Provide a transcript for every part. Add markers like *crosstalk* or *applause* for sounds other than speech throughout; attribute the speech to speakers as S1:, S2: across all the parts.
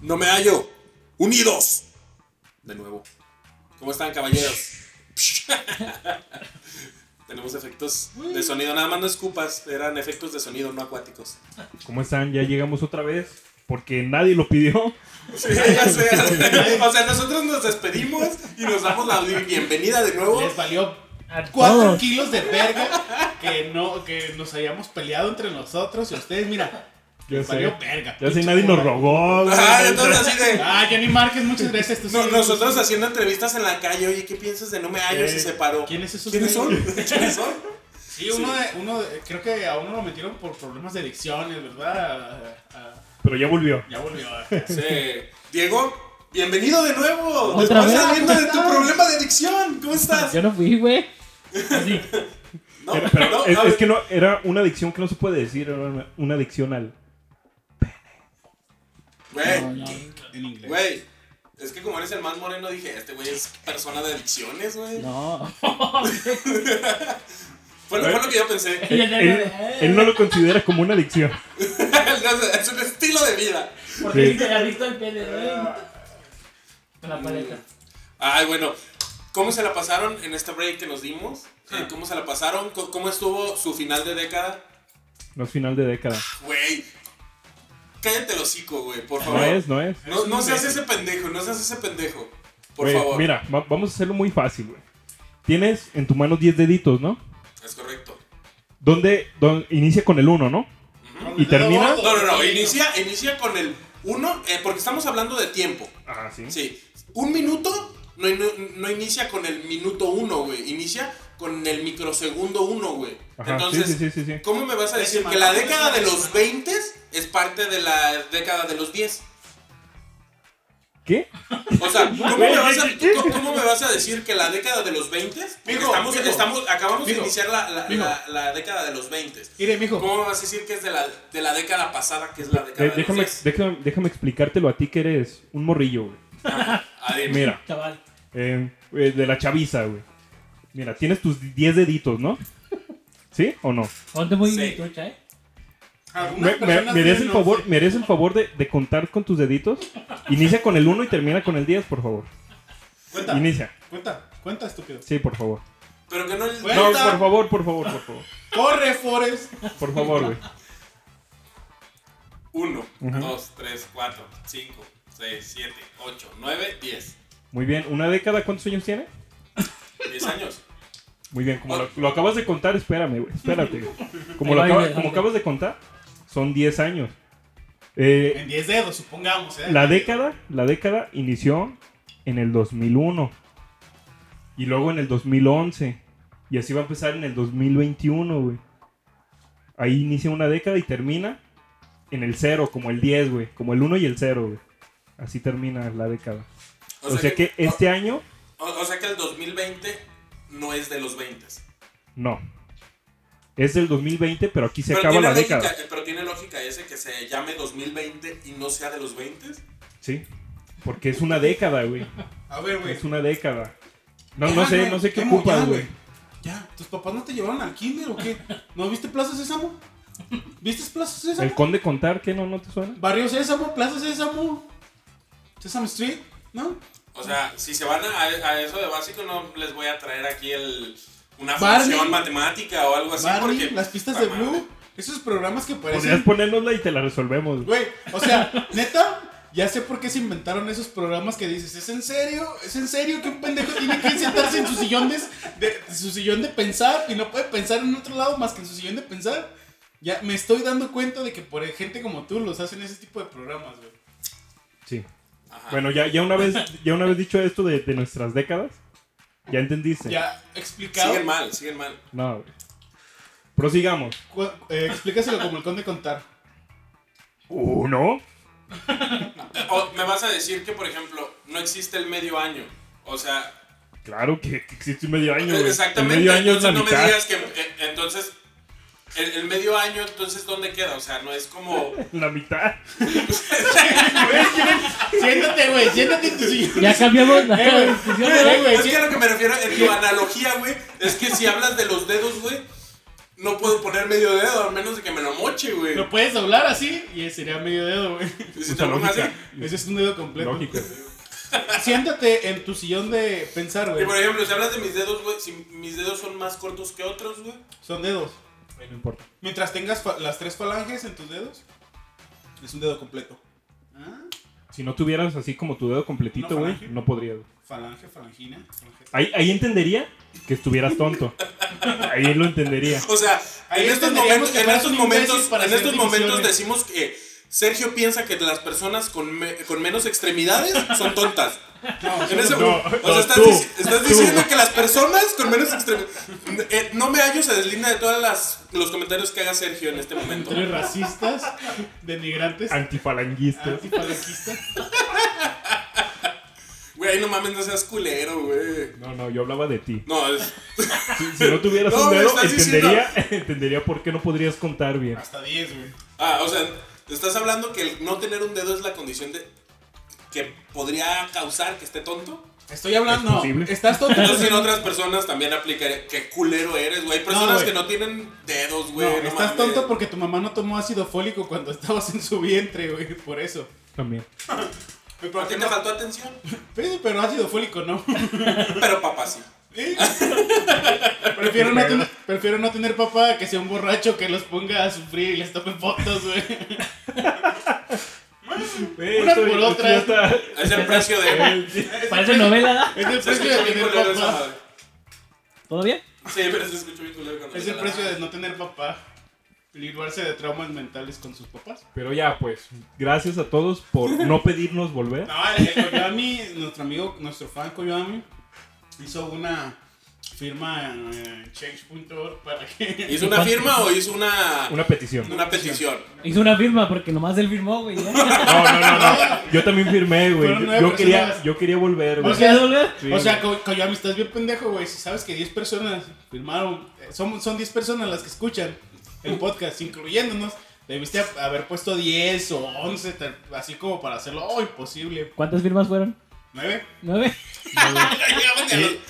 S1: No me hallo. Unidos. De nuevo. ¿Cómo están, caballeros? *laughs* Tenemos efectos de sonido. Nada más no escupas. Eran efectos de sonido, no acuáticos.
S2: ¿Cómo están? Ya llegamos otra vez. Porque nadie lo pidió.
S1: Sí,
S3: *laughs*
S1: ya sé, ya sé. O sea, nosotros nos despedimos y nos damos la bienvenida de nuevo.
S3: Les valió a cuatro
S2: todos.
S3: kilos de verga que, no, que nos hayamos peleado entre nosotros y ustedes, mira,
S2: Ya
S3: les
S2: sé.
S3: valió verga.
S2: Ya sé,
S3: pinche
S2: nadie nos
S3: porra.
S2: rogó. güey.
S1: Ah, entonces así de.
S3: Ah, Jenny Márquez, muchas gracias. tú
S1: no,
S3: sí.
S1: nosotros haciendo entrevistas en la calle, oye, ¿qué piensas de no me hallo? Se
S3: Eh,
S1: separó.
S3: ¿quiénes esos
S1: ¿Quiénes son?
S3: güeyes?
S1: ¿Quiénes son?
S3: Sí, uno de, uno de- creo que a uno lo metieron por problemas de adicciones, ¿verdad? A- a- a-
S2: Pero ya volvió.
S3: ya volvió.
S1: Sí. *laughs* Diego, bienvenido de nuevo.
S4: ¿Otra
S1: Después
S4: vez?
S1: saliendo de
S4: ¿Cómo
S1: tu
S4: estás?
S1: problema de adicción. ¿Cómo estás?
S4: Yo no fui, güey. Así.
S1: No,
S2: Era- pero
S1: no,
S2: es,
S1: a
S2: es
S1: ver.
S2: que no, era una adicción que no se puede decir. Era una, una adicción al.
S4: No,
S1: Güey,
S4: no.
S3: En inglés.
S1: güey. Es que como eres el más moreno, dije, este güey es persona de adicciones, güey.
S4: No.
S1: Fue, lo- fue lo que yo pensé.
S4: *laughs* *laughs*
S1: *laughs*
S4: Y el de-
S2: Él, él no lo considera como una adicción.
S1: es un estilo de vida.
S4: ¿Por
S2: Sí.
S4: qué dice adicto al PLD? Con la paleta.
S1: Ay, bueno. ¿Cómo se la pasaron en este break que nos dimos?
S4: Ah.
S1: Eh, ¿Cómo se la pasaron? Co- ¿Cómo estuvo su final de década?
S2: No es final de década.
S1: Güey. Cállate el hocico, güey, por favor.
S2: No es, no es.
S1: No, no seas ese pendejo, no seas ese pendejo. Por
S2: Güey,
S1: favor.
S2: Mira, va- vamos a hacerlo muy fácil, güey. Tienes en tu mano 10 deditos, ¿no?
S1: Es correcto.
S2: Donde, don- inicia con el 1, ¿no? ¿Y termina?
S1: No, no, no. Inicia, inicia con el 1, porque estamos hablando de tiempo.
S2: Ah, sí.
S1: Sí. Un minuto no, no- no inicia con el minuto 1, güey. Inicia con el microsegundo 1, güey.
S2: Ajá,
S1: Entonces,
S2: sí, sí, sí, sí, sí.
S1: ¿cómo me vas a decir que la década de los 20 es parte de la década de los 10?
S2: ¿Qué?
S1: O sea, ¿cómo me vas a, cómo- cómo me vas a decir que la década de los 20? Porque
S3: Mijo,
S1: estamos,
S3: mijo.
S1: estamos- acabamos de
S3: Mijo.
S1: iniciar la, la-
S3: Mijo.
S1: la- la década de los 20.
S3: Mire, mijo.
S1: ¿Cómo me vas a decir que es de la, de la década pasada, que es la década
S2: Eh,
S1: de
S2: déjame,
S1: los 10?
S2: déjame, déjame explicártelo a ti que eres un morrillo, güey.
S1: A ver,
S2: Mira,
S4: Chaval.
S2: eh, eh, de la chaviza, güey. Mira, tienes tus 10 deditos, ¿no? ¿Sí o no?
S4: Ponte muy
S1: Sí.
S4: mitocha, eh.
S2: Me,
S3: Algunas
S2: me-
S3: personas
S2: ¿me harías
S3: tienen
S2: el favor,
S3: once.
S2: me harías el favor de, de contar con tus deditos? Inicia con el 1 y termina con el 10, por favor.
S3: Cuenta,
S2: Inicia.
S3: cuenta, cuenta, estúpido.
S2: Sí, por favor.
S1: Pero que no...
S3: Bueno.
S2: No,
S3: Cuenta.
S2: por favor, por favor, por favor.
S3: Corre, Forest.
S2: Por favor, güey.
S1: 1,
S2: Ujú.
S1: 2, 3, 4, 5, 6, 7, 8, 9, 10.
S2: Muy bien, ¿una década cuántos años tiene?
S1: 10 años.
S2: Muy bien, como lo, lo acabas de contar, espérame, güey, espérate.
S4: *laughs*
S2: güey. Como,
S4: Ahí
S2: lo
S4: va,
S2: acaba-
S4: ahí va,
S2: como
S4: ahí va.
S2: acabas de contar, son 10 años. Eh,
S3: En 10 dedos, supongamos, ¿eh?
S2: la década, la década inició en el 2001 y luego en el 2011 y así va a empezar en el 2021, güey. Ahí inicia una década y termina en el 0, como el 10, güey, como el 1 y el 0, güey. Así termina la década. O, sea, que, este año
S1: O, o sea que el 2020 no es de los 20.
S2: no. Es del 2020, pero aquí se
S1: pero,
S2: acaba
S1: tiene
S2: la
S1: lógica, eh,
S2: década.
S1: pero tiene lógica ese que se llame 2020 y no sea de los 20.
S2: Sí. Porque es una década, güey.
S3: A ver, güey.
S2: Es una década. No,
S3: Ya,
S2: no sé,
S3: güey,
S2: no sé qué
S3: Memo, ya,
S2: ocupas, güey.
S3: Ya, ¿tus papás no te llevaron al kinder o qué? ¿No viste Plaza Sésamo? ¿Viste Plaza
S2: El
S3: Sésamo?
S2: conde contar, ¿qué no, no te suena?
S3: Barrio Sésamo, Plaza Sésamo. Sésamo Street, ¿no?
S1: O sea, si se van a, a eso de básico, no les voy a traer aquí el, una
S3: Barney.
S1: función matemática o algo así.
S3: Barney,
S1: Pues porque,
S3: las pistas de
S1: Ah,
S3: Blue, esos programas que
S2: Podrías
S3: parecen...
S2: ponérnosla y te la resolvemos, güey.
S3: Güey, o sea, *laughs* neta... Ya sé por qué se inventaron esos programas que dices, ¿es en serio? ¿Es en serio que un pendejo tiene que sentarse en su sillón de, de- de su sillón de pensar y no puede pensar en otro lado más que en su sillón de pensar? Ya me estoy dando cuenta de que por e, gente como tú los hacen ese tipo de programas, güey.
S2: Sí.
S1: Ajá.
S2: Bueno, ya, ya una vez, ya una vez dicho esto de, de nuestras décadas, ya entendiste.
S3: Ya, explicado.
S1: siguen mal, siguen mal.
S2: No, güey. Prosigamos.
S3: Cu- eh, explícaselo como el conde contar. *laughs*
S2: Uno.
S1: O me vas a decir que, por ejemplo, no existe el medio año. O sea,
S2: Claro que, que existe un medio año, güey.
S1: Exactamente.
S2: El medio año
S1: entonces
S2: es la
S1: no me
S2: mitad.
S1: digas que eh, entonces el, el medio año, entonces dónde queda, o sea, no es
S3: *laughs*
S1: como
S2: La mitad.
S3: siéntate, güey, siéntate en tu sillón.
S4: Ya cambiamos la
S3: Eh, güey.
S4: discusión,
S3: Eh,
S4: ¿verdad?
S3: güey,
S1: es
S3: sí.
S1: que a lo que me refiero en tu analogía, güey, es que si hablas de los dedos, güey, no puedo poner medio dedo, a menos de que me lo moche, güey.
S3: Lo puedes doblar así y sería medio dedo, güey.
S2: pues
S1: Y si te lo pongo así.
S3: Ese es un dedo completo.
S2: Lógico.
S3: Siéntate en tu sillón de pensar,
S1: Y
S3: güey.
S1: por ejemplo, si hablas de mis dedos, güey, si mis dedos son más cortos que otros, güey.
S3: Son dedos.
S2: Ay, No importa.
S3: Mientras tengas fa- las tres falanges en tus dedos, es un dedo completo.
S2: Ah. Si no tuvieras así como tu dedo completito,
S3: Una
S2: güey,
S3: falange.
S2: no podrías. güey.
S3: Falange, falangina, falangeta.
S2: Ahí, ahí entendería que estuvieras tonto. Ahí lo entendería.
S1: O sea,
S3: Ahí
S1: en estos
S3: entenderíamos
S1: momentos,
S3: que
S1: en
S3: fueras
S1: estos
S3: un imbécil
S1: momentos,
S3: para
S1: en
S3: hacer
S1: estos momentos
S3: divisiones.
S1: decimos que Sergio piensa que las personas con, me- con menos extremidades son tontas.
S3: No,
S1: En ese-
S2: No,
S1: o sea,
S2: no,
S1: estás,
S2: tú,
S1: dici- estás
S2: tú.
S1: diciendo que las personas con menos extremidades. Eh, no me hallo, se deslinda de todos los comentarios que haga Sergio en este momento.
S3: Entre racistas, denigrantes,
S2: Antifalanguistas.
S3: antifalangistas.
S1: Güey, no mames, no seas culero, güey.
S2: No, no, yo hablaba de ti.
S1: No, es.
S2: Si, si no tuvieras
S1: No,
S2: un
S1: me
S2: dedo,
S1: estás diciendo-
S2: entendería, *laughs* entendería por qué no podrías contar bien.
S3: Hasta 10, güey.
S1: Ah, o sea, te estás hablando que el no tener un dedo es la condición de. que podría causar que esté tonto.
S3: Estoy hablando.
S2: ¿Es posible?
S3: Estás tonto.
S1: Entonces
S3: *laughs*
S1: en otras personas también aplicaría. Qué culero eres, güey. Hay
S3: No,
S1: personas
S3: güey.
S1: que no tienen dedos,
S3: No,
S1: güey. No,
S3: estás
S1: mames.
S3: tonto porque tu mamá no tomó ácido fólico cuando estabas en su vientre, güey. Por eso.
S2: También.
S1: ¿Por qué te faltó atención?
S3: Pero, pero ácido fólico *laughs* no.
S1: Pero papá sí.
S3: ¿Eh? prefiero, no tener, prefiero no tener papá que sea un borracho que los ponga a sufrir y les tope fotos, güey. Una por
S2: Esto-
S3: otra.
S2: esto ya está-
S1: Es el precio
S3: *laughs*
S1: de.
S4: Parece novela, ¿no?
S3: Es el
S1: Se
S3: precio de
S1: escucha bien
S3: tener
S1: culero esa
S3: papá.
S1: madre.
S4: ¿Todo bien?
S1: Sí, pero se escuchó bien culero cuando
S3: Es
S1: dice
S3: el
S1: la-
S3: precio de no tener papá. Librarse de traumas mentales con sus papás.
S2: Pero ya, pues, gracias a todos
S1: *laughs*
S2: por no pedirnos volver.
S3: No, el, el Koyami, nuestro amigo, nuestro fan Koyami, hizo una firma en eh, change.org para que.
S1: ¿Hizo una firma o hizo una,
S2: Una petición.
S1: una petición?
S3: *laughs*
S4: Hizo una firma porque nomás él firmó,
S2: *laughs*
S4: güey. ¿ya?
S2: No, no, no, no. Yo también firmé, güey.
S3: Fueron
S2: Yo,
S3: nueve
S2: yo quería,
S3: personas.
S2: yo quería volver,
S3: O
S2: güey.
S3: sea,
S4: ¿Quieres volver?
S2: Sí.
S3: o sea, Ko- Koyami, estás bien pendejo, güey. Si sabes que 10 personas firmaron, eh, son, son 10 personas las que escuchan el podcast, incluyéndonos. Debiste ha- haber puesto 10 o 11, tal- así como para hacerlo, oh, imposible.
S4: ¿Cuántas firmas fueron?
S3: ¿9?
S4: ¿Nueve?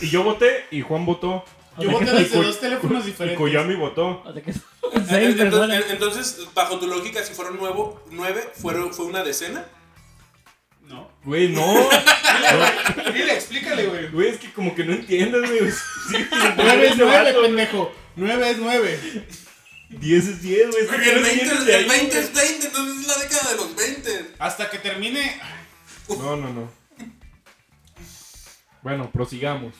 S2: Y, y yo voté y Juan votó.
S3: Yo
S4: O sea,
S3: voté
S4: que-
S3: desde
S2: Ko-
S3: dos teléfonos
S2: Y
S3: diferentes.
S2: Koyami votó.
S4: o sea que son seis
S1: Entonces, eh,
S4: personas.
S1: entonces, bajo tu lógica, si fueron nuevo, nueve, fueron, fue una decena.
S3: No.
S2: Güey, no.
S1: *laughs*
S2: No.
S3: Dile, explícale, güey.
S2: Güey, es que como que no entiendes, güey. Sí,
S3: 9 es
S2: ese
S3: 9,
S2: vato.
S3: pendejo. 9 es 9.
S2: 10 es 10, güey.
S1: Porque el 20, es- el 20
S2: es
S1: es 20, entonces es la década de los 20.
S3: Hasta que termine.
S2: No, no, no. Bueno, prosigamos.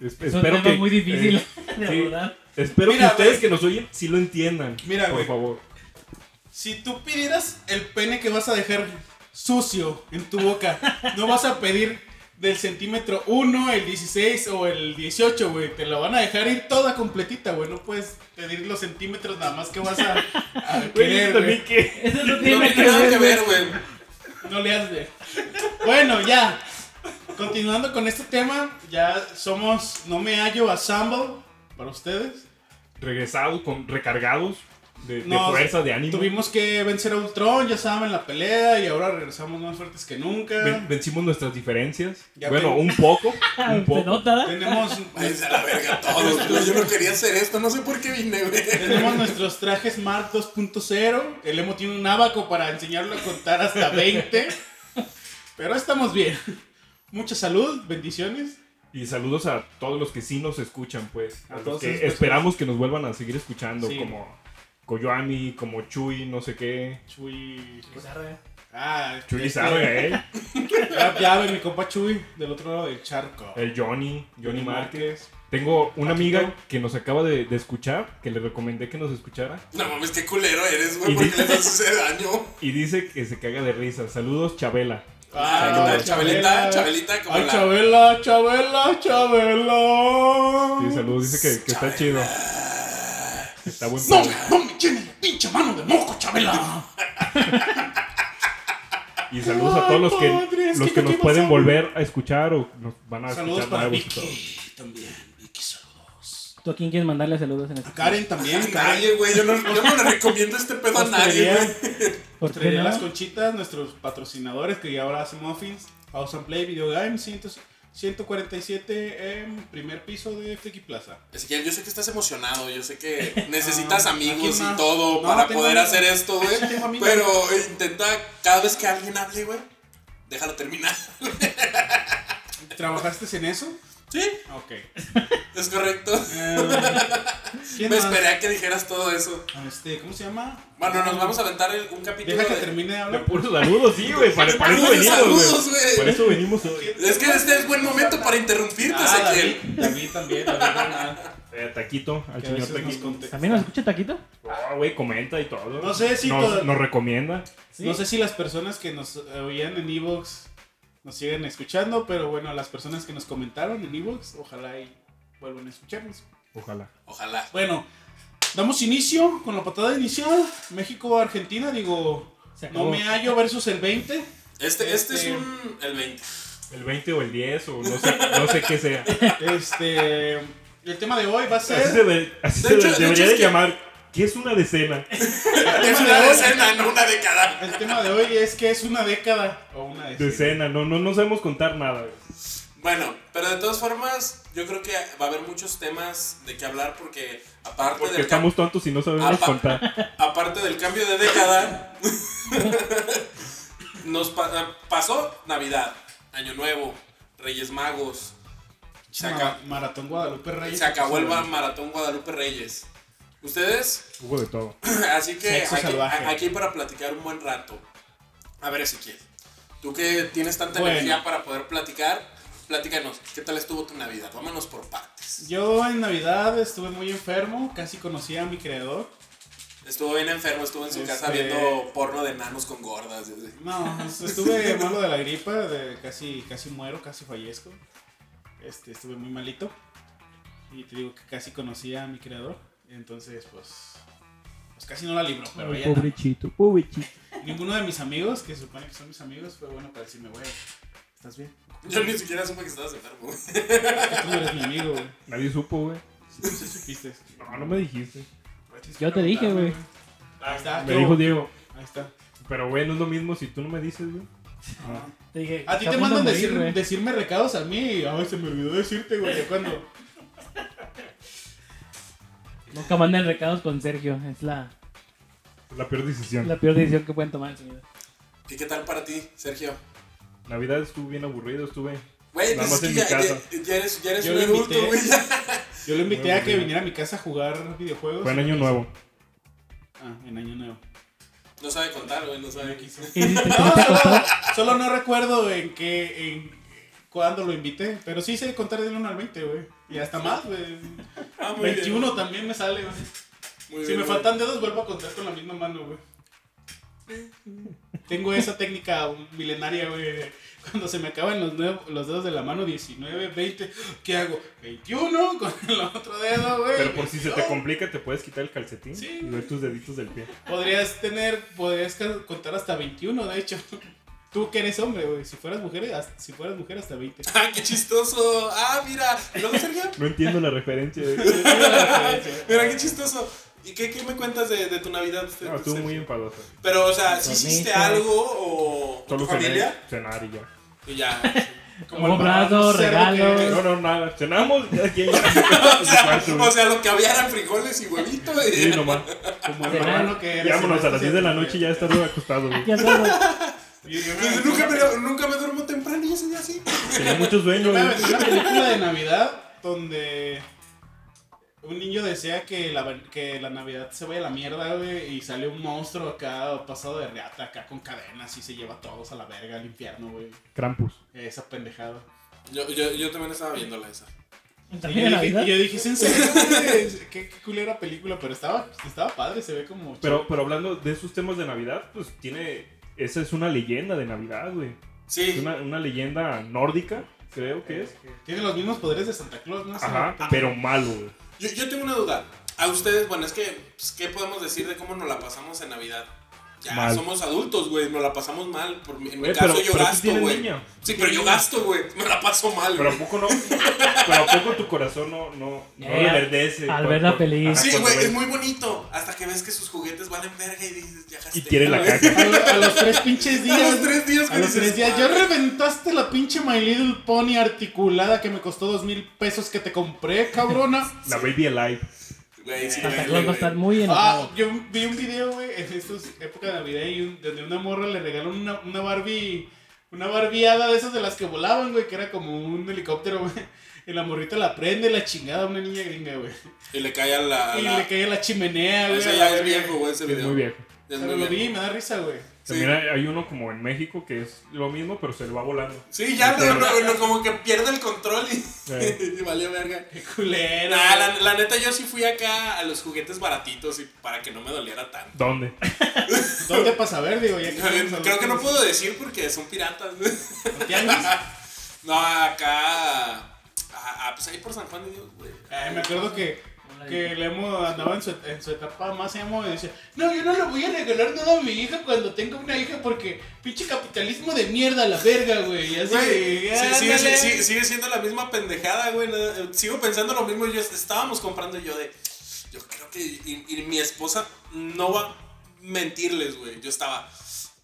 S2: Es-
S4: Es un
S2: espero
S4: tema
S2: que
S4: muy difícil
S2: eh,
S4: *laughs* de
S2: sí.
S4: abordar.
S2: espero
S3: Mira,
S2: que ustedes
S3: güey.
S2: que nos oyen sí lo entiendan.
S3: Mira,
S2: por
S3: güey.
S2: favor.
S3: Si tú pidieras el pene que vas a dejar sucio en tu boca, no vas a pedir del centímetro 1, el 16 o el 18, güey. Te lo van a dejar ir toda completita, güey. No puedes pedir los centímetros nada más que vas a, a
S2: Güey,
S3: querer,
S2: eso también
S3: güey.
S2: que
S4: Eso no
S1: No
S4: tiene
S1: tiene nada que ver,
S4: güey.
S1: güey.
S3: No le has de. Bueno, ya. Continuando con este tema, ya somos No Me Hallo Assemble para ustedes.
S2: regresados, con, recargados de, de
S3: No,
S2: fuerza, de ánimo.
S3: Tuvimos que vencer a Ultron, ya saben, la pelea y ahora regresamos más fuertes que nunca.
S2: Ven- vencimos nuestras diferencias.
S3: Ya
S2: bueno,
S3: ven.
S2: un
S4: *laughs*
S2: poco.
S4: Ah,
S2: un
S4: Se
S2: poco.
S4: nota, ¿verdad?
S3: Tenemos,
S1: Váyanse a la verga todos, güey. Yo no quería hacer esto, no sé por qué vine,
S3: *laughs*
S1: güey.
S3: tenemos nuestros trajes Mark 2.0. El Emo tiene un abaco para enseñarlo a contar hasta 20. Pero estamos bien. Mucha salud, bendiciones.
S2: Y saludos a todos los que sí nos escuchan, pues.
S3: A
S2: A los
S3: todas
S2: que
S3: esas personas.
S2: esperamos que nos vuelvan a seguir escuchando,
S3: Sí.
S2: como Koyoami, como Chuy, no sé qué.
S3: Chuy.
S4: Pizarra.
S3: Ah,
S2: Chuy
S3: este-
S2: sabe, ¿eh?
S3: Ya, ya ve mi compa Chuy del otro lado del charco.
S2: El Johnny, Johnny Márquez. Tengo una
S3: Paquito.
S2: amiga que nos acaba de, de escuchar, que le recomendé que nos escuchara,
S1: No mames, qué culero eres,
S2: Y
S1: güey, porque
S2: dice-
S1: le estás haciendo daño.
S2: y dice que se caga de risa. Saludos, Chabela.
S3: Ah,
S1: Chabelita, Chabelita, Chabelita, como
S3: Ay,
S1: la-
S3: Chabela, Chabela, Chabela.
S2: Sí, saludos, dice que, que está chido. Está buen
S3: No,
S2: pedo.
S3: no me llenes la pinche mano de moco, Chabela.
S1: Ah,
S2: Y saludos a todos los que,
S3: Ay, padre, es
S2: los
S3: que
S2: que
S3: yo
S2: nos
S3: quiero
S2: pueden
S3: saber.
S2: volver a escuchar o nos van a
S3: Saludos
S2: escuchar
S3: para
S2: nuevos y
S3: Vicky. También, Vicky, saludos.
S4: ¿Tú a quién quieres mandarle saludos en este?
S3: A Karen
S1: A
S3: también, Karen.
S1: nadie, güey. Yo no, yo no le recomiendo este pedo a nadie,
S3: Postrería,
S1: güey.
S4: ¿Por qué
S3: postrería
S4: no?
S3: las conchitas, nuestros patrocinadores que ya ahora hacen muffins. House and Play, Video Games, cientos- 147 en em, primer piso de Friki Plaza.
S1: Ezequiel, yo sé que estás emocionado, yo sé que necesitas
S3: *laughs* Ah, ¿a
S1: amigos
S3: quién
S1: y
S3: más?
S1: todo
S3: No,
S1: para
S3: tengo
S1: poder
S3: amigos.
S1: hacer esto, güey.
S3: Tengo amigos.
S1: Pero intenta, cada vez que alguien hable, güey, déjalo terminar.
S3: ¿Trabajaste en eso?
S1: Sí,
S3: Ah, Ok.
S1: *laughs* Em, es correcto.
S3: Eh, *laughs* ¿quién
S1: Me
S3: más?
S1: esperé a que dijeras todo eso.
S3: Este, ¿Cómo se llama?
S1: Bueno, nos vamos a aventar el- un capítulo.
S3: Deja que
S1: de-
S3: termine de
S2: De
S3: hablar.
S2: puros saludos, sí, güey. Para, para eso
S1: Puros
S2: venimos,
S1: saludos, güey.
S2: güey. Para eso venimos hoy.
S1: Es que este es buen momento para interrumpirte,
S3: Ah, David,
S1: Ezequiel.
S3: David también, David Bernal.
S2: Eh, taquito, al
S3: Que a
S2: señor
S3: veces nos
S2: Taquito.
S3: contesta.
S4: ¿También nos escucha Taquito?
S2: Ah, güey, comenta y todo.
S3: No sé si
S2: nos,
S3: toda-
S2: nos recomienda.
S3: No sé si las personas que nos oían en Evox nos siguen escuchando, pero bueno, las personas que nos comentaron en Evox, ojalá y vuelvan a escucharnos.
S2: Ojalá.
S1: Ojalá.
S3: Bueno, damos inicio con la patada inicial. México-Argentina, digo,
S4: Se acabó.
S3: no me hallo versus el 20.
S1: Este, este es
S3: Este-
S1: un. El
S3: *laughs*
S1: 20.
S2: El 20 o el 10 o no sé, no sé qué sea.
S3: Este, el tema de hoy va a
S2: Así se,
S3: ser...
S2: de- así
S1: ¿Eh? De
S2: se de-
S1: hecho- de
S2: debería
S1: hecho
S2: de
S1: es que-
S2: llamar. ¿Qué es una decena?
S1: Es una decena, no una década.
S3: El tema de hoy es que es una década o una década.
S2: Decena, no, no, no sabemos contar nada. güey.
S1: Bueno, pero de todas formas, yo creo que va a haber muchos temas de qué hablar porque aparte
S2: Porque
S1: del cambio
S2: estamos tontos y no sabemos
S1: Apa.
S2: contar.
S1: aparte del cambio de década, *laughs* nos pa- pasó Navidad, Año Nuevo, Reyes Magos, se, aca-
S3: Ma- Maratón Guadalupe Reyes.
S1: se acabó el maratón Guadalupe Reyes. Ustedes,
S2: Hubo de todo.
S1: así que
S3: Sexo
S1: aquí,
S3: salvaje.
S1: a- aquí para platicar un buen rato. A ver, Ezequiel, tú que tienes tanta
S3: Bueno.
S1: energía para poder platicar, platícanos, ¿qué tal estuvo tu Navidad? Vámonos por partes.
S3: Yo en Navidad estuve muy enfermo, casi conocí a mi creador.
S1: Estuvo bien enfermo, estuvo en su casa
S3: Este-
S1: viendo porno de enanos con gordas. desde-
S3: No, pues, estuve
S4: *laughs*
S3: malo de la gripa, de casi, casi muero, casi fallezco. Este, estuve muy malito. Y te digo que casi conocí a mi creador. Entonces, pues. Pues casi no la libro, pero ya.
S2: Pobrechito, pobrechito.
S3: Ninguno de mis amigos, que se supone que son mis amigos, fue bueno para decirme, güey, ¿estás bien?
S1: Yo ni siquiera supe que estabas enfermo.
S3: Es que Tú no eres mi amigo, güey.
S2: Nadie supo, güey.
S3: Sí, sí supiste.
S2: No, no me dijiste.
S3: Güey, tienes que
S4: Yo te dije,
S3: preguntarme,
S4: güey.
S3: Ahí
S1: Ah,
S3: está.
S2: Me
S3: yo-
S2: dijo Diego.
S3: Ahí está.
S2: Pero, güey, no es lo mismo si tú no me dices, güey.
S3: Ah.
S4: Te dije,
S3: A ti
S4: está
S3: te
S4: punto de
S3: mandan
S4: morir,
S3: decir-
S4: güey.
S3: decirme recados a mí. Ay, se me olvidó decirte, güey, ya cuando.
S4: Nunca manden recados con Sergio. Es la,
S2: Es la peor decisión.
S4: la peor decisión que pueden tomar en
S1: *laughs*
S4: su vida.
S1: ¿Y qué tal para ti, Sergio?
S2: Navidad estuvo bien aburrido, estuve.
S1: Güey,
S2: Nada
S1: pues es
S2: más
S1: que
S2: en
S1: ya,
S2: mi casa.
S1: ya- ya eres, ya eres
S3: Yo
S1: un
S3: lo
S1: adulto,
S3: invité.
S1: güey. *laughs* ya.
S3: Yo lo invité a que
S2: Bueno,
S3: viniera a mi casa a jugar
S1: Pues
S3: videojuegos.
S2: Fue en Año Nuevo.
S3: Ah, en año nuevo. *laughs*
S1: No sabe contar, güey, no sabe.
S4: ¿Qué hiciste? ¿Qué
S3: No,
S4: te
S3: solo,
S4: costó?
S3: solo no recuerdo en qué, en cuándo lo invité, pero sí sé contar de 1 al 20, güey. Y hasta más, güey.
S1: Ah, muy
S3: 21 también me sale, güey.
S1: bien. Muy
S3: Si
S1: bien,
S3: me
S1: güey.
S3: faltan dedos, vuelvo a contar con la misma mano,
S1: *laughs*
S3: güey. Tengo esa técnica milenaria, güey. de Cuando se me acaban los, nuev- los dedos de la mano, 19, 20, ¿qué hago? 21 con el otro dedo, güey.
S2: Pero por si se te
S3: 22.
S2: complica, te puedes quitar el calcetín
S3: Sí,
S2: y ver tus deditos del pie.
S3: Podrías tener, podrías ca- contar hasta 21, de hecho. Tú que eres hombre, güey. Si fueras mujer, hasta- si fueras mujer hasta 20.
S1: Ah, qué chistoso. Ah, mira. ¿Y luego, Sergio?
S2: No entiendo la referencia. güey.
S1: Mira, qué chistoso. ¿Y qué, qué me cuentas de, de tu Navidad? usted,
S2: No, estuvo
S1: Sergio?
S2: muy enfadosa.
S1: Pero, o sea, si
S4: Dormiste.
S1: hiciste algo o o tu
S2: Solo
S1: familia?
S2: cené, cenar y
S1: Y
S2: ya.
S1: ya.
S2: *laughs*
S4: Un abrazo,
S3: cerdo que-
S4: regalos.
S2: No, no, nada. Cenamos y aquí
S1: *laughs*
S2: ya.
S1: O sea, o sea, lo que había eran frijoles y huevito. güey.
S2: Sí,
S1: *laughs*
S2: nomás.
S3: Como el hermano que eres.
S2: Vámonos a las 10 de la noche y ya estás acostado, güey.
S4: Aquí andamos.
S3: Yo, yo me
S1: Pues
S3: aventé
S1: nunca,
S3: una-
S1: me, nunca me duermo temprano y ese día sí.
S2: Tenía muchos
S3: yo
S2: sueños, güey.
S3: me aventé una película de Navidad donde un niño desea que la, ven- que la Navidad se vaya a la mierda, güey. Y sale un monstruo acá, pasado de reata, acá con cadenas y se lleva a todos a la verga, al infierno, güey.
S2: Krampus.
S3: Esa pendejada.
S1: Yo, yo, yo también estaba viéndola esa.
S3: Y
S1: *laughs*
S4: ¿También
S3: yo
S4: en
S3: dije,
S4: Navidad?
S3: y yo dije, "¿Es en serio? güey? ¿Qué, qué culera película, pero estaba, estaba padre, se ve como...
S2: Pero, pero hablando de esos temas de Navidad, pues tiene. Esa es una leyenda de Navidad, güey. Es
S1: Sí.
S2: una, una leyenda nórdica, creo que es.
S3: Tiene los mismos poderes de Santa Claus, ¿no?
S2: Ajá,
S1: Ah.
S2: pero malo, güey.
S1: Yo, yo tengo una duda. A ustedes, bueno, es que, pues, ¿qué podemos decir de cómo nos la pasamos en Navidad? Ya
S2: Mal.
S1: somos adultos, güey, nos la pasamos mal. Por mi- en mi
S2: Güey,
S1: caso
S2: Eh, pero-
S1: yo
S2: pero tú
S1: gasto,
S2: tienes
S1: güey.
S2: niño.
S1: Sí, pero yo gasto, güey. Me la paso mal,
S2: Pero a
S1: güey.
S2: poco no. Pero a poco tu corazón no, no, no
S4: Eh,
S2: reverdece.
S4: al
S2: cuando-
S4: verla feliz.
S2: Ajá,
S1: Sí,
S2: cuando
S1: güey,
S2: ves-
S1: es muy bonito. Hasta que ves que sus juguetes valen verga y dices, ya gasté.
S2: Y tiene la
S1: güey.
S2: caja.
S3: A, lo- a los tres pinches
S1: A
S3: días.
S1: los tres días,
S3: A
S1: güey,
S3: los
S1: dices,
S3: tres días. Ya reventaste la pinche My Little Pony articulada que me costó dos mil pesos que te compré, cabrona.
S2: La Baby Alive.
S1: este Güey, sí,
S4: Santa
S1: duele,
S4: Claus va a
S1: güey.
S4: estar muy
S3: Ah,
S4: enojado.
S3: yo vi un video, güey, en estas épocas de Navidad y un- donde una morra le regaló una, una Barbie, una barbiada de esas de las que volaban, güey, que era como un helicóptero, güey. *laughs* Y la morrita la prende, la chingada, una niña gringa, güey.
S1: Y le cae a la. a
S3: Y
S1: la-
S3: le cae a la chimenea, güey. a
S1: Ese
S3: la
S1: ya es
S3: verga.
S1: viejo, güey, ese
S2: Es
S1: video.
S2: muy viejo.
S1: Ya es muy
S3: Pero lo vi
S1: viejo.
S3: y me da risa, güey.
S1: Sí.
S2: También hay hay uno como en México que es lo mismo, pero se le va volando.
S1: Sí, ya
S2: Sí.
S1: no, no, no, como que pierde el control y,
S2: Sí.
S3: Eh.
S1: *laughs* y valió verga.
S3: Qué culera.
S1: Nah,
S3: güey.
S1: Ah, la, la neta yo sí fui acá a los juguetes baratitos y para que no me doliera tanto.
S2: ¿Dónde?
S3: ¿Dónde pasa ver, digo?
S1: *laughs*
S3: Ya que estamos
S1: Creo que
S3: hablando
S1: no
S3: de
S1: puedo decir porque son piratas.
S3: los tianguis.
S1: *laughs* No, acá. Ah, ah, pues ahí por San Juan de Dios, güey.
S3: Ay, Eh, me acuerdo que, que Lemo andaba en su, en su etapa más emo y decía, no, yo no le voy a regalar nada a mi hija cuando tenga una hija porque pinche capitalismo de mierda a la verga, güey. Y así,
S1: Güey, sí, sí,
S3: ándale.
S1: sí, sí, sigue siendo la misma pendejada, güey. no, eh, Sigo pensando lo mismo. Yo estábamos comprando yo de. Yo creo que. Y, y mi esposa no va a mentirles, güey. Yo estaba.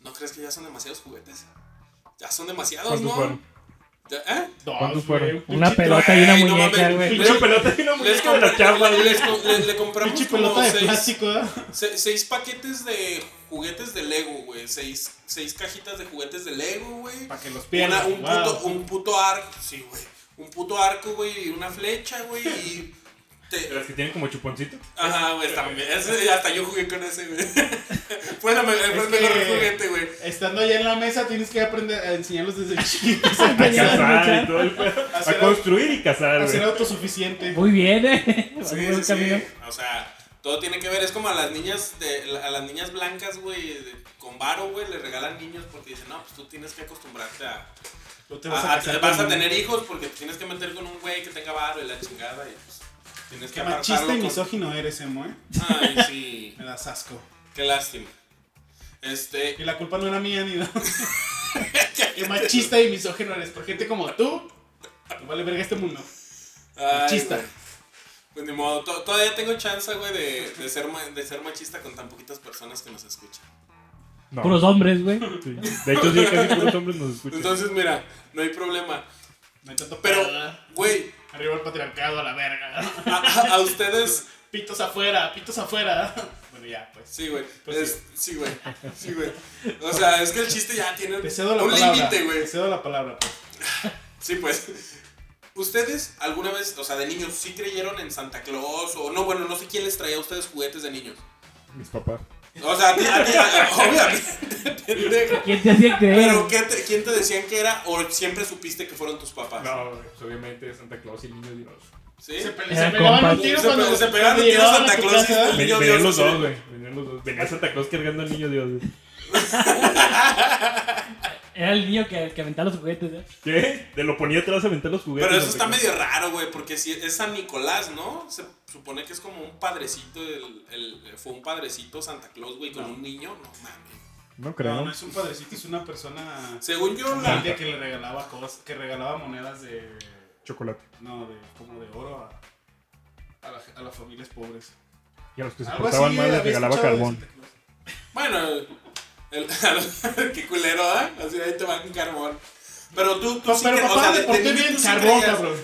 S1: ¿No crees que ya son demasiados juguetes? Ya son demasiados,
S2: ¿Cuántos
S1: ¿no?
S2: fueron?
S1: Ya- ¿Eh?
S3: Dos,
S2: ¿Cuántos fueron?
S3: güey, un
S4: Una
S3: pinche-
S4: pelota y una
S1: Ay, no
S4: muñeca,
S1: mames.
S4: güey.
S2: Una pelota y una
S1: Les
S2: muñeca de
S1: compré-
S2: la chava.
S1: le- les co- le- le compramos
S3: Pinche
S1: como
S3: pelota de
S1: seis-
S3: plástico, ¿eh?
S1: Se- seis paquetes de juguetes de Lego, güey. Seis, seis cajitas de juguetes de Lego, güey.
S3: Para que los
S1: Una-
S3: pierdas.
S1: un,
S3: wow.
S1: puto, un puto arco, sí, güey. Un puto arco, güey, y una flecha, güey, y... te-
S2: Las que tienen como chuponcito.
S1: Ajá, güey, está- ese- hasta yo jugué con ese, güey. *laughs* Fue la me- fue el
S3: Es
S1: mejor
S3: que-
S1: juguete, güey.
S3: Estando allá en la mesa tienes que aprender a enseñarlos desde chiquitos a
S2: A cazar
S4: mucha.
S2: y todo el pedo.
S3: Hacer
S2: A construir y cazar,
S3: a ser
S2: güey.
S3: autosuficiente.
S4: Muy bien, eh. Vas
S1: Sí,
S4: por un
S1: sí,
S4: camino.
S1: sí. O sea, todo tiene que ver. Es como a las niñas, de, a las niñas blancas, güey, de- con varo, güey, le regalan niños porque dicen, no, pues tú tienes que acostumbrarte a...
S3: No te
S1: a- a-
S3: casar
S1: vas
S3: con
S1: a
S3: un-
S1: tener hijos porque te tienes que meter con un güey que tenga varo y la chingada y pues... Tienes que
S3: Qué machista y
S1: apartarlo con-
S3: misógino eres, emo, ¿eh?
S1: Ay, sí.
S3: Me das asco.
S1: Qué lástima. Este,
S3: Y la culpa no era mía
S1: *laughs*
S3: ni de... Qué machista y misógino eres. Por gente como tú, no vale verga este mundo.
S1: ay,
S3: Machista.
S1: güey. Pues ni modo, to- todavía tengo chance, güey, de, de ser ma- de ser machista con tan poquitas personas que nos escuchan.
S2: No.
S4: Puros hombres, güey.
S2: Sí. De hecho, sí, casi puros hombres nos escuchan.
S1: Entonces, mira, no hay problema.
S3: No hay tanto
S1: Pero,
S3: pero...
S1: güey,
S3: Arriba el patriarcado a la verga. *laughs*
S1: a, a- a ustedes.
S3: Pitos afuera, pitos afuera. *laughs* Bueno, ya, pues.
S1: Sí, güey.
S3: Pues
S1: es- sí, güey. Sí, güey. O sea, es que el chiste ya tiene
S3: Te cedo la
S1: un
S3: palabra.
S1: límite, güey.
S3: Te cedo la palabra. pues.
S1: Sí, pues. ¿Ustedes alguna vez, o sea, de niños, sí creyeron en Santa Claus? O no, bueno, no sé quién les traía a ustedes juguetes de niños.
S2: Mis papás.
S1: O sea, a ti, a ti, a- obviamente, *laughs* pendejo.
S4: ¿Quién te hacía creer?
S1: Pero ¿qué te- ¿quién te decían que era o siempre supiste que fueron tus papás?
S2: No, güey, pues obviamente Santa Claus y el niño Dios.
S1: ¿Sí?
S3: Se, pe-
S4: Eran
S3: se pegaban
S4: compas.
S3: un tiro
S1: Se
S3: cuando
S1: pe- se pegaban
S3: cuando
S1: un tiro
S3: llegaban
S1: Santa
S3: a tu
S1: Claus y-
S3: casa.
S1: El
S2: Ven-
S1: niño
S2: Venían
S1: Dios,
S2: los
S1: sí.
S2: dos, güey. Venían los dos. Venía Santa Claus cargando al niño Dios, güey.
S4: Era el niño que, que aventaba los juguetes, eh.
S2: ¿Qué? Te lo ponía atrás a aventar los juguetes.
S1: Pero eso
S2: Santa
S1: está
S2: Claus.
S1: medio raro, güey, porque si es San Nicolás, ¿no? Se supone que es como un padrecito, el, el- fue un padrecito Santa Claus, güey, con un niño, no mames.
S2: No creo.
S3: No, no es un padrecito, es una persona...
S1: Según yo, la...
S3: humilde que le regalaba cosas, que regalaba monedas de...
S2: Chocolate.
S3: No, de, como de oro a, a, la- a las familias pobres.
S2: Y a los que se
S3: Algo
S2: portaban
S3: así,
S2: mal les
S3: había
S2: regalaba
S3: escuchado de
S2: carbón.
S3: Santa Claus.
S1: Bueno, el, el- *laughs* qué culero, ¿eh? Así ahí te va con carbón. Pero tú, tú
S3: Pero,
S1: sí
S3: pero
S1: cre- o
S3: papá,
S1: sea,
S3: le porté
S1: niño
S3: bien
S1: tú sí
S3: carbón,
S1: creías-
S3: cabrón.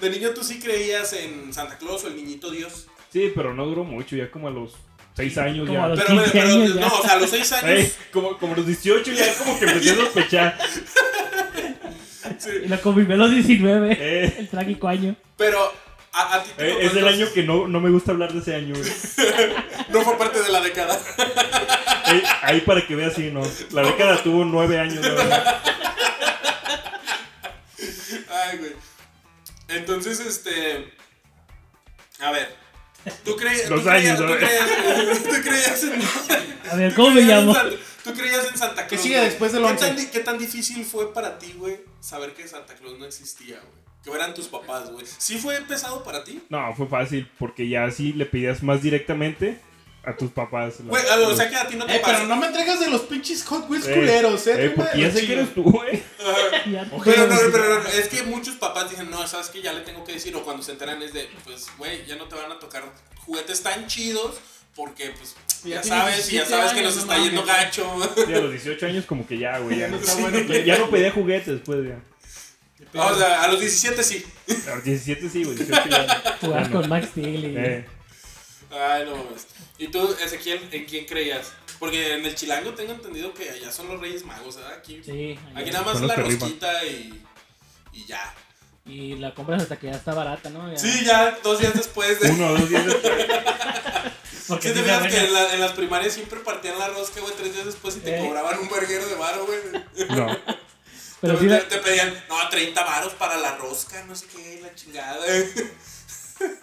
S1: de niño tú sí creías en Santa Claus o el niñito Dios.
S2: Sí, pero no duró mucho, ya como a los 6 años
S4: Como
S2: ya.
S4: a los-
S1: Pero, pero,
S4: 15 años ya.
S1: no, o sea, a los 6 años...
S2: *laughs* Ey, como, como los 18 ya como que empecé a sospechar.
S4: *laughs*
S1: sí.
S4: Y lo convivió a los 19.
S2: Eh.
S4: *laughs* El trágico año.
S1: Pero a, a ti te
S2: Eh,
S1: tocó
S2: es el
S1: entonces-
S2: año que no, no me gusta hablar de ese año. güey.
S1: No fue parte de la década. *laughs*
S2: Ey, Eh, ahí para que veas, sí, no. La década tuvo 9 años. la verdad.
S1: Ay, güey. Entonces, este. A ver. ¿Tú, cre- tú
S2: Los
S1: creías,
S2: años, a
S1: tú
S2: ver.
S1: creías- *laughs* tú creías en.
S4: A ver,
S1: tú
S4: ¿cómo me
S1: creías en
S4: llamo?
S1: San- *laughs* Tú creías en Santa Claus.
S3: ¿Qué sigue
S1: güey.
S3: después del
S1: ¿Qué
S3: 11?
S1: tan, di- ¿Qué tan difícil fue para ti, güey, saber que Santa Claus no existía, güey? Que eran tus papás, güey. ¿Sí fue pesado para ti?
S2: No, fue fácil, porque ya sí le pedías más directamente. a tus papás. la-
S1: Güey, a- o sea que a ti no te
S3: Eh, pero
S1: pasa.
S3: no me entregas de los pinches Hot Wheels
S2: Eh,
S3: culeros, eh.
S2: eh,
S3: tráeme
S2: porque
S3: de
S2: ya
S3: los
S2: sé que
S3: chidos.
S2: eres tú, güey.
S1: Pero, no, pero no, es que muchos papás dicen, no, sabes que ya le tengo que decir, o cuando se enteran es de, pues, güey, ya no te van a tocar juguetes tan chidos, porque, pues, ya,
S4: Ya tienes
S1: sabes, y ya
S4: 17
S1: sabes que nos
S4: años, no
S1: está
S4: mames.
S1: yendo gacho. *laughs*
S2: Sí, a los 18 años como que ya, güey. Ya,
S3: *laughs* Ya no
S2: no-
S3: está bueno.
S2: ya- ya no pedía juguetes, pues, ya.
S1: O sea, a los 17 sí.
S2: A los 17 sí, güey. 18 ya. no.
S4: Jugar
S2: Ya no.
S4: con Max Steel y-
S2: Eh,
S1: Ay, no mames. ¿Y tú, Ezequiel, en quién creías? Porque en el Chilango tengo entendido que allá son los Reyes Magos, ¿verdad? Aquí,
S4: Sí,
S1: aquí
S4: allá.
S1: nada más
S2: Son los
S1: la
S2: que riman.
S1: rosquita y, y ya.
S4: Y la compras hasta que ya está barata, ¿no? Ya-
S1: Sí, ya dos días después de...
S2: Uno o dos días después.
S1: *laughs*
S4: Porque
S1: ¿Sí te
S4: sí
S1: fijas
S4: saben-
S1: que en, la- en las primarias siempre partían la rosca, güey, tres días después y te
S4: Eh.
S1: cobraban un verguero de varo, güey?
S2: No.
S4: Pero
S1: te,
S4: sí,
S1: te-
S4: la-
S1: te pedían, no, 30 varos para la rosca, no sé qué, la chingada.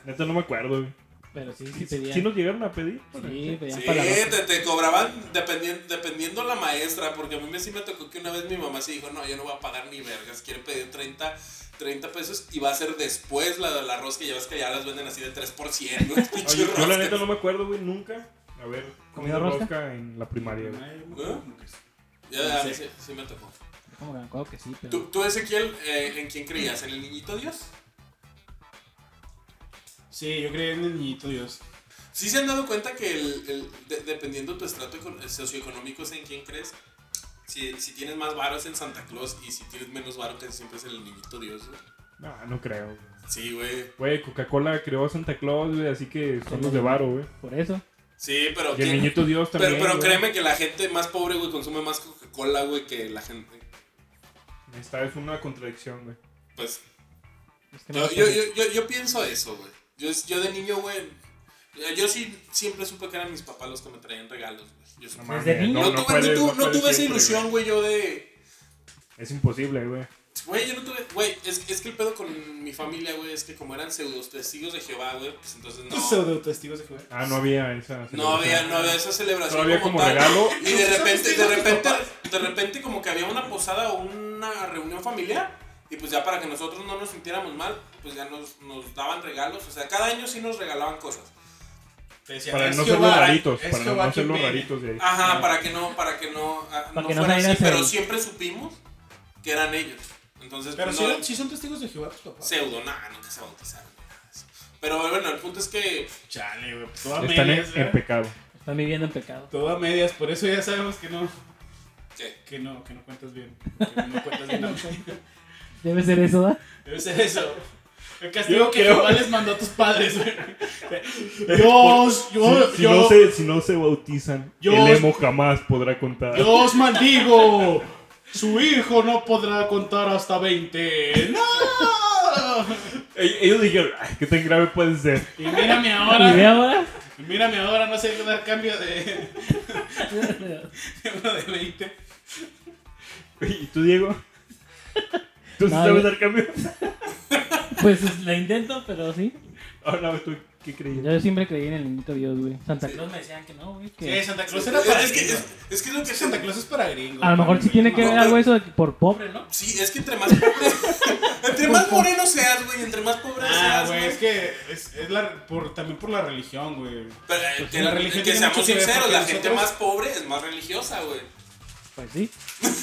S2: Neta no me acuerdo, güey.
S4: pero sí, sí pedían.
S2: ¿Sí nos llegaron a pedir?
S4: Sí,
S1: *laughs*
S4: pedían
S1: Sí,
S4: para la ropa.
S1: te, te cobraban dependiendo, dependiendo la maestra, porque a mí me sí me tocó que una vez mi mamá se dijo, no, yo no voy a pagar ni vergas, quiere pedir 30, 30 pesos y va a ser después la, la rosca, ya ves que ya las venden así de 3%, güey, *laughs* pinche
S2: Oye, yo la
S1: rosca.
S2: neta no me acuerdo, güey, nunca. A ver,
S4: ¿Comida
S2: comido
S4: rosca?
S2: rosca? en la primaria, güey.
S1: Ya, a mí sí, sí me tocó.
S4: Como que me acuerdo que sí, pero.
S1: ¿Tú, tú Ezequiel, eh, en quién creías? ¿En el niñito Dios?
S3: Sí, yo creía en el niñito Dios.
S1: ¿Sí se han dado cuenta que el, el- de- dependiendo tu estrato eco- socioeconómico es en quién crees? Si, si tienes más varo es en Santa Claus y si tienes menos varo casi siempre es en el niñito Dios, güey.
S2: No, no creo. güey.
S1: Sí, güey.
S2: Güey, Coca-Cola creó a Santa Claus, güey, así que son los de varo, güey.
S4: Por eso.
S1: Sí, pero...
S2: Y el
S1: ¿quién-
S2: niñito Dios
S1: pero,
S2: también.
S1: pero
S2: güey.
S1: créeme que la gente más pobre, güey, consume más Coca-Cola, güey, que la gente...
S2: Esta es una contradicción, güey.
S1: Pues
S4: Es que
S1: yo,
S4: no-
S1: yo, yo, yo, yo pienso eso, güey. Yo, yo de niño, güey... Yo sí siempre supe que eran mis papás los que me traían regalos, güey. Yo supe-
S2: No
S1: no,
S2: mames,
S4: Desde niño.
S2: no, no
S1: tuve,
S2: puedes,
S1: no tu- no
S2: puedes
S1: tuve esa
S2: siempre,
S1: ilusión, güey,
S2: güey.
S1: yo de...
S2: Es imposible, güey.
S1: Güey, yo no tuve. Güey, es, es que el pedo con mi familia, güey, es que como eran pseudos testigos de Jehová, güey, pues entonces no.
S3: Tus pseudo testigos de Jehová.
S2: Ah, no había esa.
S1: no había,
S2: celebración.
S1: no había esa celebración.
S2: No había como
S1: tal.
S2: regalo.
S1: Y de
S3: ¿Son
S1: repente, de
S3: testigos de
S1: repente,
S3: Jehová?
S1: de repente, como que había una posada o una reunión familiar. Y pues ya para que nosotros no nos sintiéramos mal, pues ya nos, nos daban regalos. O sea, cada año sí nos regalaban cosas.
S3: Te decía,
S2: Para
S3: es
S2: no ser los
S3: Jehová,
S2: raritos.
S3: es
S2: Para no
S3: Jehová
S2: ser
S3: quien
S2: los
S3: viene.
S2: raritos de ahí.
S1: Ajá, para que no, para que no, ah,
S4: Para
S1: no
S4: que no
S1: fuera así.
S4: salieras
S1: Pero
S4: ahí.
S1: siempre supimos que eran ellos. Entonces, pues
S3: Pero
S1: no-
S3: sí, eran- sí son testigos de Jehová tus papás.
S1: pseudo, nada, nunca se bautizaron. ni nada de eso. Pero bueno, el punto es que
S3: Chale, güey. pues, Todo a
S2: Están en,
S3: medias.
S2: en
S3: ¿verdad?
S2: pecado.
S4: Están viviendo en pecado.
S3: Todo a medias. Por eso ya sabemos que no.
S1: ¿Qué?
S3: Que no, que no cuentas bien. Que no
S2: *laughs*
S3: cuentas bien.
S4: Debe ser
S1: *laughs*
S4: eso, ¿da?
S3: Debe ser eso. El castigo
S2: Yo
S3: que
S2: creo-
S3: Jehová les mandó a tus padres, güey. Dios, yo,
S2: si, si
S3: yo,
S2: no se, si no se bautizan,
S3: Yo-
S2: el emo jamás podrá contar.
S3: yo os maldigo. Su hijo no podrá contar hasta 20. ¡No!
S2: Ell- Ellos dijeron, "Ay, ¿qué tan grave puede ser?
S3: Y mírame
S4: ¿Y ve
S3: ahora.
S4: ahora?
S3: Y mírame ahora, no sé dar cambio de, de uno de 20.
S2: ¿Y tú,
S1: *laughs*
S2: Diego? ¿Tú sí
S4: No,
S2: sabes
S4: yo-
S2: dar cambio?
S4: *laughs* Pues la intento, pero sí.
S2: Ahora, ¿tú Ah, qué creías?
S4: Yo siempre creí en el niñito Dios, güey. Santa Claus me decían que no, güey.
S3: Sí,
S4: Que
S3: Santa Claus Pues era para
S1: es que,
S3: gringos.
S1: es, es que es lo que
S3: Santa Claus es para gringos.
S4: a lo mejor sí tiene que
S1: No,
S4: ver
S1: pero-
S4: algo eso de que por pobre, ¿no?
S1: Sí, es que entre más
S3: *laughs*
S1: entre más moreno seas, güey, entre más pobre
S3: Ah,
S1: seas,
S3: güey,
S1: güey.
S3: es que es, es la, por, también por la religión, güey.
S1: Pero, eh, que,
S3: la
S1: que
S3: religión tiene
S1: seamos
S3: mucho que ver,
S1: sinceros,
S3: porque
S1: la gente
S3: nosotros-
S1: más pobre es más religiosa, güey.
S4: Pues sí.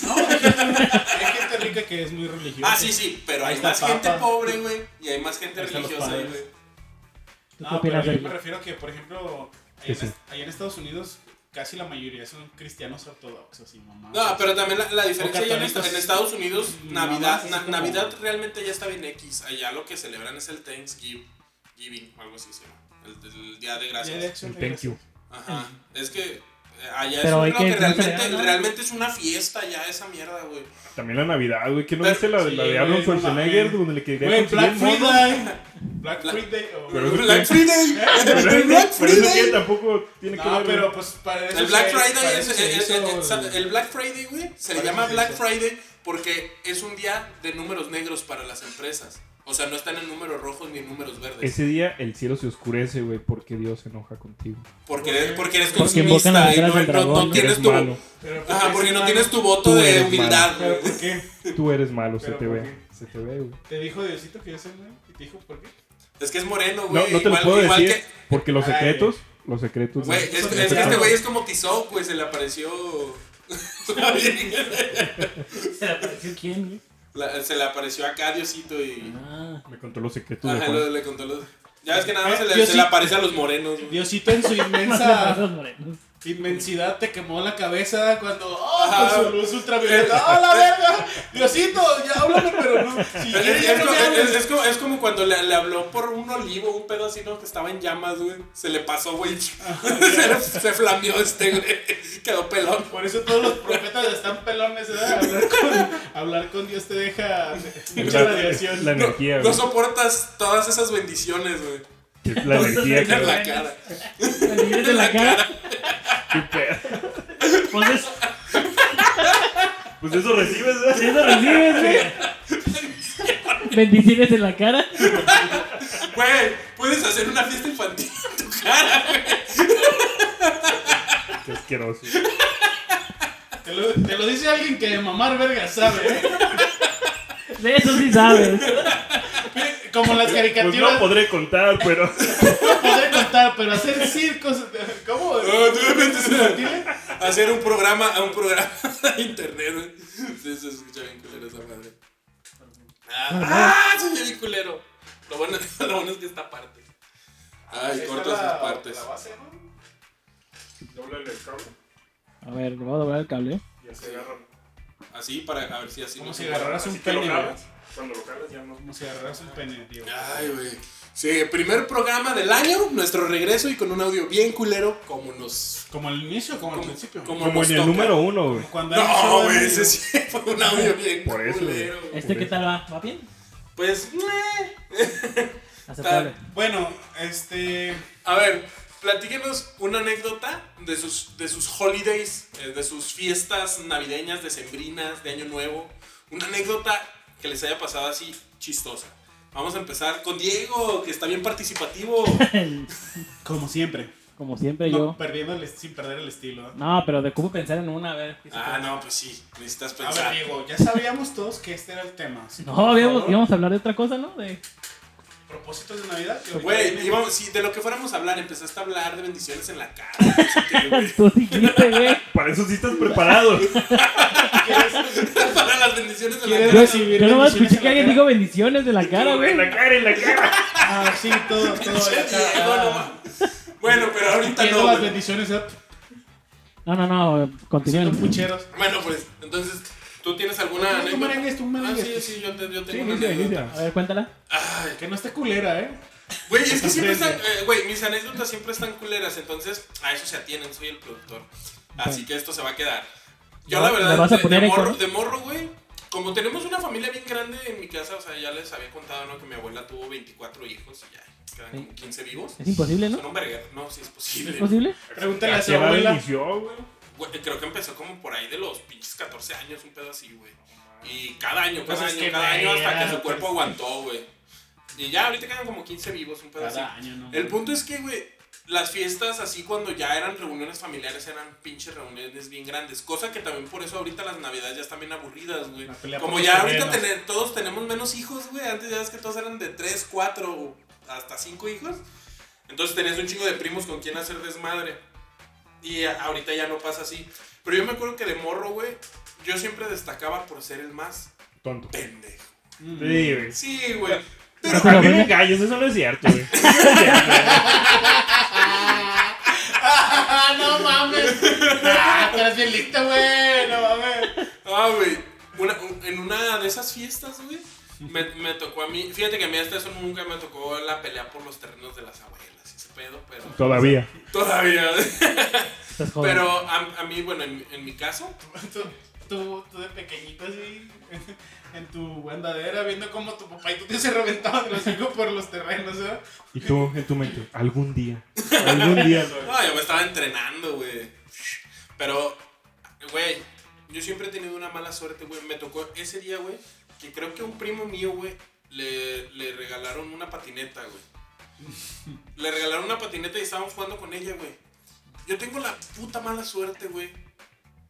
S3: No, hay gente, hay gente rica que es muy religiosa.
S1: Ah, sí, sí, pero
S3: Ahí
S1: hay
S3: está
S1: más
S3: el
S1: gente
S3: Papa.
S1: pobre, güey, y hay más gente
S3: Ahí están los
S1: religiosa,
S3: padres.
S1: güey. Ah,
S4: ¿Tú qué
S3: No, Ah, pero
S4: opinas
S3: yo me
S4: del
S3: refiero que, por ejemplo,
S2: Que
S3: allá, en,
S2: sí.
S3: allá en Estados Unidos casi la mayoría son cristianos ortodoxos y mamá.
S1: No, pero también la, la diferencia allá en,
S3: católicos.
S1: est- en Estados Unidos,
S3: Mm,
S1: Navidad,
S3: mamás,
S1: na-
S3: así como-
S1: Navidad realmente ya está bien X. Allá lo que celebran es el Thanksgiving, Giving, o algo así se llama. El, el Día de Gracias.
S2: El thank you.
S1: Ajá. Es que eh, allá
S4: Pero hay
S1: es un-
S4: que
S1: lo que realmente,
S4: cancelar, ¿no?
S1: realmente es una fiesta ya esa mierda, güey.
S2: También la Navidad, güey. ¿Qué no
S1: Pero-
S2: viste la, de- la
S3: sí,
S2: de Arnold
S3: güey, no
S2: Schwarzenegger?
S3: mames.
S2: Donde le quería
S3: Güey,
S2: conseguir
S3: Black
S2: el mono?
S3: Friday. Black
S1: Black-
S3: Friday. o-
S2: Pero- eso
S1: Black
S2: es-
S1: Friday.
S2: *laughs* Pero
S1: El
S2: eso-
S1: Black
S2: pero eso que
S1: Friday.
S2: tampoco tiene que
S3: No,
S2: ver.
S3: pero
S2: güey.
S3: pues para eso
S1: El Black
S3: se-
S1: Friday
S3: para
S1: es,
S3: eso se
S1: es-
S3: hizo
S1: es- es- el Black Friday, güey, se le
S3: Para
S1: llama
S3: eso se
S1: Black
S3: hizo.
S1: Friday porque es un día de números negros para las empresas. O sea, no están en números rojos ni en números verdes.
S2: Ese día el cielo se oscurece, güey, porque Dios se enoja contigo.
S1: Porque eres, porque eres
S4: Porque invocan
S1: consumista
S4: las
S1: y no,
S4: alas del
S1: no-
S4: dragón,
S1: no
S4: ¿no?
S1: tienes
S2: eres
S1: tu.
S2: malo.
S3: Pero ¿por
S1: Ajá,
S3: qué
S1: porque
S3: es
S1: no
S3: malo?
S1: tienes tu voto
S2: Tú
S1: de
S2: eres
S1: humildad,
S3: Pero
S1: güey.
S3: ¿por qué?
S2: Tú eres malo, se
S3: Pero
S2: te
S3: ¿por
S2: ve. Se te ve, güey.
S3: Te dijo Diosito que yo soy bueno y te dijo por qué.
S1: Es que es moreno,
S2: No,
S1: güey.
S2: no te lo
S1: igual-
S2: puedo
S1: igual
S2: decir
S1: que-
S2: porque los
S3: Ay,
S2: secretos Los secretos.
S1: Güey,
S2: de-
S1: es-
S3: Son
S1: es que este
S3: secretos.
S1: güey es como Tizoc, güey, se le
S3: *laughs*
S1: apareció.
S4: *laughs* ¿Se le apareció quién, güey?
S1: La- se le apareció acá Diosito y.
S4: Ah,
S2: Me contó los secretos de
S1: Ajá,
S2: Juan.
S1: lo- le contó los. Ya ves que nada más se le,
S3: Eh, Yo
S1: se
S3: sí-
S1: le aparece a los morenos,
S3: *laughs*
S1: güey.
S3: Diosito en su
S4: más de
S3: inmensa
S4: los morenos.
S3: *laughs* inmensidad te quemó la cabeza cuando. ¡Oh!
S1: Ajá.
S3: Con su luz ultravioleta. ¡Ah, la verga! Diosito, ya háblame, pero no. Si
S1: Es,
S3: quieres,
S1: es-
S3: ya
S1: es
S3: no
S1: como-
S3: me hables.
S1: es- es como, es como cuando le, le habló por un olivo, un pedo así, ¿no? Que estaba en llamas, güey. Se le pasó, güey. se, le- *laughs* se flameó este, güey. *laughs* Quedó pelón.
S3: Por eso todos los profetas están pelones, ¿verdad? Hablar con, hablar con Dios te deja mucha
S2: La-
S3: radiación.
S2: la-
S1: No,
S2: Energía,
S1: no
S2: güey.
S1: soportas todas esas bendiciones, güey. *laughs*
S2: Es La energía,
S1: En
S2: cabrón.
S1: la cara.
S4: Al nivel de la cara.
S2: Qué pedo.
S4: Pues es-
S2: Pues eso recibes, ¿verdad?
S4: eso recibes,
S1: *laughs*
S4: güey. Bendiciones en la cara.
S1: Güey, puedes hacer una fiesta infantil en tu cara, güey.
S2: Qué asqueroso.
S3: Te lo, te lo dice alguien que de mamar verga sabe, ¿eh?
S4: De eso sí sabes.
S3: Como las
S2: Pues
S3: caricaturas.
S2: no podré contar, pero.
S3: no podré contar, pero hacer circos. ¿Cómo?
S1: No, tú me metes a-
S3: ¿Tiene?
S1: a hacer un programa, a un programa *laughs* de internet, güey. Sí, se escucha bien culero esa madre. Ah, ah, se oye bien culero. Lo bueno, *laughs* lo bueno es que esta parte. Ay,
S3: Ahí
S1: corto
S3: está
S1: esas
S3: la-
S1: partes.
S3: la base, ¿no?
S2: Dóblale el cable
S4: A ver, vamos a doblar el cable.
S2: y así agarran.
S1: Así, para a ver si así
S3: Como
S1: no
S3: si
S1: se-
S3: agarraras un pene, güey.
S2: Cuando lo jalas ya no.
S3: Como si agarraras un pene, tío.
S1: Ay, güey. Sí, primer programa del año, nuestro regreso y con un audio bien culero, como nos.
S3: Como al inicio, como al principio.
S1: como
S2: Como
S1: nos
S2: en el
S1: toca.
S2: número uno, güey.
S3: Cuando era un
S1: No,
S3: show
S1: güey,
S3: de-
S1: ese sí *laughs* fue un audio bien
S2: Por eso, güey.
S1: culero. güey.
S4: ¿Este qué tal va? ¿Va bien?
S1: Pues, meh.
S4: Aceptable.
S3: Bueno, este.
S1: a ver, platíquenos una anécdota de sus, de sus holidays, eh, de sus fiestas navideñas, decembrinas, de Año Nuevo. Una anécdota que les haya pasado así chistosa. Vamos a empezar con Diego, que está bien participativo.
S3: Como siempre.
S4: *laughs* Como siempre
S3: No,
S4: yo.
S3: perdiendo el est- sin perder el estilo. ¿eh?
S4: No, pero de cómo pensar en una, a ver. ¿qué se
S1: Ah,
S4: puede?
S1: no, pues sí, necesitas
S3: A
S1: pensar.
S3: ver, Diego, ya sabíamos todos que este era el tema. así que,
S4: No,
S3: por
S4: habíamos-
S3: favor,
S4: íbamos a hablar de otra cosa, ¿no? De... *laughs*
S3: Propósitos de Navidad. que ahorita
S1: Güey,
S3: viene-
S1: íbamos- si de lo que fuéramos a hablar, empezaste a hablar de bendiciones en la cara. *laughs* no sé qué, güey.
S4: Tú
S3: *laughs*
S4: dijiste, güey.
S2: Para eso sí estás preparado.
S3: ¿Quieres-
S1: Para las bendiciones en la
S3: ¿Quieres
S1: cara.
S3: recibir
S4: Yo nomás escuché
S3: bendiciones en
S4: que
S3: la
S4: alguien
S3: cara?
S4: dijo bendiciones de la cara, güey.
S2: En la cara, en la cara.
S3: Ah, sí,
S1: *laughs*
S3: todo, todo.
S1: Pinche
S3: acá,
S1: Diego, no
S3: ah,
S1: mames. Bueno, pero ahorita
S3: Diego,
S1: no.
S3: las
S1: güey.
S3: bendiciones, ¿eh?
S4: No, no, no,
S3: Haciendo
S4: continúen.
S3: pucheros.
S1: Bueno, pues, entonces, ¿tú tienes alguna
S3: Tú
S1: anécdota?
S3: merengues, tú
S1: Ah, sí,
S3: merengues.
S1: sí, yo, te- yo
S2: Sí,
S1: tengo una
S2: inicia,
S1: anécdota.
S4: A
S2: inicia.
S4: ver, cuéntala.
S1: Ay,
S3: Que no esté culera, ¿eh?
S1: Güey, es que siempre están.
S3: Sorprende.
S1: eh, Güey, mis anécdotas siempre están culeras, entonces a eso se atienen, soy el productor. Así que esto se va a quedar. Yo,
S4: ¿No?
S1: la verdad,
S4: ¿Me vas a
S1: de- de,
S4: poner eco,
S1: morro,
S4: no?
S1: de morro, güey. Como tenemos una familia bien grande en mi casa, o sea, ya les había contado, ¿no? Que mi abuela tuvo 24 hijos y ya quedan como 15 vivos.
S4: Es imposible,
S1: Son
S4: ¿no?
S1: un verguero, no, si es posible.
S4: ¿Es posible?
S3: Pregúntale a su
S2: ¿Qué edad
S3: abuela.
S2: inició, güey?
S1: Güey, creo que empezó como por ahí de los pinches 14 años, un pedo así, güey. Y cada año,
S3: Pues
S1: cada
S3: es
S1: año,
S3: que,
S1: cada
S3: güey,
S1: año hasta
S3: era pues
S1: que su
S3: lo
S1: cuerpo
S3: que-
S1: aguantó, güey. Y ya ahorita quedan como 15 vivos, un pedo así.
S3: Cada año, ¿no?
S1: El punto es que, güey, las fiestas así cuando ya eran reuniones familiares eran pinches reuniones bien grandes. Cosa que también por eso ahorita las navidades ya están bien aburridas, güey.
S3: La pelea
S1: Como
S3: por los
S1: ya ahorita
S3: terrenos.
S1: tener- todos tenemos menos hijos, güey. Antes ya ves que todos eran de 3, 4, hasta 5 hijos. Entonces tenías un chingo de primos con quien hacer desmadre. Y a- ahorita ya no pasa así. Pero yo me acuerdo que de morro, güey, yo siempre destacaba por ser el más
S2: Tonto. Sí,
S1: pendejo.
S3: Mm.
S2: güey.
S1: Sí, güey.
S2: Pero
S4: Pero
S2: a mí
S4: bueno.
S2: me calles, eso no es cierto, güey.
S3: Ah, no mames.
S1: *laughs*
S3: Ah, tú eres bien listo, güey. No mames.
S1: Ah, güey. Una- un- en una de esas fiestas, güey, me, me tocó a mí. Fíjate que a mí hasta eso nunca me tocó la pelea por los terrenos de las abuelas. Ese pedo, pero.
S2: Todavía.
S1: Todavía.
S4: Estás joven.
S1: Pero a, a mí, bueno, en, en mi caso,
S3: Tú, tú, tú de pequeñito así, *laughs* en tu andadera, viendo cómo tu papá y tú te se reventaban los hijos por los terrenos, ¿eh?
S2: Y tú, en tu mente, algún día. Algún *laughs* día.
S1: No, yo me estaba entrenando, güey. Pero, güey, yo siempre he tenido una mala suerte, güey. Me tocó ese día, güey, que creo que a un primo mío, güey, le, le regalaron una patineta, güey. Le regalaron una patineta y estaban jugando con ella, güey. Yo tengo la puta mala suerte, güey,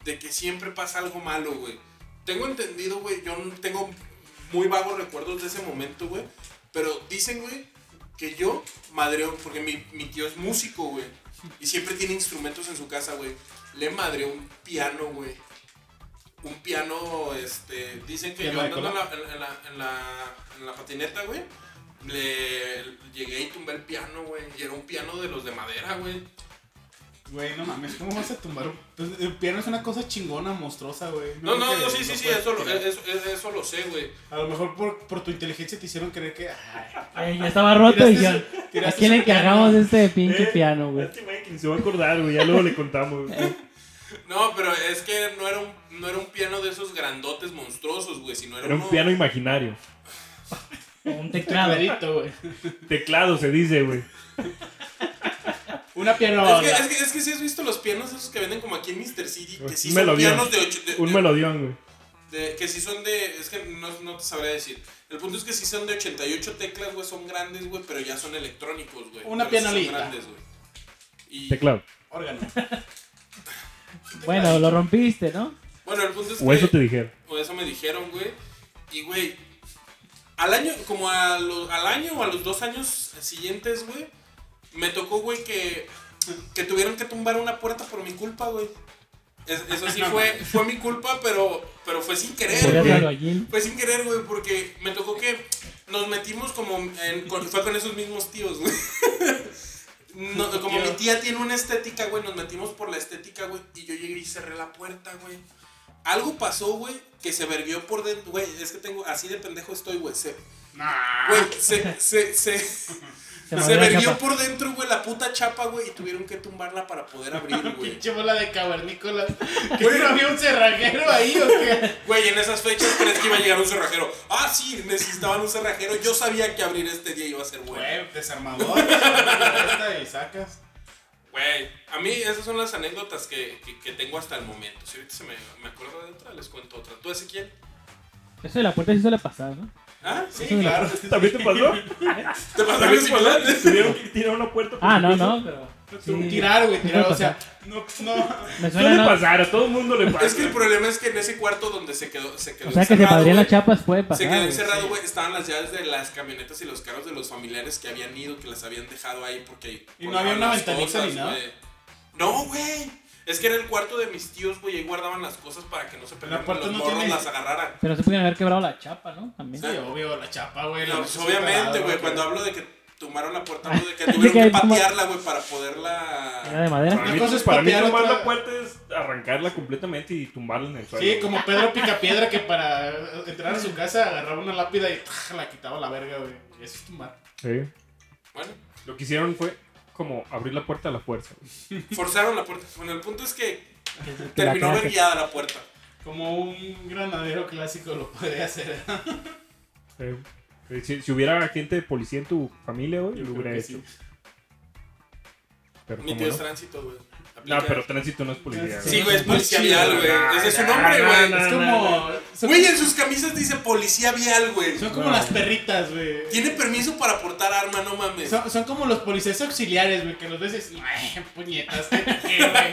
S1: de que siempre pasa algo malo, güey. Tengo entendido, güey, yo no- tengo muy vagos recuerdos de ese momento, güey. Pero dicen, güey, que yo madreo, porque mi, mi tío es músico, güey. Y siempre tiene instrumentos en su casa, güey. Le madreo un piano, güey. Un piano, este. Dicen que yo
S3: ¿Piano de
S1: andando en la, en, la, en la- en la patineta, güey. Le llegué y tumbé el piano, güey. Y era un piano de los de madera, güey.
S3: Güey, no mames, ¿cómo vas a tumbar? un- Pues, el piano es una cosa chingona, monstruosa, güey.
S1: No, no,
S3: creo que
S1: no, sí, sí,
S3: lo
S1: sí,
S3: puedas
S1: eso lo, eh,
S3: tirar.
S1: eso, eso lo sé, güey.
S3: A lo mejor por, por tu inteligencia te hicieron creer que. ay,
S4: Ay, ya estaba roto y
S3: tiraste
S4: yo.
S3: ese-
S4: ¿A
S3: tiraste
S4: quién
S3: ese
S4: le cagamos
S3: piano?
S4: este pinche
S2: Eh,
S3: *laughs*
S4: piano, güey?
S2: Este güey que se va a acordar, güey. Ya luego le contamos, güey.
S1: No, pero es que no era un, no era un piano de esos grandotes monstruosos, güey, sino era,
S2: Era un
S1: uno-
S2: piano imaginario.
S4: O Un teclado.
S3: Clarito, güey.
S2: Teclado se dice, güey.
S3: Una pianola.
S1: Es que, es, que, es que si has visto los pianos esos que venden como aquí en Mr. City, que sí
S2: Un
S1: son
S2: melodión.
S1: pianos de ocho- de-
S2: Un
S1: de-
S2: melodión, güey.
S1: de- que sí son de. Es que no, no te sabría decir. El punto es que sí son de 88 teclas, güey, son grandes, güey, pero ya son electrónicos, güey.
S3: Una
S1: Pero sí son
S3: pianolita.
S1: grandes, güey. Y-
S2: Teclado.
S1: *laughs*
S3: Órgano.
S4: Bueno, lo rompiste, ¿no?
S1: Bueno, el punto es
S2: O eso
S1: que.
S2: te dijeron.
S1: O eso me dijeron, güey. Y, güey, al año, como a lo- al año o a los dos años siguientes, güey, me tocó, güey, que, que tuvieron que tumbar una puerta por mi culpa, güey. Es- eso sí fue, fue mi culpa, pero, pero fue sin
S2: ¿Por
S1: querer.
S4: Podrías
S2: qué?
S4: albañil.
S1: Fue Pues sin querer, güey, porque me tocó que nos metimos como en, con, fue con esos mismos tíos, güey. *laughs* No, como mi tía tiene una estética, güey, nos metimos por la estética, güey, y yo llegué y cerré la puerta, güey. Algo pasó, güey, que se verguió por dentro, güey, es que tengo, así de pendejo estoy, güey, se,
S3: Nah.
S1: güey, se, se, se,
S4: Se
S1: se,
S4: movió la
S1: verguió
S4: chapa.
S1: por dentro, güey, la puta chapa, güey, y tuvieron que tumbarla para poder abrir, güey.
S3: Pinche bola
S1: *laughs*
S3: de cavernícola. Que
S1: Güey.
S3: no había un cerrajero ahí o qué.
S1: Güey, en esas fechas crees que iba a llegar un cerrajero. Ah, sí, necesitaban un cerrajero, yo sabía que abrir este día iba a ser bueno. *laughs*
S3: Güey, desarmador. esta y sacas.
S1: Güey, a mí esas son las anécdotas que, que, que tengo hasta el momento. Si ahorita se me, me acuerdo de otra, les cuento otra. ¿Tú, Ezequiel?
S4: Eso de la puerta sí suele pasar, ¿no?
S1: ¿Ah?
S3: Sí,
S4: Eso es
S3: claro.
S2: ¿También
S1: *laughs*
S2: te pasó?
S3: *laughs*
S1: ¿Te pasó algo similar?
S2: Tuvieron que tirar una puerta. por
S4: Ah,
S2: el
S4: no,
S2: piso.
S4: no, pero. sí,
S3: Tirar, güey,
S4: sí
S3: tirar.
S4: puede
S3: O sea, no, no.
S4: Me suena,
S2: Suele
S4: ¿no?
S2: pasar, a todo el mundo le pasa.
S1: Es que el problema es que en ese cuarto donde se quedó, se quedó
S4: O sea, que se
S1: encerrado,
S4: padrían
S1: güey,
S4: las chapas Ah, puede
S1: Se
S4: pasar.
S1: quedó
S4: güey.
S1: encerrado, güey. Estaban las llaves de las camionetas y los carros de los familiares que habían ido, que las habían dejado ahí porque.
S3: ¿Y no había
S1: guardaban
S3: una
S1: las
S3: ventanita ni nada?
S1: güey. No, güey. Es que era el cuarto de mis tíos, güey. Ahí guardaban las cosas para que no se perdieran
S3: puerta
S1: los
S3: no
S1: morros,
S3: tiene-
S1: las agarraran.
S4: Pero se pudieron haber quebrado la chapa, ¿no? También.
S3: Sí, obvio, la chapa, güey. la
S1: No,
S3: noche
S1: pues
S3: es un
S1: obviamente,
S3: pelado,
S1: güey, cuando hablo de que tomaron la puerta, hablo de que
S4: *laughs* Ah,
S1: tuvieron
S4: que
S1: que
S4: como-
S1: patearla, güey, para
S4: Era de
S1: poderla...
S4: madera.
S2: Para mí,
S3: Una cosa es
S2: para mí
S3: patear,
S2: tomar
S3: otra-
S2: la puerta es arrancarla completamente y tumbarla en el suelo.
S3: Sí, como Pedro Picapiedra que para entrar a su casa agarraba una lápida y ¡taj! la quitaba a la verga, güey. Eso es tumbar.
S2: Sí.
S1: Bueno,
S2: Lo que hicieron fue como abrir la puerta a la fuerza. güey.
S1: forzaron la puerta. Bueno, el punto es que
S4: Que la
S1: terminó
S4: cagas.
S1: verguiada la puerta.
S3: Como un granadero clásico lo puede hacer.
S2: Sí. Eh, Si, si hubiera gente de policía en tu familia, güey,
S3: Yo
S2: lo
S3: creo
S2: hubiera
S3: que
S2: hecho.
S3: sí.
S2: Pero
S1: Mi
S2: como
S1: tío es
S2: no.
S1: tránsito, güey.
S2: No, pero tránsito no es policía.
S1: Sí,
S2: güey.
S1: güey, es policía
S3: Sí,
S1: vial, güey.
S2: no,
S1: Ese es su
S2: no,
S1: nombre,
S2: no,
S1: güey.
S2: no,
S3: Es
S2: no.
S3: como. Son,
S1: Güey, en sus camisas dice policía vial, güey.
S3: son como
S2: No.
S3: las perritas, güey.
S1: Tiene permiso para portar arma, no mames.
S3: Son, son como los policías auxiliares, güey, que los ves y dices, "Ay, puñetas, ¿qué, qué, güey?"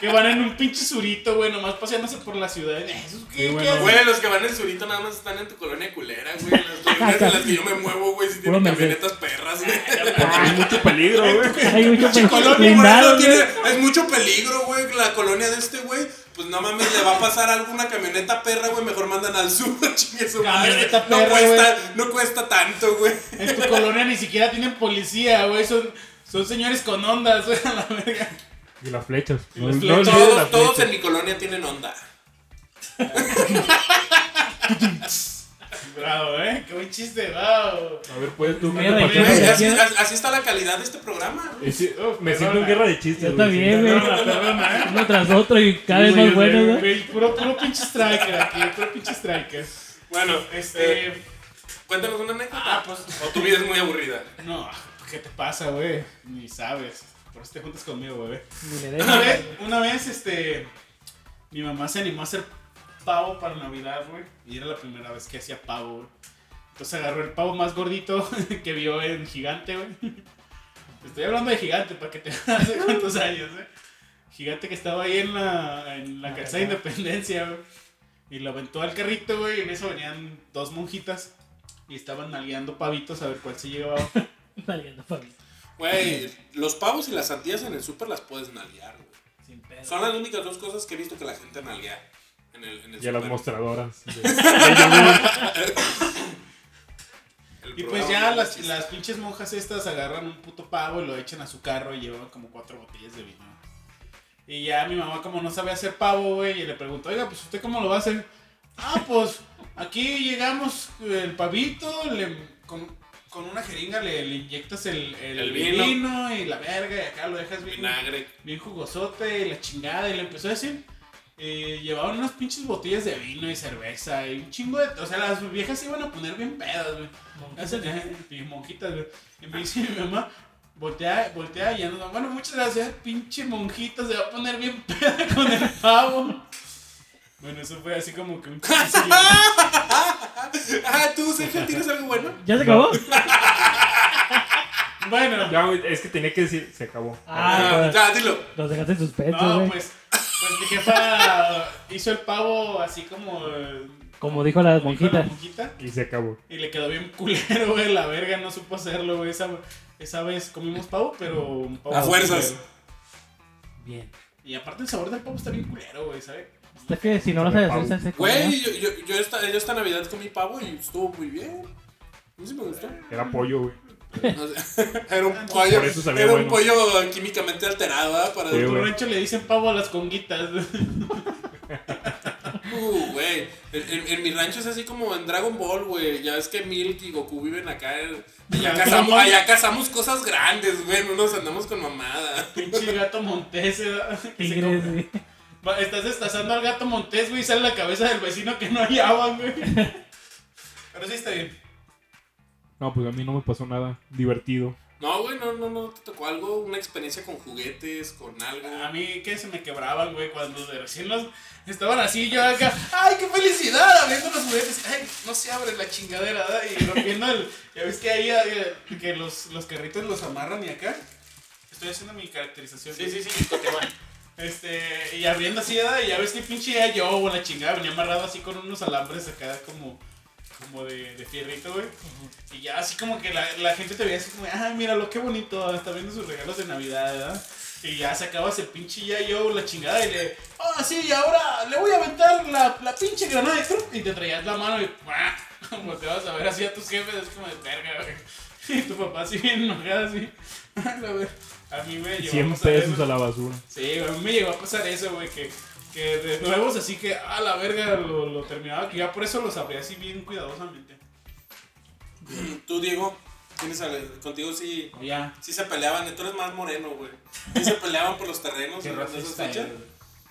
S3: Que van en un pinche surito, güey, nomás paseándose por la ciudad. Eso, ¿qué,
S2: Sí,
S3: qué
S2: bueno.
S3: hacen?
S1: Güey, los que van en surito nada más están en tu colonia culera, güey. Las
S4: *laughs*
S1: colonias en las que yo me muevo, güey, si tienen
S4: Puro Mercedes.
S1: camionetas perras, güey.
S2: Porque hay mucho peligro, güey.
S4: Hay mucho
S1: Pinche colonia,
S4: blindado,
S1: por
S4: güey.
S1: eso tiene- es mucho peligro, güey, la colonia de este güey. Pues no mames, le va a pasar alguna camioneta perra, güey. Mejor mandan al sur, *laughs* chingue su madre.
S3: Camioneta
S1: no
S3: perra,
S1: cuesta, no cuesta tanto, güey.
S3: En tu colonia ni siquiera tienen policía, güey. Son, son señores con ondas, *laughs* güey, a la verga.
S2: Y las flechas.
S3: Y las
S2: No-
S3: flechas.
S2: no olvides
S1: Todos,
S2: las
S1: todos en
S2: flechas.
S1: mi colonia tienen onda.
S3: Bravo, ¿eh? Qué buen chiste, bravo.
S2: A ver, pues tú.
S4: Mierda,
S2: ¿qué te
S4: yo-
S2: pasó?
S1: Güey,
S4: ya-
S1: así,
S4: ya-
S1: así está la calidad de este programa.
S2: Eh, sí,
S3: Uf,
S2: me siento
S3: perdona.
S2: en guerra de chistes.
S4: Yo
S2: güey.
S4: también,
S2: Sí,
S4: güey.
S2: perdona, perdona. eh.
S4: Uno tras otro y cada vez
S2: Sí, güey,
S4: más
S2: yo
S4: bueno,
S2: sé,
S4: güey.
S3: Güey, puro, puro pinche striker aquí, puro pinche striker.
S1: Bueno, este.
S2: Eh.
S3: Este.
S1: cuéntanos una anécdota.
S3: Ah, pues.
S1: O tu vida es muy aburrida.
S3: No, ¿qué te pasa, güey? Ni sabes. Por eso te juntas conmigo, güey.
S4: Ni le
S3: Una
S4: dejas.
S3: vez, una vez, este. Mi mamá se animó a hacer pavo para Navidad, güey. Y era la primera vez que hacía pavo, güey. Entonces agarró el pavo más gordito *laughs* que vio en Gigante, güey. Estoy hablando de Gigante para que te *laughs* hace cuántos años, güey. Gigante que estaba ahí en la, en la
S4: La
S3: calzada de
S4: calzada.
S3: Independencia, güey. Y lo aventó al carrito, güey. Y en eso venían dos monjitas. Y estaban nalgueando pavitos a ver cuál se llevaba.
S4: Nalgando papi.
S1: Güey, los pavos y las sandías en el súper las puedes nalguear, güey.
S4: Sin pedo.
S1: Son las únicas dos cosas que he visto que la gente nalguea en el, en el
S2: Y a las
S1: súper.
S2: mostradoras.
S1: El
S3: Y pues
S1: programa
S3: ya
S1: de
S3: las,
S1: chistes.
S3: las pinches monjas estas agarran un puto pavo y lo echan a su carro y llevan como cuatro botellas de vino. Y ya mi mamá como no sabe hacer pavo, güey, y le pregunto, oiga, pues usted cómo lo va a hacer. Ah, pues aquí llegamos eh, el pavito, le, con, con una jeringa le, le inyectas el, el,
S1: El
S3: vino.
S1: vino.
S3: y la verga y acá lo dejas bien,
S1: Vinagre.
S3: bien jugosote y la chingada y le empezó a decir. eh, llevaban unas pinches botellas de vino y cerveza y un chingo de... O sea, las viejas se iban a poner bien pedas, güey. Gracias,
S4: Monjes.
S3: ya, mi monjita, güey. Y me dice mi mamá, voltea, voltea y ya nos va. Bueno, muchas gracias, pinche monjita, se va a poner bien *laughs* peda con el pavo. Bueno, eso fue así como que
S1: *laughs*
S3: un cursillo.
S1: Ah, tú, Sergio, ¿tienes algo bueno?
S4: ¿Ya se acabó?
S2: *laughs*
S3: Bueno,
S2: Ya, güey, es que tenía que decir, se acabó.
S4: Ah,
S1: ya, dilo.
S4: Los dejaste en suspenso,
S3: no,
S4: güey.
S3: pues, pues mi jefa hizo el pavo así como. eh,
S4: Como dijo la
S3: como dijo la
S4: monjita.
S3: monjita.
S2: Y se acabó.
S3: Y le quedó bien culero, güey, la verga, no supo hacerlo, güey. Esa, esa vez comimos pavo, pero un pavo.
S1: A fuerzas.
S3: culero.
S4: Bien.
S3: Y aparte el sabor del pavo está bien culero, güey, ¿sabes?
S4: Es que si no lo sabes hacer,
S2: Pues
S4: se
S1: Güey, yo, yo, yo, esta, yo esta Navidad comí pavo y estuvo muy bien. A mí sí me gustó.
S2: Era pollo, güey.
S1: No sé. *laughs* Era un pollo,
S2: Por eso sabía
S1: era un
S2: bueno.
S1: pollo químicamente alterado, ¿verdad? Para
S2: Sí,
S3: En tu
S2: güey.
S3: rancho le dicen pavo a las conguitas.
S1: Uh, güey. En, en- en mi rancho es así como en Dragon Ball, güey. Ya es que Milk y Goku viven acá. en- Allá cazamos, allá cazamos cosas grandes, güey. No nos andamos con mamada.
S3: *laughs* Pinche gato montés. eh, *laughs* que se
S4: Tigres,
S3: come-
S4: güey.
S3: Va, Estás destazando al gato montés, güey, y sale la cabeza del vecino que no hallaban, güey. Pero sí está bien.
S2: No, pues a mí no me pasó nada divertido.
S1: No, güey, no, no, no. Te tocó algo, una experiencia con juguetes, con algo.
S3: A mí que se me quebraban, güey, cuando de recién los estaban así, yo acá, ¡ay, qué felicidad! Abriendo los juguetes, ¡ay, no se abre la chingadera! ¿verdad? Y rompiendo el. Ya ves que ahí eh, que los, los carritos los amarran y acá. Estoy haciendo mi caracterización.
S1: Sí, sí, sí, continúa.
S3: Este, y abriendo así, ¿verdad? y ya ves que pinche ya yo, o la chingada, venía amarrado así con unos alambres acá como, como de, de fierrito, güey. Y ya así como que la, la gente te veía así como, ah, míralo, qué bonito, está viendo sus regalos de Navidad, ¿verdad? Y ya sacabas el pinche ya yo, la chingada, y le, ah, sí, y ahora le voy a aventar la, la pinche granada, y ¡trup! y te traías la mano y, ¡guau! *laughs* como te vas a ver así a tus jefes, es como de verga, güey. *laughs* Y tu papá así bien enojado, así. *laughs* A la ver- a mí me llevó
S2: 100
S3: pasar
S2: pesos
S3: eso.
S2: a la basura.
S3: Sí, güey, a mí me llegó a pasar eso, güey, que, que de nuevos así que a la verga lo, lo terminaba, que ya por eso los abría así bien cuidadosamente.
S1: Tú, Diego, tienes al- contigo sí,
S2: Oh,
S3: Ya.
S1: sí se peleaban. Tú eres más moreno, güey. Sí se peleaban por los terrenos
S3: Qué
S1: en esas
S3: racista
S1: fechas.
S3: eres.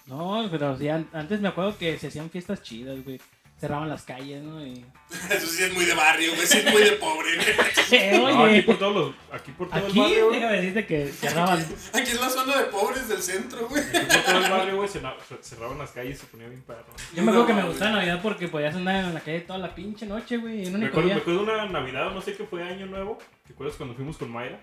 S4: No, pero sí, an- antes me acuerdo que se hacían fiestas chidas, güey. Cerraban las calles, ¿no? Y...
S1: *laughs* Eso sí es muy de barrio, güey. Sí es muy de pobre,
S4: *laughs*
S1: güey.
S4: Eh,
S2: No, aquí
S4: oye,
S2: por todos los. Aquí por todo el
S4: aquí
S2: barrio, *laughs* güey.
S4: déjame decirte que cerraban.
S1: Aquí es la zona de pobres del centro, güey.
S2: Aquí por todo el barrio, güey. cena- Cerraban las calles y se ponía bien perro.
S4: Yo me acuerdo que me
S1: No,
S4: gustaba Navidad porque podías andar en la calle toda la pinche noche, güey. En
S2: Me
S4: un único
S2: acuerdo, me
S4: día.
S2: acuerdo una Navidad, no sé qué fue año nuevo. ¿Te acuerdas cuando fuimos con Mayra?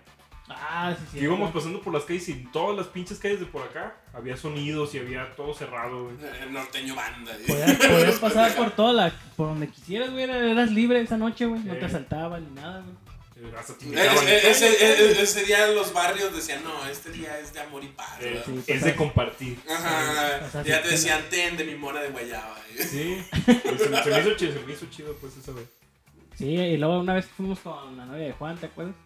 S4: Ah, sí, sí.
S2: Que íbamos pasando por las calles y en todas las pinches calles de por acá había sonidos y había todo cerrado, güey.
S1: El Eh, norteño banda. güey.
S4: Podías,
S2: *laughs*
S4: podías pasar
S1: *laughs*
S4: por toda la, por donde quisieras, güey. era- Eras libre esa noche, güey. No te
S2: Eh.
S4: asaltaban ni nada, güey.
S2: Eh, Hasta te
S1: E-
S2: invitaban.
S1: e- Ese,
S3: eh,
S1: e- ese día los barrios decían, no, este día es de amor y paz.
S2: Eh,
S1: ¿verdad?
S4: Sí,
S2: es de compartir.
S1: Ajá.
S4: Pasar
S1: Ya te
S4: sin
S1: decían, ten de mi mora de guayaba. ¿eh? güey.
S2: Sí, pues, se, se me hizo chido, se me hizo chido, pues, esa vez.
S4: Sí, y luego una vez fuimos con la novia de Juan, ¿te acuerdas?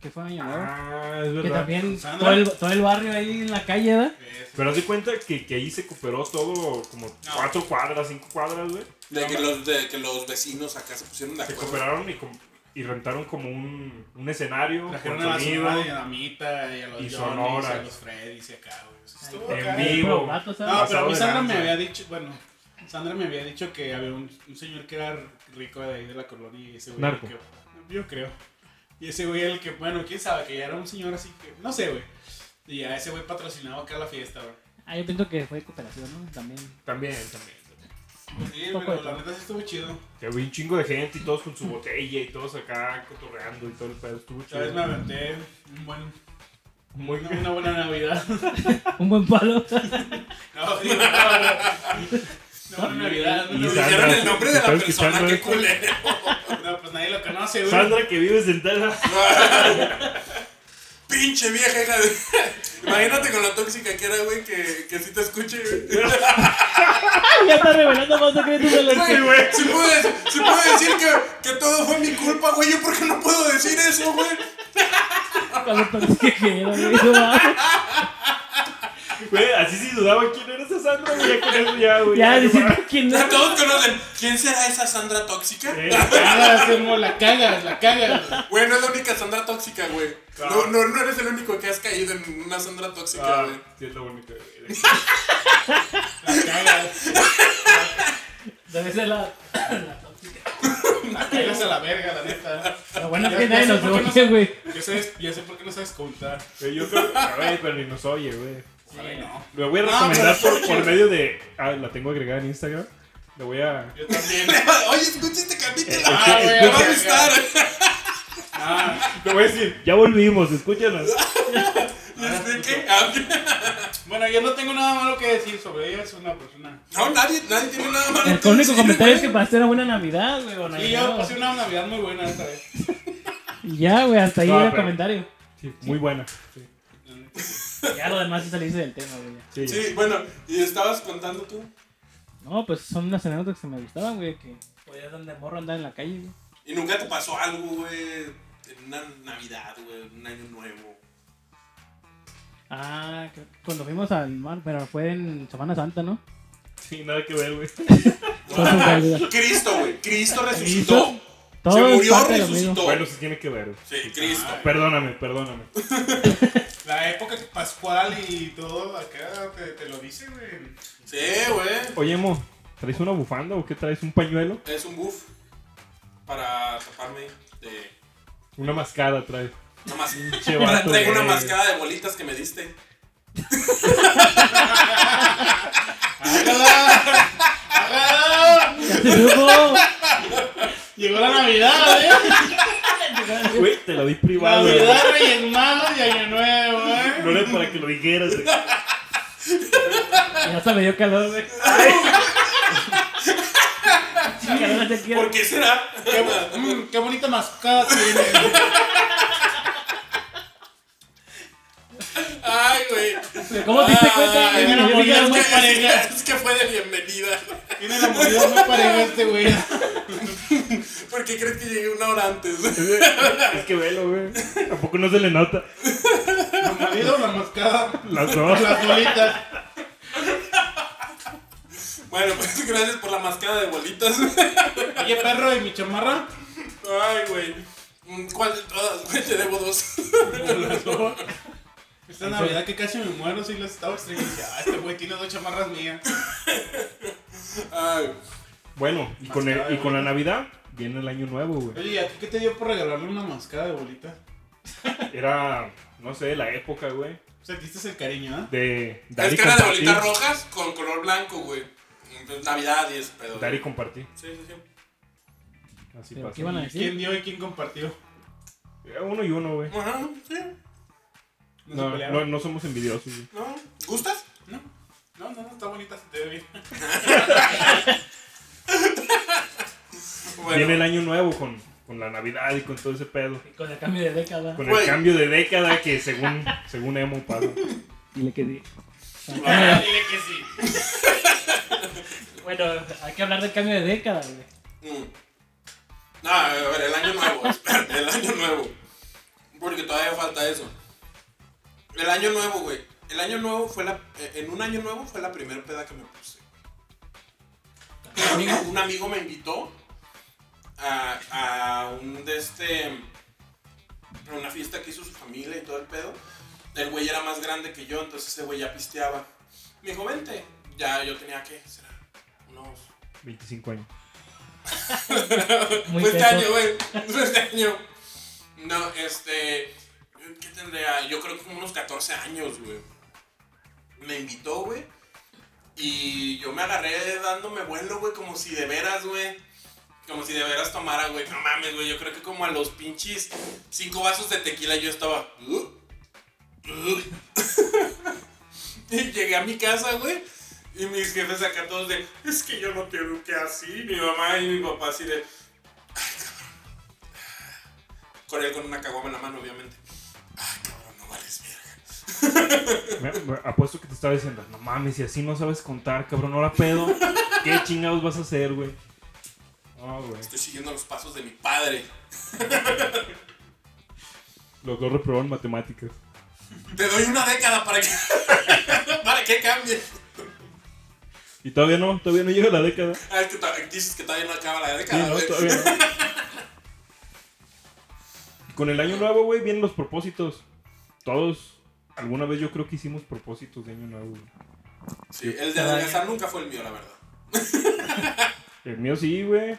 S4: Que fue año nuevo.
S2: Ah, es
S4: que
S2: verdad.
S4: también
S3: Sandra.
S4: todo el, todo el barrio ahí en la calle, ¿verdad?
S2: Pero haz de cuenta que, que ahí se cooperó todo, como cuatro cuadras, cinco cuadras, güey.
S1: De que, los, de que los vecinos acá se pusieron de
S2: Se
S1: acuerdo.
S2: cooperaron y, com- y rentaron como un, un escenario
S3: Trajeron
S2: con
S3: a la
S2: sonido.
S3: sonora dinamita y a los
S2: y
S3: Johnnys,
S2: sonoras.
S3: y a los Freddys y acá, güey. Eso estuvo
S2: En
S3: acá.
S2: vivo. Ah.
S4: Pero vato, ¿sabes?
S3: No, pero a
S2: Pasado
S3: mí
S2: de
S3: Sandra me
S2: lanza.
S3: había dicho, bueno, Sandra me había dicho que había un, un señor que era rico de ahí de la colonia y ese güey. era el
S2: Narco.
S3: que- yo creo. Y ese güey era el que, bueno, quién sabe, que ya era un señor así que, no sé, güey. Y ya ese güey patrocinaba acá la fiesta, güey.
S4: Ah, yo pienso que fue cooperación, ¿no? También.
S2: También, también. también.
S3: Pues Sí,
S4: Poco
S3: pero
S4: de
S3: la
S4: todo.
S3: neta sí estuvo chido.
S2: Que había un chingo de gente y todos con su botella y todos acá cotorreando y todo el pedo. Estuvo
S3: Esta vez me
S2: chido.
S3: aventé un buen,
S2: Muy
S3: una, *laughs* una buena Navidad.
S4: *laughs* Un buen palo.
S3: No, digo, no, no. No, no, Navidad. No,
S2: Y
S3: no,
S2: Sandra,
S1: Dijeron el nombre de la
S2: ¿estás
S1: persona,
S2: escuchando
S1: qué
S2: esto?
S1: culero.
S2: *laughs*
S3: no, pues nadie lo conoce, güey.
S2: Sandra que vives en Texas.
S1: Pinche vieja, hija de. *laughs* Imagínate con la tóxica que era, güey, que, que sí te escuche, güey.
S4: Ya está revelando más secretos de los que...
S1: Güey, si puedo, decir- si puedo decir que, que todo fue mi culpa, güey, ¿yo por qué no puedo decir eso, güey?
S4: Con los toques que quiero, güey. No mames.
S2: Güey, así sí dudaba quién era esa Sandra, güey. Ya con eso ya, güey.
S4: Ya, diciendo
S2: nomás.
S4: quién es.
S1: Ya todos conocen. ¿Quién será esa Sandra tóxica? Ah,
S2: Eh,
S3: Nada, hacemos, la cagas, la cagas. güey.
S1: Güey, no es la única Sandra tóxica, güey. No, no, no eres el único que has caído en una Sandra tóxica,
S2: Ah,
S1: güey.
S2: sí, es lo único. güey.
S3: La cagas.
S4: Debe ser la... la tóxica.
S3: La cagas a la verga, la neta.
S4: Lo bueno es
S3: Ya-
S4: que
S3: ya
S4: nadie
S3: sé
S4: nos
S3: por qué
S4: oye,
S3: no-
S4: güey.
S3: Ya sabes- ya sé por qué no sabes contar.
S2: Güey, Yo creo que, güey, pero ni nos oye, güey.
S3: Ay, no.
S2: Lo voy a recomendar por, por medio de. Ah, la tengo agregada en Instagram. Le voy a.
S3: Yo también.
S1: *laughs* Oye, escucha este capítulo.
S3: Ah, güey,
S1: Me va a
S3: verga.
S1: gustar.
S3: Ah,
S2: Le voy a decir, ya volvimos, escúchanos.
S1: *laughs* ¿Y este qué? Ah,
S3: bueno, yo no tengo nada malo que decir sobre ella, es una persona.
S1: No, nadie, nadie tiene nada malo.
S4: El
S1: que
S4: único
S1: decir,
S4: comentario es
S1: güey.
S4: que pasaste una buena Navidad, güey. o
S3: Y
S4: Navidad,
S3: yo pasé una Navidad muy buena esta vez.
S4: Y Ya, güey, hasta ahí
S2: No,
S4: era el
S2: pero-
S4: comentario.
S2: Sí, muy buena. Sí,
S4: Ya lo demás es salirse del tema, güey. ya.
S2: sí,
S1: Sí, bueno, y estabas contando tú.
S4: No, pues son unas anécdotas que me gustaban, güey, que podías andar de morro, andar en la calle, güey.
S1: Y nunca te pasó algo, güey, en una Navidad, güey, en un año nuevo.
S4: Ah, que- cuando fuimos al mar, pero fue en Semana Santa, ¿no?
S2: sí, nada que ver, güey.
S4: Todo se olvida.
S1: *laughs* Cristo, güey, Cristo resucitó.
S4: Todo
S1: Se
S4: es
S1: murió,
S4: parte de lo mismo. *laughs*
S1: resucitó.
S2: Bueno, sí tiene que ver. güey.
S1: Sí, Cristo.
S2: Perdóname, perdóname.
S3: La época que Pascual y todo acá te, te lo dice, güey.
S1: Sí, güey.
S2: Oye, Mo, ¿traes una bufanda o qué traes? ¿Un pañuelo?
S1: Es un buff para taparme de...
S2: Una mascada traes.
S1: Nada más.
S2: Pinche
S1: Ahora
S2: vato,
S1: traigo una
S2: güey.
S1: mascada de bolitas que me diste.
S3: ¡Hágala! ¡Hágala!
S4: ¡Ya se supo!
S3: *laughs* Llegó la Navidad,
S4: *laughs*
S3: ¿eh? *laughs*
S2: Güey, te lo di privado. güey.
S3: Navidad, Reyes Magos y Año Nuevo, ¿eh?
S2: No era para que lo dijeras. güey.
S4: Ya se me dio calor, güey. Sí, calor hace aquí.
S1: ¿Por qué será?
S3: Qué, bo- mm, qué bonita mascada tiene.
S1: Ay, güey.
S4: ¿Cómo te diste cuenta?
S1: Ay,
S4: Ay,
S3: mira,
S4: yo
S3: morir
S4: dije,
S3: es muy
S1: es, que,
S3: pareja.
S1: es que fue de bienvenida.
S3: Tiene la mordida muy pareja este, güey.
S1: ¿Por qué crees que llegué una hora antes? *laughs*
S2: Es que velo, güey. Tampoco no se le nota.
S3: La mordida o la mascada.
S2: Las dos.
S3: Las bolitas.
S1: Bueno, pues gracias por la mascada de bolitas.
S3: Oye, perro, ¿y mi chamarra?
S1: Ay, güey. Mm, ¿Cuál de todas? güey? *laughs* Te debo dos.
S3: Esta Navidad que casi me muero, sí las estaba extrañando. Dije, Ah, este güey tiene dos chamarras mías.
S1: Ay.
S2: Bueno, y con, el- y con la Navidad viene el año nuevo, güey.
S3: Oye, ¿y a ti qué te dio por regalarle una mascada de bolita?
S2: Era, no sé, la época, güey.
S3: Sentiste el cariño, ¿ah?
S2: De dar
S1: Es
S2: y
S1: que era de
S2: compartir.
S1: bolitas rojas con color blanco, güey. Entonces, Navidad y ese pedo.
S2: Dar y
S1: güey.
S2: compartir.
S1: Sí, sí, sí.
S2: Así
S4: ¿Pero
S2: pasa. Eh,
S4: qué iban a
S3: ¿Quién
S4: decir?
S3: dio y quién compartió?
S2: Uno y uno, güey.
S1: Ajá, sí.
S3: se
S2: No,
S3: pelearon.
S2: no, no somos envidiosos, güey.
S1: ¿No? ¿Gustas?
S3: No, no, no, no, está bonita, se te ve bien.
S2: Viene
S1: Bueno.
S2: el año nuevo con, con la Navidad y con todo ese pedo.
S4: Con el cambio de década.
S2: Con
S1: Güey.
S2: el cambio de década que según, según Emo pasa.
S4: Dile que sí.
S1: *laughs*
S3: Ah, dile que sí.
S4: Bueno, hay que hablar del cambio de década, güey.
S1: Mm. No, a ver, el año nuevo. *laughs* espérate, el año nuevo. Porque todavía falta eso. El año nuevo, güey. El año nuevo fue la. eh, En un año nuevo fue la primera peda que me puse. Un amigo, *laughs* un amigo me invitó a, a un de este. a una fiesta que hizo su familia y todo el pedo. El güey era más grande que yo, entonces ese güey ya pisteaba. Me dijo, vente. Ya yo tenía que, será, unos
S2: 25 años.
S4: Muy
S1: fue este
S4: teto.
S1: año, güey. *laughs* Fue este año. No, este. ¿Qué tendría? Yo creo que como unos 14 años, güey. Me invitó, güey. Y yo me agarré dándome vuelo, güey, como si de veras, güey. Como si de veras tomara, güey. No mames, güey. Yo creo que como a los pinches cinco vasos de tequila yo estaba. *laughs* "Uh, uh". y llegué a mi casa, güey. Y mis jefes acá todos de, es que yo no te eduqué así. Mi mamá y mi papá así de, ay, cabrón. Con él con una caguama en la mano, obviamente. Ay, cabrón, no vales verga.
S2: Me- me- Apuesto que te estaba diciendo, no mames, si así no sabes contar, cabrón, ahora pedo. ¿Qué chingados vas a hacer, güey? Ah, güey.
S1: Estoy siguiendo los pasos de mi padre.
S2: Los dos reprobaron matemáticas.
S1: Te doy una década para que, *laughs* para que cambie.
S2: Y todavía no, todavía no llega la década.
S1: Ah, es que to- dices que todavía no acaba la
S2: Sí,
S1: década,
S2: no,
S1: güey.
S2: todavía no. Con el año nuevo, güey, vienen los propósitos. Todos, alguna vez yo creo que hicimos propósitos de año nuevo. güey.
S1: Sí, el de adelgazar nunca fue el mío, la verdad.
S2: El mío sí, güey.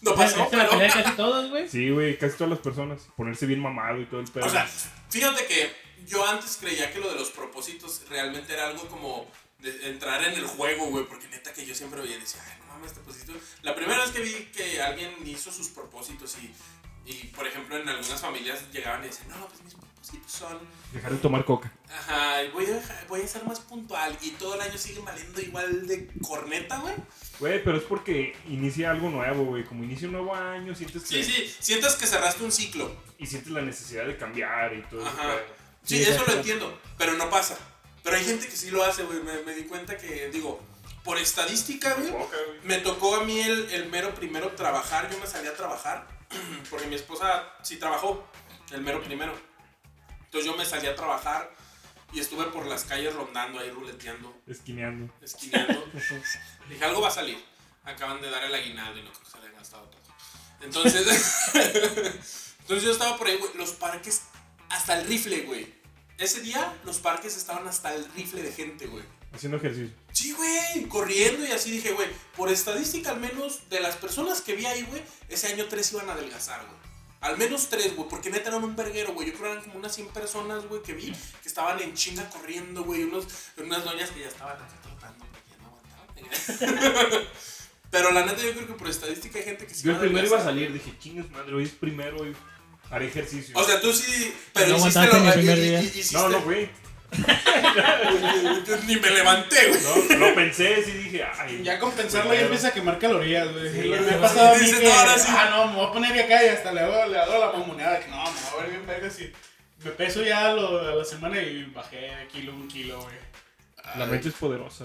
S1: No
S4: Ese-
S1: pasó,
S4: ese la
S1: pero.
S4: pelea este casi todos, güey.
S2: Sí, güey, casi todas las personas. Ponerse bien mamado y todo el pedo.
S1: O sea, fíjate que yo antes creía que lo de los propósitos realmente era algo como de entrar en el juego, güey, porque neta que yo siempre veía y decía, ay, no mames, te pusiste. La primera vez que vi que alguien hizo sus propósitos y, y, por ejemplo, en algunas familias llegaban y decían, no, pues mis propósitos son,
S2: Dejar de tomar coca.
S1: ajá, y voy a, dejar- voy a ser más puntual y todo el año siguen valiendo igual de corneta, güey.
S2: Güey, pero es porque inicia algo nuevo, güey. Como inicia un nuevo año, sientes que...
S1: Sí, sí, sientes que cerraste un ciclo.
S2: Y sientes la necesidad de cambiar y todo. ese
S1: Ajá.
S2: pedo.
S1: Sí,
S4: Sí,
S1: eso lo
S4: exacto.
S1: entiendo, pero no pasa. Pero hay gente que sí lo hace, güey. Me, me di cuenta que, digo, por estadística, güey,
S2: Coca, güey.
S1: me tocó a mí el, el mero primero trabajar. Yo me salí a trabajar *clears throat* porque mi esposa sí trabajó, el mero primero. Entonces yo me salí a trabajar y estuve por las calles rondando ahí, ruleteando,
S2: Esquineando.
S1: esquineando. Dije, algo va a salir. Acaban de dar el aguinaldo y no creo que se le haya gastado todo. Entonces, *laughs* entonces yo estaba por ahí, güey. Los parques hasta el rifle, güey. Ese día los parques estaban hasta el rifle de gente, güey.
S2: Haciendo ejercicio.
S1: Sí, güey, corriendo y así dije, güey. Por estadística, al menos de las personas que vi ahí, güey, ese año tres iban a adelgazar, güey. Al menos tres, güey, porque neta eran un verguero, güey. Yo creo que eran como unas 100 personas, güey, que vi que estaban en chinga corriendo, güey. Unos, unas doñas que ya estaban acá trotando porque ya no aguantaban. *laughs* Pero la neta, yo creo que por estadística hay gente que sí
S2: Yo el
S1: va
S2: primero iba a
S1: adelgazar.
S2: salir, dije, chingas madre, hoy es primero, hoy haré ejercicio.
S1: O sea, tú sí, pero
S4: No
S1: hiciste
S4: aguantaste
S1: lo
S4: ni el primer
S1: y- y-
S4: día.
S1: y- hiciste-
S2: no, no fui.
S1: *laughs* Ni me levanté, güey.
S2: No, lo pensé, sí dije, ay.
S3: Ya con pensarlo ya empieza a quemar calorías, güey.
S2: Sí,
S3: me
S2: güey.
S3: ha pasado a mí
S1: Dices,
S3: que,
S1: "No, ahora sí".
S3: ah, no, me voy a poner acá y hasta le hago, le hago la mamoneada. Que no, me voy a ver bien verga si me peso ya lo- a la semana y bajé de kilo, un kilo, güey.
S2: La mente es poderosa,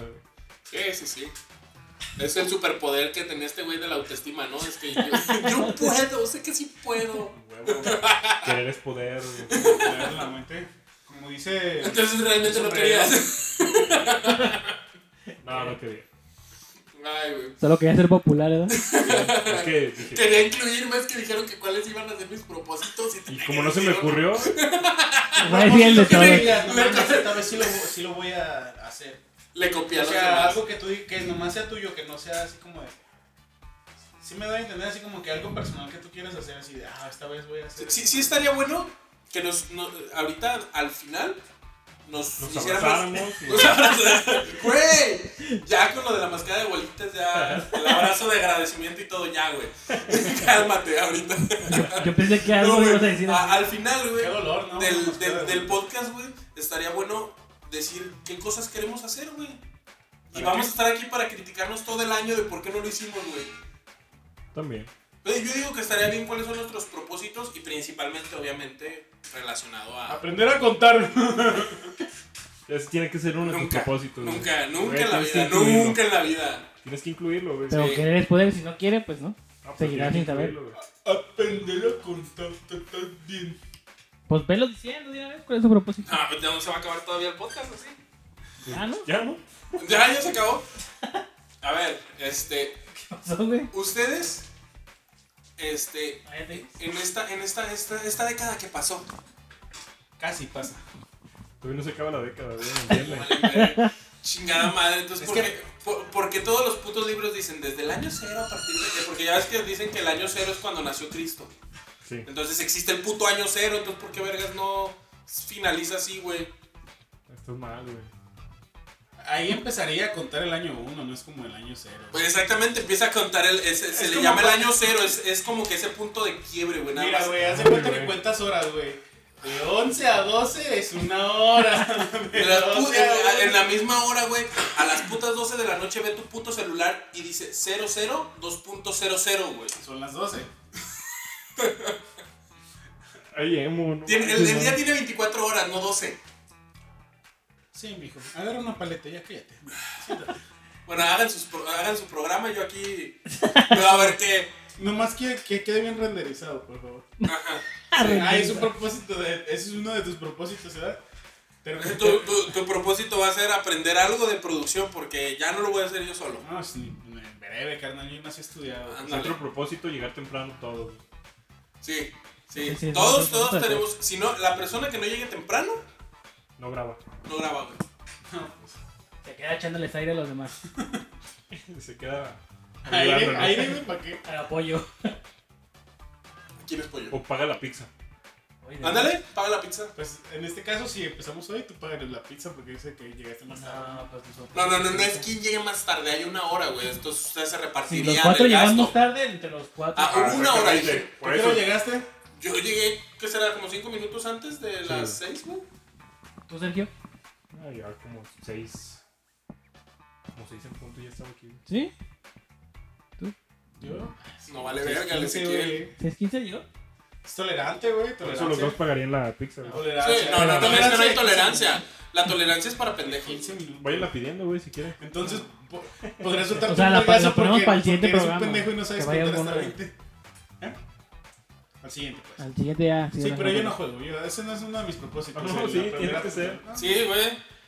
S1: *laughs*
S2: güey.
S1: Sí, sí, sí. Es el superpoder que tenía este güey de la autoestima, ¿no? Es que
S3: *laughs*
S1: yo, yo puedo, sé que sí puedo.
S2: Huevo. Querer es poder, güey.
S3: Claro, la mente, como dice...
S1: Entonces realmente no
S3: Sombrero.
S1: querías.
S2: No,
S1: *laughs*
S2: no quería.
S1: Ay, güey.
S4: Solo quería ser
S1: *laughs*
S4: popular, ¿verdad?
S2: Es que dije,
S1: Quería incluir más que dijeron que cuáles iban a ser mis propósitos. Y,
S2: y como no se me
S1: *laughs*
S2: ocurrió,
S4: Fue bien de
S3: que
S4: todo.
S3: me digas, no mames, esta vez sí lo, sí lo voy a hacer.
S1: Le copié a
S3: O
S1: los
S3: sea,
S1: demás.
S3: algo que tú digas- que nomás sea tuyo, que no sea así como de. Sí me da a entender así como que algo personal que tú quieres hacer, así de, ah, esta vez voy a hacer.
S1: Sí, sí estaría bueno que nos, no- ahorita al final nos,
S2: nos
S1: hiciéramos.
S2: abrazáramos. y-
S1: *laughs* Nos abrazáramos. Güey, ya con lo de la mascada de bolitas, ya el abrazo de agradecimiento y todo, ya, güey. *laughs* Cálmate ahorita.
S4: Yo pensé que
S1: No,
S4: algo
S1: güey, Ah,
S4: ibas a decir.
S1: a- al final, güey,
S3: Qué dolor, ¿no?
S1: del,
S3: Nos
S1: del-
S3: queda-
S1: del podcast, güey, estaría bueno decir qué cosas queremos hacer, güey. Y
S3: ¿Para
S1: vamos
S3: qué?
S1: a estar aquí para criticarnos todo el año de por qué no lo hicimos, güey.
S2: También.
S1: Güey, Yo digo que estaría bien cuáles son nuestros propósitos y principalmente, obviamente, relacionado a...
S3: Aprender
S2: *laughs*
S3: a contar.
S2: Ese tiene que ser uno de tus
S1: Nunca,
S2: propósitos. güey.
S1: Nunca, nunca
S2: Güey,
S1: en la
S2: tienes que
S1: vida,
S2: incluirlo.
S1: nunca en la vida.
S2: Tienes que incluirlo, güey.
S4: Pero
S1: Sí.
S4: querer es poder, si no quiere, pues no.
S2: No, pero tienes
S4: seguirás
S2: que
S4: sin saber.
S2: incluirlo, güey.
S3: Aprender a contar tan bien.
S4: Pues velos diciendo de una vez cuál es
S1: *laughs*
S4: su propósito.
S1: Ah, pues ya no se va a acabar todavía el podcast, así.
S4: Ah, ¿no?
S2: Ya, ¿no?
S1: Ya, ya se acabó. A ver, este,
S4: Pasó, güey.
S1: ustedes, este,
S4: Cállate.
S1: en esta, en esta, esta, esta década que pasó,
S3: Casi pasa.
S2: Todavía no se acaba la década, güey.
S3: *laughs*
S2: ¿Entiendes?
S1: Vale, Chingada madre, entonces,
S3: Es
S1: ¿por,
S3: que-
S1: qué, por- por qué todos los putos libros dicen desde el año cero a partir de que? Porque ya ves que dicen que el año cero es cuando nació Cristo.
S2: Sí.
S1: Entonces existe el puto año cero, entonces, ¿por qué vergas no finaliza así, güey?
S2: Estás mal, güey.
S3: Ahí empezaría a contar el año uno, no es como el año cero.
S1: Pues exactamente, empieza a contar, el, es- se
S3: Es
S1: le
S3: como
S1: llama el
S3: pa-
S1: año cero, es, es como que ese punto de quiebre, güey, nada
S3: Mira,
S1: más.
S3: güey, hace cuenta
S2: Güey.
S3: que cuentas horas, güey. De 11 a 12 es una
S1: *laughs*
S3: hora. De
S1: En, las
S3: 12
S1: pu-
S3: a
S1: en la-
S3: 12.
S1: en la misma hora, güey, a las putas 12 de la noche ve tu puto celular y dice 00 2.00, güey.
S3: Son las 12.
S2: Ay, emo, no
S1: Tiene- El,
S2: manches,
S1: el día
S2: no.
S1: tiene 24 horas, no 12.
S3: Sí, mijo. Agarra una paleta, ya cállate.
S1: Bueno, hagan, sus pro- hagan su programa, yo aquí veo a ver qué.
S3: Nomás que, que quede bien renderizado,
S1: *laughs*
S3: por favor.
S1: Ajá.
S3: Ah, es un propósito de. Ese es uno de tus propósitos, ¿verdad? Te-
S1: Tu, tu- tu propósito va a ser aprender algo de producción porque ya no lo voy a hacer yo solo.
S3: No, es ni- en breve, carnal. Yo más he estudiado.
S1: Ándale.
S3: *laughs*
S2: Otro propósito, llegar temprano todo. güey.
S1: Sí, sí.
S4: Sí, sí,
S1: todos,
S4: sí,
S1: todos
S4: sí, sí.
S1: tenemos. Si no, la persona que no llegue temprano,
S2: No graba.
S1: no graba, güey.
S3: pues,
S4: Se queda echándoles aire a los demás.
S2: Se queda.
S3: Aire,
S2: ayudándonos.
S3: aire, güey, ¿para qué?
S4: Al apoyo.
S1: ¿Quién es pollo?
S2: O paga la pizza.
S4: Oye,
S1: Ándale, paga la pizza.
S3: Pues en este caso, si empezamos hoy, tú pagarás la pizza porque dice que llegaste más tarde.
S4: No, pues nosotros-
S1: No, no, no, no es quien llegue más tarde, hay una hora, güey. Entonces ustedes se
S4: Si
S1: repartirían
S4: los cuatro
S1: el gasto.
S4: llegamos tarde, entre los cuatro.
S1: Ah, hubo una hora.
S2: Exactamente,
S1: dije.
S3: ¿Por
S2: Por
S3: qué no
S2: eso.
S3: llegaste?
S1: Yo llegué, ¿qué será? Como cinco minutos antes de las seis, güey.
S4: ¿Tú, Sergio?
S2: Ah, ya como seis. Como seis en punto ya estaba aquí. güey.
S4: ¿Sí?
S3: Yo.
S1: No vale verga, le
S3: Sí,
S1: se
S3: güey.
S1: quiere.
S4: ¿6, 15 yo?
S3: Es tolerante, güey.
S2: Por eso los
S3: Tolerancia.
S2: dos pagarían la pizza. güey.
S3: Tolerancia.
S1: Sí, no, no, no, es que no hay
S3: Tolerancia.
S1: tolerancia. La tolerancia es para pendejos.
S3: 15 minutos.
S2: Váyanla pidiendo, güey, si quieren.
S3: Entonces, po- podrías soltar
S4: O sea, la pa-
S3: regazo
S4: la ponemos
S3: porque-
S4: para el siguiente
S3: porque
S4: programa.
S3: Eres un pendejo y no sabes
S4: Que vaya
S3: contar hasta
S4: alguno,
S3: 20. ¿Eh? Al siguiente, pues.
S4: Al siguiente ya.
S3: Sí, pero yo no
S4: juego.
S3: juego. Yo, ese no es uno de mis propósitos.
S2: No,
S3: el
S2: sí,
S3: aprender
S2: tiene
S3: a
S2: que ser.
S3: puntuar.
S1: Sí, güey.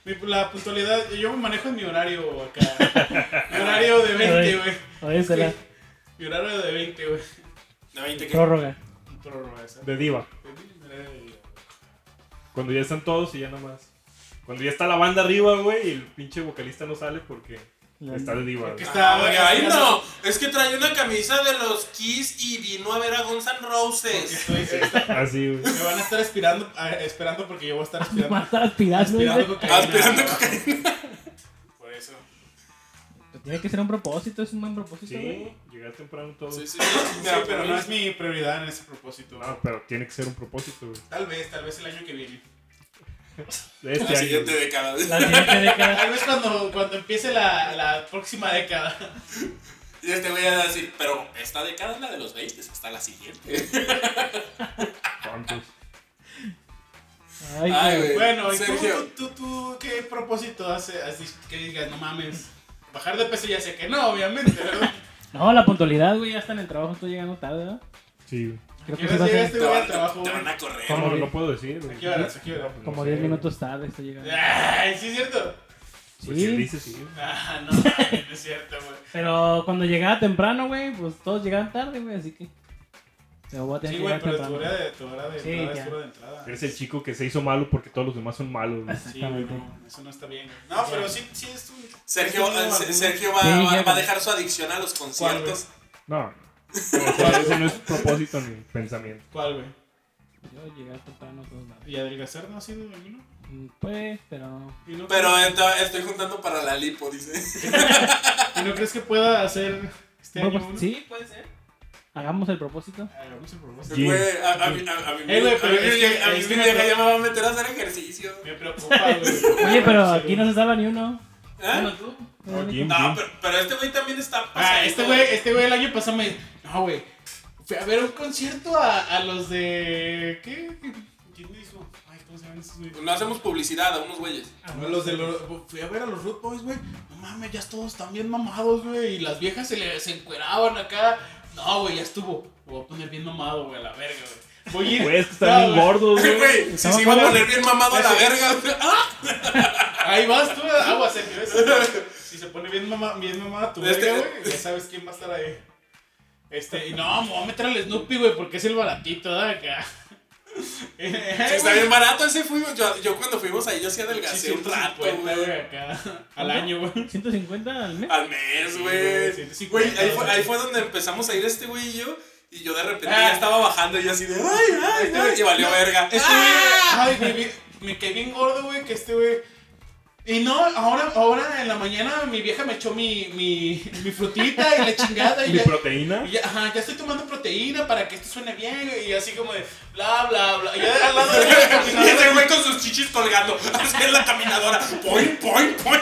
S3: Mi- La puntualidad, yo me manejo en mi horario acá. mi horario de 20, güey.
S4: Oye,
S3: Sí,
S4: será
S3: Mi horario de 20, güey.
S1: De 20 que.
S4: prórroga.
S3: Prórroga esa.
S2: De diva. Cuando ya están todos y ya nomás. Cuando ya está la banda arriba, güey, y el pinche vocalista no sale porque
S4: La- *laughs*
S2: está de diva.
S3: Porque
S2: güey.
S1: Ah, güey,
S3: Está-
S1: ay, no. Es que trae una camisa de los Kiss y vino a ver a Guns N' Roses.
S3: Estoy-
S2: Así, güey.
S3: Me van a estar esperando, a- esperando porque yo voy a estar
S4: Va a
S3: esperando.
S4: estar aspirando,
S3: Aspirando
S4: güey.
S3: cocaína.
S1: Ah, Aspirando
S3: Por eso.
S4: Pero Tiene que ser un propósito, es un buen propósito, güey.
S2: Sí, llegar temprano todo.
S1: Sí, sí, sí.
S3: Sí,
S1: Mira,
S3: pero
S1: por
S3: no
S1: mí-
S3: es mi prioridad en ese propósito.
S2: No, pero tiene que ser un propósito, güey.
S3: Tal vez, tal vez el año que viene. Ah,
S2: De este
S1: La
S2: año.
S1: siguiente
S2: güey.
S1: década.
S4: La siguiente década.
S3: Tal vez cuando, cuando empiece la, la próxima década.
S1: *laughs* Y este voy a decir, pero esta década es la de los 20, hasta la siguiente.
S2: Tontos.
S4: Ay,
S1: Ay,
S4: güey.
S1: güey.
S3: Bueno, ¿y tú,
S1: Sergio.
S3: tú, tú, tú qué propósito haces? Así que digas, no mames. Bajar de peso ya sé que no, obviamente, ¿verdad?
S4: No, la puntualidad, güey, ya está en el trabajo, estoy llegando tarde, ¿verdad?
S2: Sí, güey.
S4: Creo
S3: ¿Qué
S4: que sí
S3: horas
S4: va a
S3: llegas tú?
S4: ser
S1: Te
S3: voy a
S1: van,
S3: trabajo,
S1: te
S3: Eh, güey.
S1: van a correr.
S2: ¿Cómo no lo puedo decir? güey.
S3: ¿A qué horas? ¿A qué horas?
S2: No
S4: como
S2: sé,
S4: 10
S2: güey.
S4: minutos tarde estoy llegando.
S3: Ah. Ay, sí es cierto. *laughs*
S2: Pues si él
S4: Sí,
S2: dice sí, güey.
S3: Ah, no, mames, no es cierto, güey.
S4: pero cuando llegaba temprano, güey, pues todos llegaban tarde, güey, así que... Pero voy a tener
S3: Sí,
S4: que
S3: güey,
S4: llegar
S3: pero tu
S4: temprano.
S3: hora de, tu hora de
S4: Sí,
S3: entrada es
S4: ya.
S3: tu hora de entrada.
S2: Eres el chico que se hizo malo porque todos los demás son malos, güey.
S3: Ah, Sí, güey,
S4: Exactamente.
S3: no, eso no está bien. güey. No, pero sí, sí es tu...
S1: Sergio,
S3: es tu-
S1: eh, Se- Sergio va,
S4: Sí,
S1: va-
S4: ya
S1: va a
S4: con-
S1: dejar su adicción a los conciertos.
S2: No. Ese no es propósito ni pensamiento.
S3: ¿Cuál, güey?
S4: Yo llegar temprano a todos lados.
S3: ¿Y adelgazar no ha sido ninguno?
S4: Mm, Pues, pero...
S3: ¿Y no,
S1: Pero ento- estoy juntando para la lipo, dice. eh,
S3: ¿Y no crees que pueda hacer este
S4: Bueno,
S3: año
S4: pues,
S3: uno? Ah,
S4: sí, puede ser. Hagamos el propósito.
S3: Hagamos el propósito.
S2: Sí.
S1: Güey, a, a mí, a, a mí,
S3: Eh, güey, pero
S1: a mí
S3: es
S1: mi-
S3: que-
S1: a mí
S3: es
S1: mi
S3: que
S1: vieja
S3: no-
S1: ya me va a meter a hacer ejercicio.
S3: Me preocupa, güey.
S4: *laughs* Oye, pero aquí no se salva ni uno.
S1: ¿Eh?
S4: Ah, tú.
S2: No, Jim,
S1: No,
S2: Jim.
S1: pero, pero este güey también está
S3: Ah,
S1: pasado.
S3: este güey, este güey el año pasado me... No, güey. Fui a ver un concierto a, a los de... ¿Qué? ¿Quién dijo? Ay, ¿cómo se llaman esos güeyes?
S1: No hacemos publicidad a unos güeyes.
S3: No, los de los, fui a ver a los Root Boys, güey. No mames, ya todos están bien mamados, güey. Y las viejas se, le, se encueraban acá. No, güey, ya estuvo. Me voy a poner bien mamado, güey, a la verga, güey. Voy a ir.
S2: Güey, es que están
S3: No,
S2: bien
S3: güey.
S2: gordos,
S1: Sí,
S2: güey.
S1: güey, si se iba a poner bien mamado a la verga. güey. ¡Ah!
S3: Ahí vas tú, agua, Sergio. *laughs* eso. Si se pone bien, mama- bien mamada tu
S1: Este-
S3: verga, güey, ya sabes quién va a estar ahí. Este, y no, me voy a meter al Snoopy, güey, porque es el baratito, ¿verdad? Acá. Eh,
S1: Sí, está bien barato ese fuimos. Yo, yo cuando fuimos ahí yo sí adelgacé un rato, güey.
S3: acá. Al año, güey.
S4: 150 al mes.
S1: Al mes,
S3: Sí, güey,
S1: güey.
S3: 150
S1: Güey, ahí fue,
S3: dólares.
S1: ahí fue donde empezamos a ir este güey y yo. Y yo de repente
S3: Ah.
S1: ya estaba bajando y yo así de. ¡Ay, ay,
S3: Este
S1: ay!
S3: güey-
S1: Y valió verga.
S3: Este güey, ay, güey, vi- me caí bien gordo, güey, que este güey. Y no, ahora, ahora en la mañana mi vieja me echó mi, mi, mi frutita y la chingada. Y
S2: Mi
S3: ya,
S2: proteína.
S3: y ya,
S1: Este
S3: ajá, ya estoy tomando proteína para que esto suene bien. güey, Y así como de bla, bla, bla. Y ya al lado de
S1: *laughs*
S3: *laughs*
S1: chichis colgando. *laughs* Así en la caminadora. Poin, poin, poin.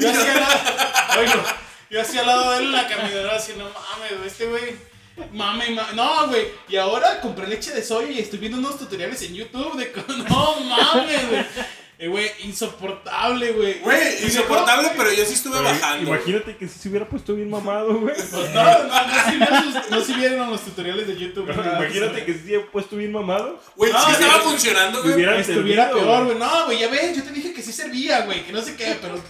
S3: Yo así al lado, oigo, yo así al lado de él en la caminadora, así, no mames, güey, este güey. Mame, y ma- no, güey. Y ahora compré leche de soya y estoy viendo unos tutoriales en YouTube de cómo. *laughs* No mames, güey. Eh, güey, insoportable, güey.
S1: *laughs* Güey, insoportable, pero yo sí estuve
S2: Güey,
S1: bajando.
S2: Imagínate que si se hubiera puesto bien mamado, güey.
S3: Pues *laughs* no, no, no, si vieron sus- no si vieron los tutoriales de YouTube.
S2: *laughs*
S3: nada,
S2: Imagínate que si se hubiera puesto bien mamado.
S1: Güey,
S3: No,
S1: sí estaba
S3: güey.
S1: funcionando,
S2: Me
S1: güey.
S2: hubiera
S3: Estuviera
S2: servido,
S3: peor,
S2: güey.
S3: güey. No, güey, ya ves, yo te dije que sí servía, güey. Que no sé qué, pero.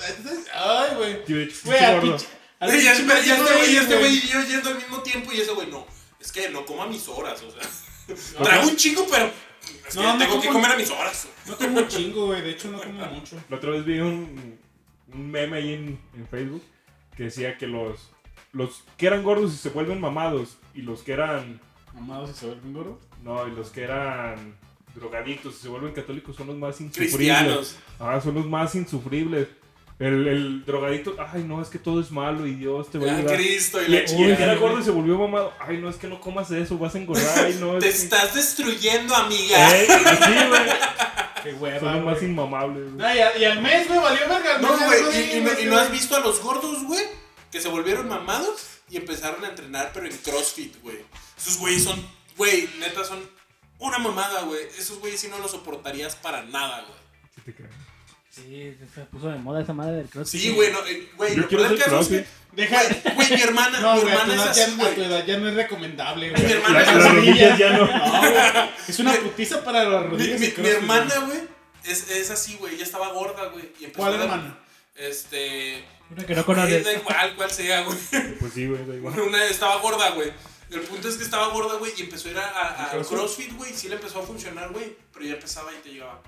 S3: Ay, güey.
S2: Sí, güey, pinche
S3: Güey, al
S2: gordo.
S3: pinche. al
S1: Güey, ya
S3: pinche
S1: ya este
S3: Marcelo,
S1: güey y este güey y yo yendo al mismo tiempo y ese güey no. Es que no coma mis horas, o sea. Traigo un chico, pero. Es que
S3: No, no
S1: tengo que
S3: como-
S1: comer a mis horas.
S3: No como un chingo, güey. De hecho, no como mucho.
S2: La otra vez vi un, un meme ahí en, en Facebook que decía que los, los que eran gordos y se vuelven mamados y los que eran
S3: Mamados y se vuelven gordos.
S2: no y los que eran drogadictos y se vuelven católicos son los más insufribles.
S1: Cristianos.
S2: Ah, son los más insufribles. El, el drogadicto, ay no, es que todo es malo y Dios te va a
S1: Ah,
S2: ayudar. Y,
S1: Cristo y
S2: y
S1: la
S2: el que era
S1: chingada.
S2: gordo y se volvió mamado, ay no, es que no comas eso, vas a engordar, ay no.
S1: Te
S2: es que-
S1: estás destruyendo, amiga.
S2: Ey, así, güey.
S3: Qué hueva.
S2: Son los
S3: güey.
S2: más inmamables, güey.
S3: No, y, al, y al mes, güey, valió verga. al
S1: No,
S3: mes,
S1: güey, y, y no- y no has
S3: güey.
S1: visto a los gordos, güey, que se volvieron mamados y empezaron a entrenar, pero en CrossFit, güey. Esos güeyes son, güey, neta son una mamada, güey. Esos güeyes sí no los soportarías para nada, güey.
S2: Sí te creo.
S4: Sí, se puso de moda esa madre del crossfit.
S1: Sí, güey, no, eh, güey,
S2: Yo
S1: lo
S2: quiero
S1: peor del
S2: hacer
S1: caso es que-
S2: CrossFit.
S3: Deja.
S1: Güey, güey, mi hermana,
S3: *laughs* No,
S1: mi
S3: güey, a tu
S1: hermana
S3: edad
S1: es
S3: ya-
S1: así,
S3: a tu
S1: güey.
S3: edad ya no es recomendable,
S1: Mi
S3: güey.
S1: hermana
S2: La-
S1: es
S2: las
S1: así.
S2: rodillas ya no.
S3: No, güey, es una
S1: Mi-
S3: putiza para las
S1: Mi,
S3: rodillas.
S1: mi-
S3: y
S1: mi
S3: crossfit,
S1: hermana,
S3: güey.
S1: güey, es, es así, güey. Ella estaba gorda, güey. y empezó
S3: ¿Cuál
S1: a-
S3: hermana?
S1: Este.
S4: Una que no
S1: güey,
S4: conoces.
S1: Da igual, cuál sea, güey. *laughs*
S2: Pues sí, güey, da igual.
S1: Bueno, Una estaba gorda, güey. El punto es que estaba gorda, güey, y empezó a ir a, a- a
S3: ¿Al CrossFit?
S1: CrossFit, güey. Sí le empezó a funcionar, güey, pero ya empezaba y te llegaba.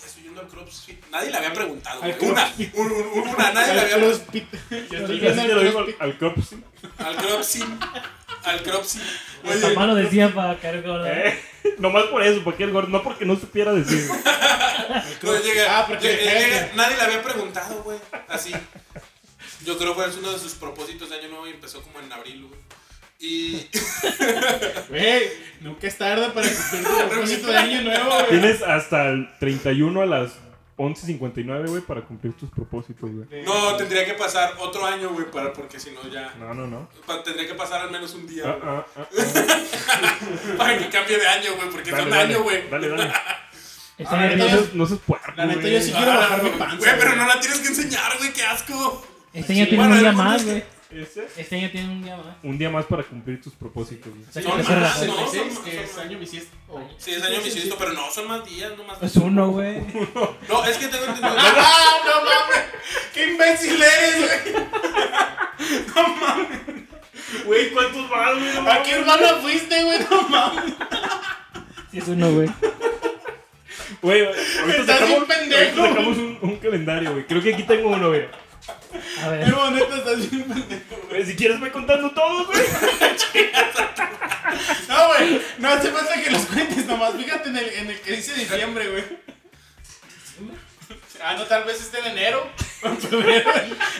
S1: Ya estoy yendo al CrossFit. Nadie le había preguntado,
S3: Al
S1: güey. Una, un- un- un- una, nadie le había
S3: Al
S1: preguntado. *laughs*
S3: crossfit. Yo
S2: Así
S3: estoy
S2: te
S3: viendo
S2: lo
S3: el
S2: digo
S3: crossfit.
S2: al cuerpo, sí.
S1: Al CrossFit. Al CrossFit.
S4: Hasta
S1: Oye,
S4: malo decía para caer gordo.
S2: Eh, *laughs* Nomás por eso, porque el gordo, no porque no supiera decir.
S1: no llega,
S3: Ah, porque
S1: llega-
S3: le cae,
S1: llega-
S3: güey.
S1: nadie le había preguntado, güey. Así. Yo creo que fue uno de sus propósitos de año nuevo y empezó como en abril, güey. Y
S3: Güey, nunca es tarde para
S1: *laughs*
S3: cumplir tu propósito de año nuevo, güey.
S2: Tienes hasta el 31 a las 11.59, güey, para cumplir tus propósitos,
S1: *laughs*
S2: güey.
S1: no, tendría que pasar otro año, güey, para, porque si no ya...
S2: No, no, no.
S1: pa- Tendría que pasar al menos un día.
S2: Ah,
S1: güey.
S3: *laughs*
S2: ah, ah, ah.
S1: Para que cambie de año, güey, porque
S2: Dale,
S1: son
S2: dale,
S1: año, güey.
S2: Dale, dale.
S4: Está
S3: Ah,
S4: bien,
S2: No
S3: neta,
S4: entonces,
S2: seas, no seas puerco,
S3: La neta,
S2: güey.
S3: yo sí quiero
S1: Ah,
S3: bajar mi
S1: güey,
S3: panza.
S1: Güey, pero no la tienes que enseñar, güey, qué asco.
S4: Este año
S3: Sí,
S4: tiene
S1: bueno,
S4: un día
S1: el punto
S4: más,
S1: es que-
S4: güey.
S2: Ese,
S4: Este año tiene un día más.
S2: Un día más para cumplir tus propósitos, güey.
S4: O sea,
S1: Son
S4: que crecer la
S1: más,
S4: raza.
S1: ¿no?
S3: no,
S1: son- son-
S3: que es
S1: son-
S3: año bisiesto.
S1: Sí, es año bisiesto, pero no, son más días, no más.
S4: Es uno, güey.
S1: *laughs* No, es que tengo entendido.
S3: *laughs* ¡Ah, no mames! ¡Qué imbécil eres, güey!
S2: Güey, ¿cuántos más, güey?
S3: ¿A qué hermana fuiste, güey? No mames.
S4: Sí, es uno, güey.
S2: Güey, ahorita
S3: Estás
S2: sacamos,
S3: bien pendejo.
S2: ahorita sacamos un, un calendario, güey. Creo que aquí tengo uno, güey.
S4: A ver.
S3: Pero neta, estás bien pendejo.
S2: Güey, Si quieres, ve contando todos, güey.
S3: No, güey. No hace falta que los cuentes nomás. Fíjate en el, en el que dice diciembre, güey. Ah, no, tal vez esté en enero. o en febrero.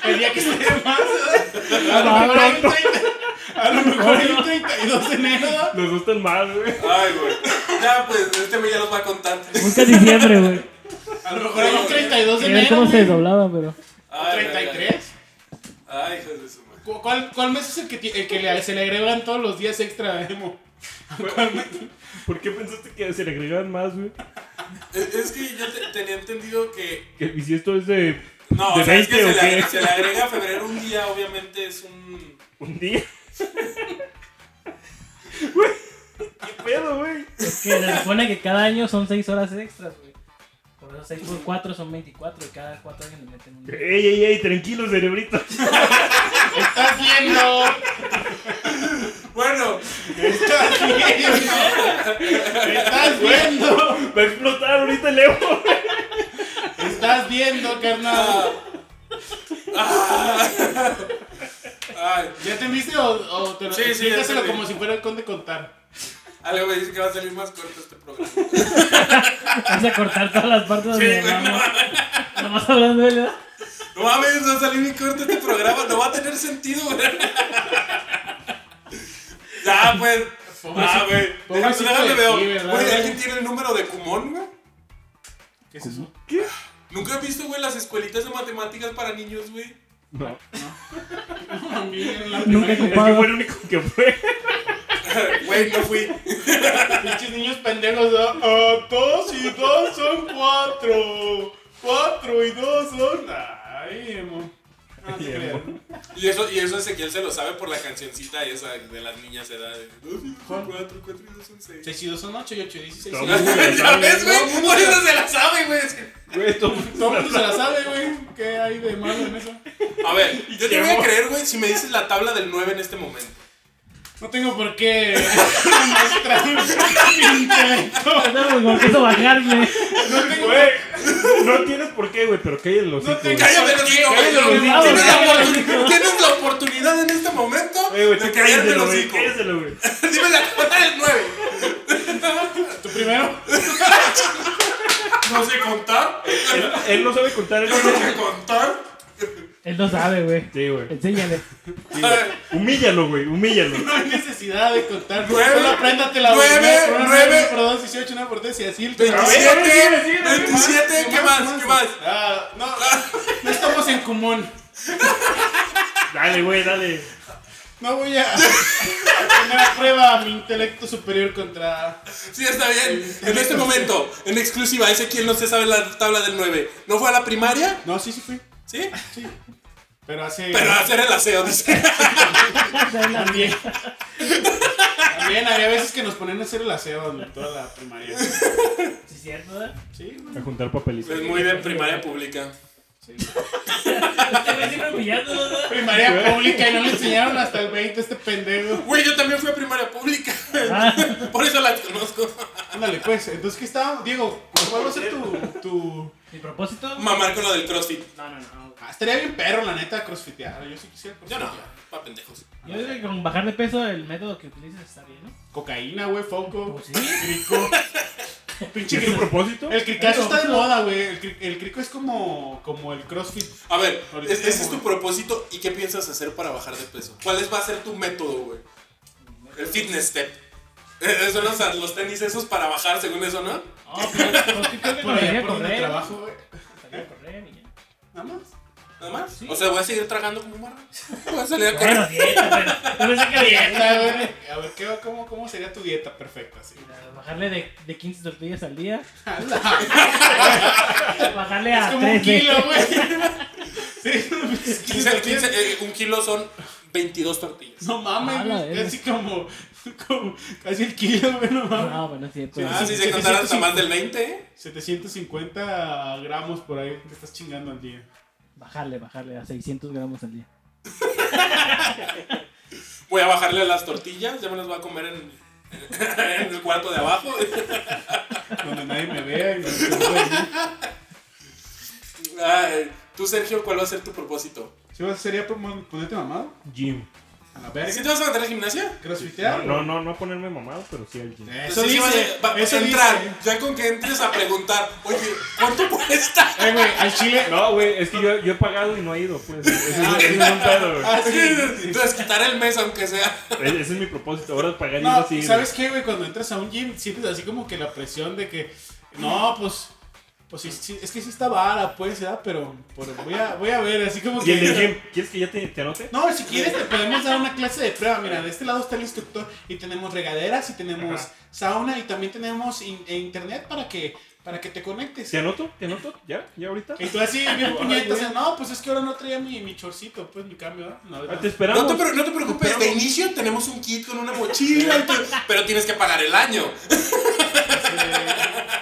S3: El día que esté de más. ¿verdad? A lo mejor hay un 30. A lo mejor hay un 32 de enero. ¿verdad?
S2: Los dos están mal, güey.
S1: Ay, güey. Ya, pues, este güey ya los va a contar.
S4: Nunca es diciembre, güey.
S3: *laughs* A lo mejor hay un 32 de
S4: Quería ver
S3: enero.
S4: cómo se
S3: güey.
S4: desdoblaba, pero.
S1: Ay, ay, ay.
S3: ¿33?
S1: Ay, hijos de su madre.
S3: ¿Cu- ¿Cuál, cuál mes es el que, ti- el que le- se le agregan todos los días extra, Emo? ¿Cuál mes?
S2: ¿Por qué pensaste que se le agregaban más, güey?
S1: Es es que yo te- tenía entendido que.
S2: Que- Y si esto es de.
S1: No,
S2: ¿De
S1: o sea, es que
S2: 20
S1: se
S2: o
S1: le, agrega,
S2: qué?
S1: se le agrega a febrero un día, obviamente es un.
S2: Un día. *laughs* Güey. ¿Qué pedo, güey?
S4: Es que se supone que cada año son 6 horas extras, güey. Por eso 6 por 4 son 24 y cada 4 años le meten
S2: *laughs*
S4: un día.
S2: Ey, ey, ey, tranquilo, cerebrito. *laughs*
S3: ¡Estás viendo!
S1: *laughs* Bueno,
S3: ¡Estás viendo! ¡Estás viendo!
S2: Va a explotar ahorita el ego.
S3: ¡Estás viendo, carnal!
S1: ah. Ah. Ay.
S3: ¿Ya te viste o, o te lo
S1: Sí, sí, ya te
S3: explícaselo
S1: vi.
S3: como si fuera el conde contar?
S1: Ale, güey, dice que va a salir más corto este
S2: *laughs*
S1: programa.
S2: Pues
S4: Vas a cortar todas las partes
S1: Sí,
S4: donde
S1: güey, no
S4: vamos. Nomás hablando de la.
S1: No mames, no salió ni corto este programa, no va a tener sentido, güey. Ya, pues. Ah,
S3: Pobrecito-
S1: güey. Déjame
S3: pobrecito
S1: déjame
S3: de
S1: veo.
S3: ti, ¿verdad,
S1: Güey,
S3: güey?
S1: ¿alguien tiene el número de Kumon, güey?
S3: ¿Qué es eso?
S1: Nunca he visto, güey, las escuelitas de matemáticas para niños, güey.
S2: No.
S3: También la
S4: Nunca he
S2: Es que
S4: ocupado.
S2: fue el único que fue.
S1: Güey, no fui.
S3: Pinches niños pendejos. ¿no? Ah, dos y dos son cuatro. Cuatro y dos son. Ay, emo. No te
S2: Ay, emo.
S3: creas.
S1: Y eso, y eso Ezequiel se lo sabe por la cancioncita esa de las niñas de edad. de Dos y dos son cuatro, cuatro y dos son seis.
S3: Seis y dos son ocho y ocho y dieciséis.
S2: Todo
S3: Todo
S2: el mundo se la
S1: *laughs* ¿Ya
S2: sabe.
S1: ves, güey? Por eso se la sabe, güey. Es que-
S2: Güey, todo- *laughs*
S3: el mundo se la sabe, güey. ¿Qué hay de malo en eso?
S1: A ver, yo te
S2: Qué
S1: voy a
S2: amor.
S1: creer, güey, si me dices la tabla del 9 en este momento.
S3: No tengo
S1: *laughs*
S3: por qué mostrar mi intelecto.
S4: No, no, empiezo a bajarme.
S3: No tengo
S2: Güey, no tienes por qué, güey, pero cállate los
S3: No
S2: hijos.
S3: te calles.
S1: Cállate, los hijos, güey.
S2: Cállate, los
S1: Tienes
S2: hijos.
S1: la
S4: Cállate,
S1: oportunidad- Tienes la oportunidad en este momento
S2: Güey, güey,
S1: de
S2: tú
S1: callarte
S2: cállenselo,
S1: los
S2: güey.
S1: hijos.
S2: Cállenselo, güey.
S1: *laughs* Dime la tabla del 9.
S3: ¿Tú primero?
S1: No sé contar.
S2: Él, él no sabe contar, él no
S1: No
S2: sabe.
S1: sé contar.
S4: Él no sabe, güey.
S2: Sí, güey.
S4: Enséñale.
S2: sí, güey.
S1: *laughs*
S2: Humíllalo, güey, humíllalo.
S3: No hay necesidad de contar.
S1: Nueve,
S3: Solo apréndate la
S1: nueve,
S3: voluntad, por una
S1: nueve.
S3: nueve, por dos, 18, una por tres y así el
S2: A ver,
S1: 27,
S2: síguele, síguele,
S1: 27, ¿qué más? ¿Qué más?
S3: Ah, no, *laughs* no estamos en común.
S2: Dale, güey, dale.
S3: No voy *laughs* a, a poner a prueba mi intelecto superior contra.
S1: Sí, está bien. En este momento, en exclusiva, ese quien no se sabe la tabla del 9. ¿No fue a la primaria?
S3: No, sí, sí fui.
S1: ¿Sí?
S3: Sí. Pero hace.
S1: Pero a hacer el aseo, dice.
S3: También. También había veces que nos ponían a hacer el aseo en toda la
S1: *laughs*
S3: primaria.
S4: Sí, es cierto, ¿verdad?
S3: Sí, güey.
S2: A juntar papelitos.
S1: Es muy de primaria pública.
S4: Este güey siempre humillando, ¿verdad?
S3: Primaria pública y no le enseñaron hasta el 20 este pendejo.
S1: Güey, yo también fui a primaria pública.
S4: Ah,
S1: *laughs* Por eso la conozco.
S3: Ándale, pues. Entonces, ¿qué está? Diego, ¿cuál va a ser tu. tu...
S4: ¿Mi propósito? No,
S1: Mamar con lo del crossfit.
S4: no, no.
S3: Ah, estaría bien perro, la neta, crossfitear. Yo sí quisiera
S1: Yo no,
S3: crossfitear.
S1: pa' pendejos.
S4: Yo digo que con bajar de peso el método que utilizas está bien, ¿no?
S3: Cocaína, güey, foco.
S4: Pues sí.
S3: Crico. Pinche
S2: ¿Es tu
S3: crico.
S2: propósito?
S3: El cricazo está de moda, güey. El, cri- el crico es como, como el crossfit.
S1: A ver,
S3: Ahorita
S1: es- ese es
S3: voy.
S1: tu propósito. ¿Y qué piensas hacer para bajar de peso? ¿Cuál es- va a ser tu método, güey? El fitness step. Eh, Son los, los tenis esos para bajar, según eso, ¿no?
S4: No, pero pero sí creo que
S3: Por allá
S4: contaría
S3: por donde
S4: correr.
S3: trabajo, güey.
S4: Contaría correr y ya.
S3: Nada más.
S1: Nada más.
S4: Sí.
S1: O sea, voy a seguir tragando como un marrón. *laughs* Voy a salir a correr.
S4: Bueno, dieta, bueno. Yo pensé que
S3: Dieta,
S4: dieta, güey.
S3: güey. A ver, ¿qué, cómo, ¿cómo sería tu dieta perfecta? *laughs* Sí.
S4: Mira, Bajarle de, de 15 tortillas al día.
S3: es
S4: Bajarle a
S3: como un
S4: 13.
S3: kilo, güey. *laughs* Sí, pues,
S1: 15, 15, eh, un kilo son 22 tortillas.
S3: No mames,
S4: Ah, la
S3: güey.
S4: verga.
S3: Casi como, como. Casi el kilo, güey, no mames.
S4: No, bueno, es cierto.
S3: Sí,
S1: Ah, si
S3: sí,
S1: se
S3: sí,
S1: contara
S3: sí,
S1: hasta
S3: sí.
S1: más del 20, ¿eh?
S3: 750 gramos por ahí te estás chingando al día.
S4: Bajarle, bajarle a 600 gramos al día.
S1: Voy a bajarle a las tortillas, ya me las voy a comer en, *laughs* en el cuarto de abajo. *laughs*
S3: Donde nadie me vea y me ¿no?
S1: Ay, tú, Sergio, ¿cuál va a ser tu propósito?
S3: ¿Sí vas- ¿Sería pon- ponerte mamado?
S2: Gym.
S3: A la
S1: ¿Sí
S3: verga.
S1: te vas a meter al gimnasia?
S3: ¿Crossfitear?
S2: No, no, no ponerme mamado, pero sí al gym.
S3: Eso
S1: Entonces, sí vas a-
S3: dice.
S1: va- vas a
S3: eso
S1: entrar,
S3: dice.
S1: ya con que entres a preguntar, oye, ¿cuánto *laughs* cuesta?
S3: Eh, güey, al
S2: *laughs*
S3: chile.
S2: No, güey, es que yo, yo he pagado y no he ido, pues. Ese es, ese es un pedo, güey.
S3: Ah, sí.
S1: *laughs* Entonces, quitar el mes, aunque sea.
S2: E- Ese es mi propósito. Ahora pagar y
S3: No,
S2: ir
S3: ¿sabes qué, güey? Cuando entras a un gym sientes así como que la presión de que. No, pues. Pues sí, sí, es que sí está vara, pues, ¿verdad? Pero, pero voy, a, voy a ver, así como
S2: Y
S3: que.
S2: el del gym, ¿quieres que ya te, te anote?
S3: No, si quieres te podemos dar una clase de prueba. Mira, de este lado está el instructor y tenemos regaderas y tenemos
S2: Ajá.
S3: sauna y también tenemos in- e internet para que para que te conectes.
S2: ¿Te anoto? ¿Te anoto? ¿Ya? ¿Ya ahorita?
S3: Y tú así bien puñetas,
S2: güey.
S3: no, pues es que ahora no traía mi, mi chorcito, pues mi cambio. ¿verdad? No,
S2: Ah, Te
S3: ¿verdad?
S1: No
S2: esperamos.
S1: te, pre- no te preocupes, de inicio tenemos un kit con una mochila, y todo, pero tienes que pagar el año.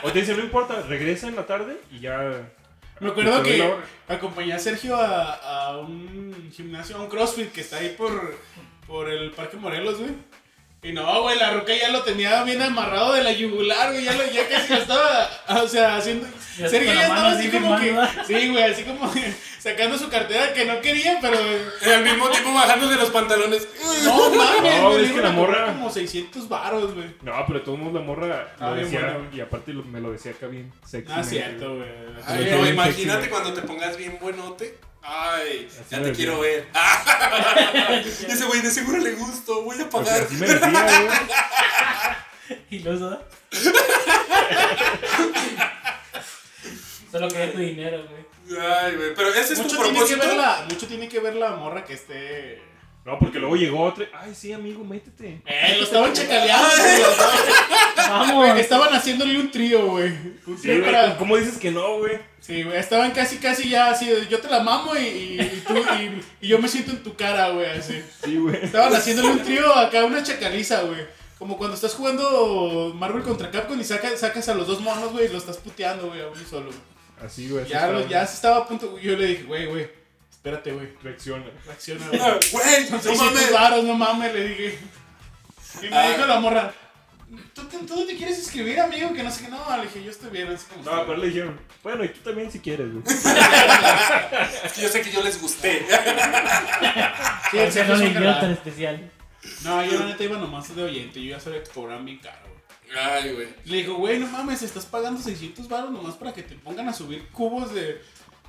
S2: O te dicen, no importa, regresa en la tarde y ya.
S3: Me acuerdo
S2: Te doy la
S3: que
S2: hora.
S3: acompañé a Sergio a, a un gimnasio, a un CrossFit que está ahí por, por el Parque Morelos, güey. Y no, güey, la roca ya lo tenía bien amarrado de la yugular, güey. Ya, lo, ya casi lo estaba, *laughs* o sea, haciendo.
S4: Ya
S3: Sergio
S4: con la
S3: ya estaba
S4: mano
S3: así
S4: así
S3: como que.
S4: firmando.
S3: Sí, güey, así como que *laughs* sacando su cartera que no quería, pero.
S1: Y al mismo tiempo bajándose los pantalones.
S3: No mames,
S2: No,
S3: güey,
S2: es
S3: le
S2: que la
S3: iban a cobrar
S2: morra-
S3: Como 600 varos, güey.
S2: No, pero de todos modos la morra
S3: Ah,
S2: lo
S3: bien
S2: decía.
S3: bueno.
S2: Y aparte lo- me lo decía acá bien sexy.
S3: Ah,
S2: me-
S3: cierto, güey.
S1: Ay,
S2: Sí,
S1: no,
S2: sí,
S1: imagínate
S2: sí.
S1: cuando te pongas bien buenote. Ay,
S2: Así
S1: ya
S2: me
S1: te
S2: decía.
S1: quiero ver. *laughs* Y ese güey de seguro le gustó, voy a
S2: O sea,
S1: pagar.
S2: así me decía, güey.
S4: Y luego, ¿verdad? *laughs* Solo quería tu dinero, güey.
S1: Ay, güey, pero ese es
S3: Mucho
S1: tu
S3: tiene, que
S1: propósito.
S3: ver la, mucho tiene que ver la morra que esté.
S2: No, porque luego llegó otra. Ay, sí, amigo, métete.
S3: Eh, lo estaban chacaleando. güey, lo estaban-
S4: Vamos.
S3: Estaban haciéndole un trío, güey. Un
S2: Sí,
S3: trío
S2: güey,
S3: para.
S2: ¿Cómo dices que no, güey?
S3: Sí, güey, estaban casi, casi ya así, de, yo te la mamo y, y, y tú, y, y yo me siento en tu cara, güey, así.
S2: Sí, güey.
S3: Estaban haciéndole un trío acá, una chacaliza, güey. Como cuando estás jugando Marvel contra Capcom y saca- sacas a los dos monos, güey, y los estás puteando, güey, a uno solo. güey.
S2: Así, güey. así
S3: Ya,
S2: estaba,
S3: lo- ya se estaba a punto, yo le dije, güey, güey, espérate, güey,
S2: Reacciona.
S3: reacciona, güey.
S1: Ah, *laughs* Güey, no
S3: Son
S1: mames.
S3: 600 varos, no mames, le dije. Y me
S1: Ah.
S3: dijo la morra, ¿Tú, te- tú te quieres inscribir, amigo? Que no sé qué, no, le dije, yo estoy bien, así como...
S2: No, pero le dijeron, bueno, y tú también si quieres,
S1: *laughs*
S2: güey.
S1: Es que yo sé que yo les gusté.
S3: Sí, el
S4: no
S3: Sergio es
S4: le
S3: un
S4: envió
S3: camarada.
S4: tan especial.
S3: No, yo la neta iba nomás de oyente, yo ya sabía que cobraban bien caro. güey.
S1: Ay, güey.
S3: Le digo, güey, no mames, estás pagando 600 baros nomás para que te pongan a subir cubos de...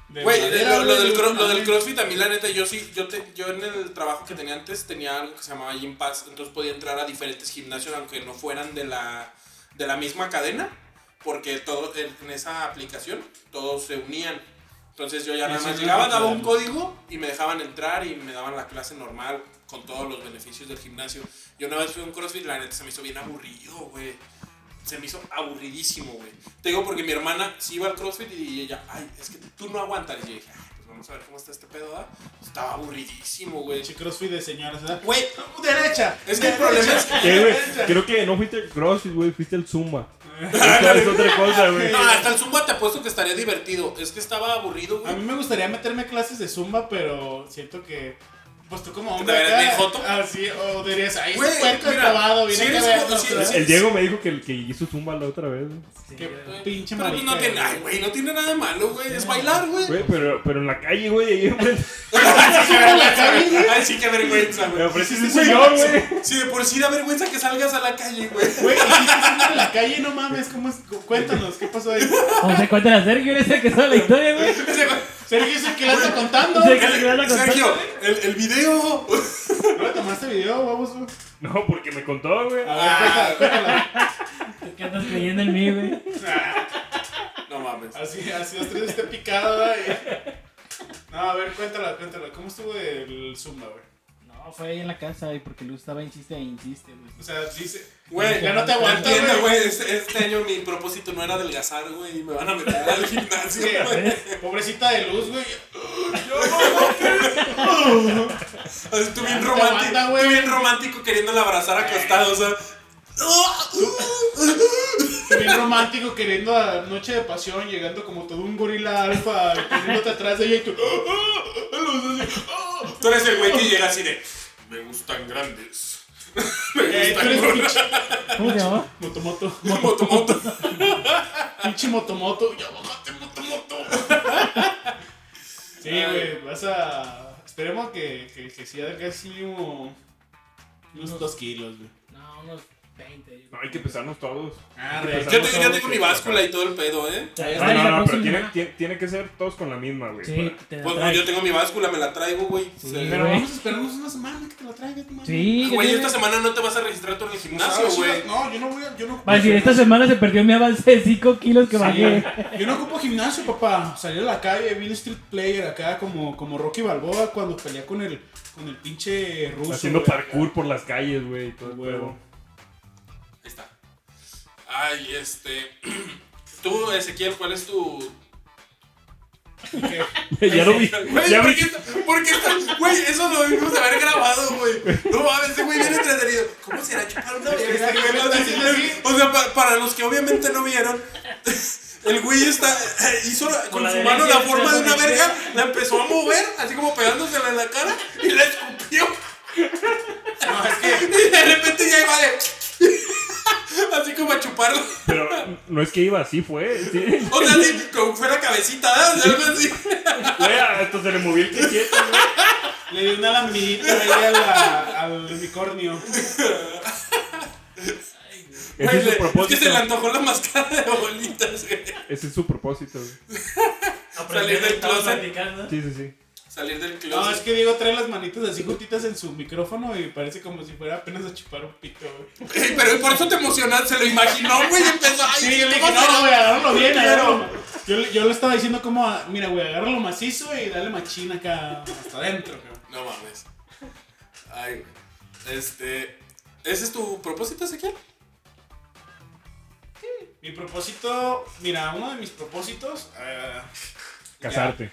S3: de
S1: Güey,
S3: madera,
S1: lo, lo
S3: güey,
S1: del,
S3: no
S1: cro- lo del
S3: mames.
S1: CrossFit a mí la neta, yo sí, yo, te- yo en el trabajo que tenía antes tenía algo que se llamaba Gym Pass, entonces podía entrar a diferentes gimnasios aunque no fueran de la, de la misma cadena, porque todo, en, en esa aplicación todos se unían. Entonces yo ya nada
S3: Eso
S1: más
S3: es
S1: llegaba,
S3: lo que
S1: daba un
S3: queremos.
S1: código y me dejaban entrar y me daban la clase normal con todos los beneficios del gimnasio. Yo una vez fui a un CrossFit, la neta se me hizo bien aburrido, güey se me hizo aburridísimo, güey. Te digo porque mi hermana sí iba al CrossFit y ella, ay, es que tú no aguantas. Y yo dije, ay, pues vamos a ver cómo está este pedo, ¿verdad? Estaba aburridísimo, güey.
S3: Pinche CrossFit de señoras, ¿verdad?
S1: Güey,
S3: ¡Derecha!
S1: es que el problema es que...
S2: ¿Qué, güey? Creo que no fuiste el CrossFit, güey, fuiste el Zumba. Esta
S1: Ándale.
S2: es otra cosa, güey.
S1: No, hasta el Zumba te apuesto que estaría divertido. Es que estaba aburrido,
S3: A mí
S1: güey.
S3: me gustaría meterme a clases de zumba, pero siento que. Pues tú como hombre.
S1: ¿Te verías
S3: acá,
S1: bien joto?
S3: Así, o dirías, ahí
S1: Güey,
S3: está puerco
S1: mira,
S3: acabado, viene
S1: si
S3: acá
S1: eres
S3: a ver,
S1: jo-
S3: no,
S1: si-
S3: pero-
S1: si-
S2: El Diego me dijo que el que hizo Zumba la otra vez, güey.
S4: Sí,
S3: Qué
S4: güey.
S3: pinche
S1: Pero pues
S3: marica.
S1: no tiene, ay, güey, no tiene nada de malo, güey. Es bailar, güey. *laughs*
S2: Güey, pero, pero en la calle, güey, ahí enfrente.
S1: Ay, sí, qué vergüenza,
S2: Me
S1: güey.
S2: ofreciste un señor, güey.
S1: Sí, de por sí da vergüenza que salgas a la calle, güey.
S3: Güey, hiciste zumba en la calle, no mames, ¿cómo es? Cu- Cuéntanos, ¿qué pasó ahí?
S4: O sea, cuéntale a Sergio, eres el que sabe la historia, güey.
S3: Sergio es el que la está contando.
S4: Sí.
S1: Sergio, el, el video.
S3: ¿No le tomaste este video, vamos? güey?
S2: No, porque me contó, güey.
S1: Ah.
S3: A ver, cuéntala, cuéntala.
S4: ¿Qué andas creyendo en mí, güey?
S1: No mames.
S3: Ah, Así, así los tres esté picada. Y... No, a ver, cuéntala, cuéntala. ¿Cómo estuvo el zumba, güey?
S4: No, fue ahí en la casa, güey, porque Luz estaba insiste e insiste, güey.
S3: O sea, dice.
S1: Güey,
S3: Ya no te aguanto,
S1: Entiendo, güey, este, este año mi propósito no era adelgazar, güey, y me van a meter al gimnasio,
S3: Sí,
S1: güey.
S3: Pobrecita de luz, güey.
S1: Así, Tú bien
S3: te
S1: romántico,
S3: aguanta, güey.
S1: tú bien romántico queriéndola abrazar acostado, o sea. ¡ah!
S3: Bien romántico queriendo a Noche de Pasión, llegando como todo un gorila alfa, poniéndote atrás de ella y tú. ¡ah, ah, luz", así, "ah".
S1: Tú eres el güey que llega así de, me gustan grandes. Me
S3: Eh, tú
S1: gustan
S3: eres
S1: grandes.
S3: pinche
S4: ¿Cómo se llamaba?
S3: motomoto.
S1: Moto, moto.
S3: Pinche motomoto. Ya bájate, motomoto. Sí, güey, vas a. Esperemos que, que, que sí adelgaces mínimo. Unos dos kilos, güey.
S4: No, unos 20. yo
S2: No,
S4: creo.
S2: hay que pesarnos todos.
S3: Ah,
S2: re.
S1: Yo, te- yo tengo mi báscula y todo el pedo, ¿eh?
S4: Te
S2: No,
S4: traes Ah, la
S2: no, no, pero
S4: próxima.
S2: tiene, tiene, tiene que ser todos con la misma, güey.
S4: Sí, te la
S1: Pues no,
S4: traes.
S1: yo tengo mi báscula, me la traigo, güey.
S4: Sí,
S1: O sea,
S3: Pero
S4: güey.
S3: vamos a esperarnos una semana que te la traigas, no mames.
S4: Sí,
S1: Güey,
S4: yo
S1: esta
S4: te-
S1: semana no te vas a registrar tú en el gimnasio,
S3: ¿Sabes?
S1: güey.
S3: No, yo no voy a. Yo no,
S4: Va a decir, esta semana se perdió mi avance de 5 kilos
S1: *laughs*
S4: que bajé.
S3: Yo no ocupo gimnasio, papá. Salí a la calle, vi un street player acá como, como Rocky Balboa cuando pelea con el, con el pinche ruso.
S2: Haciendo
S3: güey,
S2: parkour por las calles, güey, y todo el
S3: Huevo.
S2: huevo.
S1: Ahí está. Ay, este. *clears throat* Tú, Ezequiel, ¿cuál es tu.
S3: acá. Que-
S2: *laughs* ya lo vi.
S1: Güey,
S2: Ya
S1: ¿por
S2: vi.
S1: qué está- ¿por qué está- Güey, eso lo debimos de haber grabado, güey. No mames, ese güey viene entretenido. ¿Cómo será chupar una verga, güey?
S3: me está haciendo así.
S1: O sea, pa- para los que obviamente no vieron. El güey está, eh, hizo la- con
S4: la
S1: su
S4: derecha,
S1: mano la
S4: sí,
S1: forma de
S4: sí,
S1: una
S4: sí.
S1: verga, la empezó a mover, así como pegándosela en la cara, y la escupió.
S3: No, es que.
S1: Y de repente ya iba de. Así como a chuparla.
S2: Pero no es que iba así, fue. sí.
S1: O sea, así, como fuera cabecita, ¿verdad? O sea, algo así.
S2: Güey, hasta se le movió el quillete, güey.
S3: Le di una lambidita ahí a la- al unicornio.
S1: Güey,
S2: Ese es
S1: le-
S2: su propósito.
S1: que se le antojó la máscara de bolitas, güey.
S2: Ese es su propósito, güey.
S1: Salir del
S4: Estamos
S1: closet.
S4: platicando.
S2: Sí, sí, sí.
S1: Salir del closet.
S3: No, es que Diego trae las manitas así juntitas en su micrófono y parece como si fuera apenas a chupar un pito, güey.
S1: *laughs* Ey, Pero por eso te emocionaste, se lo imaginó, güey, y empezó. Ay,
S3: Sí, yo le
S1: ¿cómo
S3: dije, no,
S1: será?
S3: güey, agárralo bien,
S1: Claro.
S3: agárralo. Yo, le- yo le estaba diciendo como, a- mira, güey, agárralo macizo y dale machina acá hasta adentro, cabrón.
S1: No mames. Ay, güey. Este. ¿Ese es tu propósito, Ezequiel?
S3: Mi propósito, mira, uno de mis propósitos, eh,
S2: Casarte.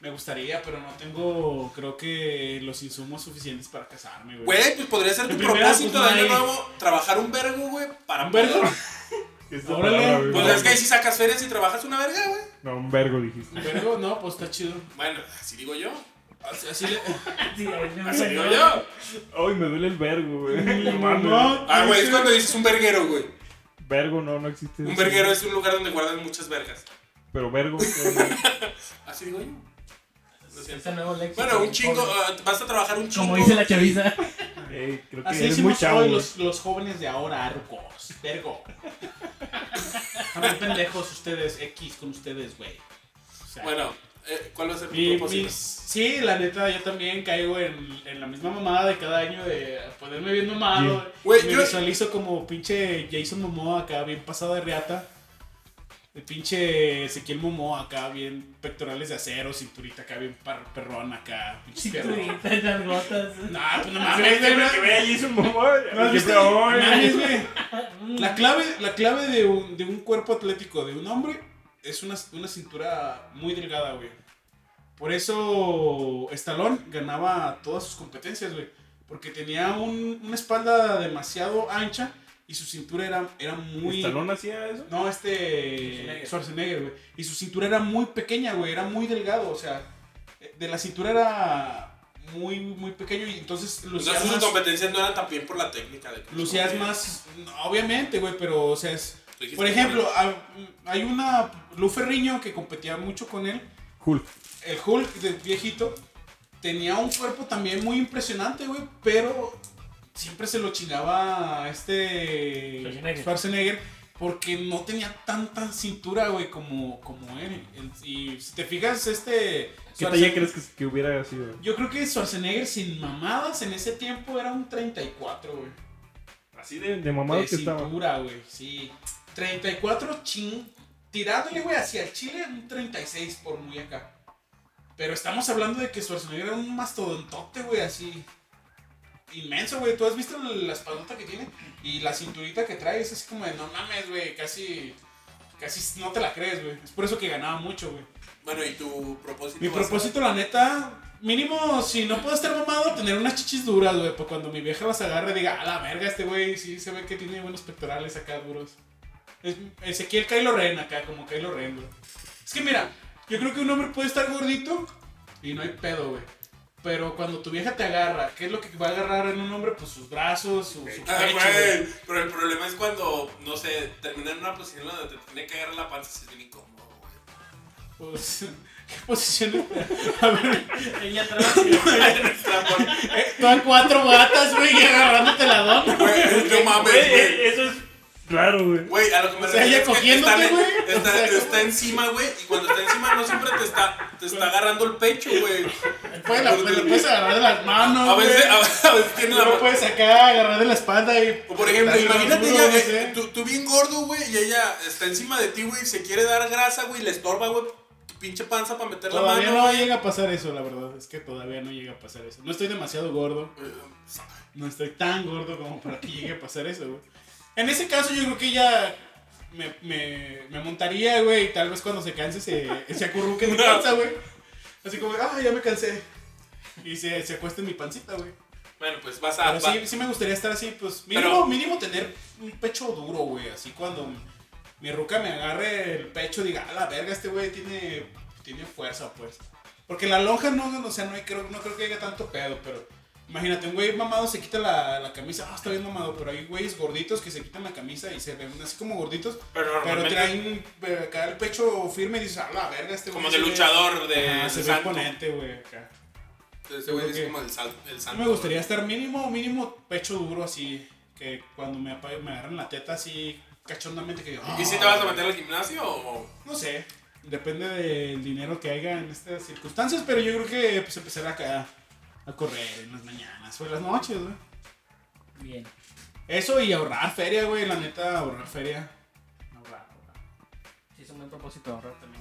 S3: me gustaría, pero no tengo, creo que, los insumos suficientes para casarme, güey.
S1: Güey, pues podría ser
S3: De
S1: tu
S3: primera,
S1: propósito de
S3: pues,
S1: año
S3: no hay.
S1: nuevo trabajar un vergo, güey, para
S3: ¿Un vergo?
S1: poder-
S2: Es la
S3: Órale.
S2: palabra, güey.
S1: Pues es que ahí sí sacas ferias y trabajas una verga, güey.
S2: No, un vergo dijiste.
S3: ¿Un vergo? No, pues está chido.
S1: Bueno, así digo yo.
S3: Así, así le...
S4: Sí, ahí no,
S1: Así digo
S4: no.
S1: yo.
S2: Ay, me duele el vergo, güey. No mames.
S3: No,
S1: Ah, güey, es cuando dices un verguero, güey.
S2: Vergo no, no existe.
S1: Un
S2: eso.
S1: verguero es un lugar donde guardan muchas vergas.
S2: Pero vergo. ¿qué?
S1: Así digo yo. Lo
S4: Ese
S1: siento.
S4: nuevo léxico.
S1: Bueno, un chingo. ah, vas a trabajar un chingo.
S4: Como dice la chaviza.
S1: *laughs*
S4: *laughs*
S2: Ey, creo que eres
S3: Así
S2: muy
S3: decimos
S2: chavo.
S3: hoy
S2: güey.
S3: los, los jóvenes de ahora, arcos, vergo. También pendejos ustedes, X con ustedes, güey. O sea,
S1: Bueno, eh, ¿cuál va a ser tu
S3: mi-
S1: propósito?
S3: mis- sí, la neta, yo también caigo en, en la misma mamada de cada año de ponerme bien mamado.
S2: Sí.
S3: Güey,
S1: Güey,
S3: me
S1: yo-
S3: visualizo como pinche Jason Momoa acá, bien pasado de riata. El pinche Ezequiel Momoa acá, bien pectorales de acero, cinturita acá, bien par- perrón acá. pinche perrón.
S4: Cinturita, *laughs* largotas.
S3: No, pues no
S2: Ah,
S3: mames, güey,
S2: güey,
S3: no-
S2: que ve allí su mamá.
S3: ¿No has
S2: Yo
S3: visto?
S2: creo, güey.
S3: Mames, güey. *laughs* La clave, la clave de, un, de un cuerpo atlético de un hombre es una, una cintura muy delgada, güey. Por eso Stallone ganaba todas sus competencias, güey. Porque tenía un- una espalda demasiado ancha y su cintura era, era muy...
S2: ¿Estalón Pues, hacía eso?
S3: No, este...
S4: Schwarzenegger.
S3: Schwarzenegger, güey. Y su cintura era muy pequeña, güey. Era muy delgado, o sea... eh, De la cintura era muy, muy pequeño y entonces... lucía
S1: Entonces sus
S3: más-
S1: competencias no eran también por la técnica de
S3: Lucías más, obviamente, güey, pero, o sea, es-
S1: Tú dijiste
S3: por ejemplo, a- hay una, Lu Ferriño, que competía mucho con él,
S2: Hulk.
S3: el Hulk de viejito, tenía un cuerpo también muy impresionante, güey, pero siempre se lo chingaba a este
S4: Schwarzenegger.
S3: Schwarzenegger porque no tenía tanta cintura, güey, como, como él. El- Y si te fijas, este...
S2: ¿Qué
S3: Schwarzenegger-
S2: talla crees que, que hubiera sido?
S3: Yo creo que Schwarzenegger sin mamadas en ese tiempo era un 34, güey.
S2: Así de, de mamado
S3: de
S2: que estaba.
S3: cintura, güey, sí. 34 ching. Tirándole, güey, hacia el Chile, un 36 por muy acá. Pero estamos hablando de que Schwarzenegger era un mastodontote, güey, así. Inmenso, güey. Tú has visto la espaldota que tiene y la cinturita que trae. Es así como de no mames, güey. Casi. Casi no te la crees, güey. Es por eso que ganaba mucho, güey.
S1: Bueno, ¿y tu propósito?
S3: Mi
S1: va a ser-
S3: propósito, la neta, mínimo, si no puedo estar mamado, tener unas chichis duras, güey. Para cuando mi vieja las agarre, diga, a la verga, este güey, sí se ve que tiene buenos pectorales acá duros. Es Ezequiel Kylo Ren acá, como Kylo Ren, güey. Es que mira, yo creo que un hombre puede estar gordito y no hay pedo, güey. Pero cuando tu vieja te agarra, ¿qué es lo que va a agarrar en un hombre? Pues sus brazos, su, su
S1: Ah,
S3: pecho, güey.
S1: güey. Pero el problema es cuando, no sé, termina en una posición donde te tiene que agarrar la panza, si es bien incómodo, güey.
S3: Pues, *laughs* ¿qué posición? *laughs* A ver,
S1: *laughs*
S4: Ella trabaja.
S3: eh, tú a cuatro gatas, güey, y agarrándote la dona.
S1: Güey, no mames,
S2: Güey,
S1: güey.
S2: eh, eso es raro, güey.
S1: Güey, a lo que me
S3: O sea, ella
S1: es que
S3: cogiéndote,
S1: está-
S3: güey.
S1: Está,
S3: O sea,
S1: está
S3: ¿cómo?
S1: encima, güey, y cuando está encima no siempre te está, te está agarrando el pecho, güey.
S3: Pues la, pues, la puedes agarrar de las manos.
S1: A veces,
S3: güey.
S1: a, a veces tiene
S3: No
S1: la...
S3: lo puedes acá agarrar de la espalda y.
S1: O por ejemplo,
S3: Dale,
S1: imagínate
S3: duro,
S1: ella,
S3: no
S1: eh,
S3: sé.
S1: tú, tú bien gordo, güey, y ella está encima de ti, güey, y se quiere dar grasa, güey, y le estorba, güey, tu pinche panza para meter la
S3: Todavía
S1: mano.
S3: no llega a pasar eso, la verdad. Es que todavía no llega a pasar eso. No estoy demasiado gordo.
S1: Eh,
S3: No estoy tan gordo como para que llegue a pasar eso, güey. En ese caso, yo creo que ella me, me, me montaría, güey. Y tal vez cuando se canse se, se acurruque en mi panza, güey. Así como, ah, ya me cansé. Y se, se acuesta en mi pancita, güey.
S1: Bueno, pues vas a...
S3: Pero
S1: va-
S3: sí, sí me gustaría estar así, pues mínimo,
S1: Pero-
S3: mínimo tener un pecho duro, güey. Así cuando mi ruca me agarre el pecho, diga, a la verga, este güey tiene, tiene fuerza, pues. Porque la lonja no, o sea, no, hay- creo, no creo que haya tanto pedo, pero imagínate, un güey mamado se quita la, la camisa, ah, está bien mamado, pero hay güeyes gorditos que se quitan la camisa y se ven así como gorditos,
S1: Pero
S3: pero
S1: normalmente
S3: traen eh, acá el pecho firme y dices, a la verga, este güey.
S1: como de
S3: se ve-
S1: luchador, de,
S3: Ajá,
S1: de
S3: se ve
S1: santo.
S3: imponente, güey, acá.
S1: Ese güey es
S3: Creo que-
S1: como el, sal, el
S3: A
S1: santo.
S3: mí me gustaría estar mínimo, mínimo pecho duro así, que cuando me, apa- me agarren la teta así cachondamente que digo,
S1: güey. ¿Y si te vas a meter al gimnasio o...?
S3: No sé, depende del dinero que haya en estas circunstancias, pero yo creo que pues empezar acá a correr en las mañanas o en las noches, güey.
S4: Bien.
S3: Eso y ahorrar feria, güey, la neta, ahorrar feria. Ahorrar, ahorrar.
S4: Sí, un buen propósito ahorrar
S1: *laughs*
S4: también.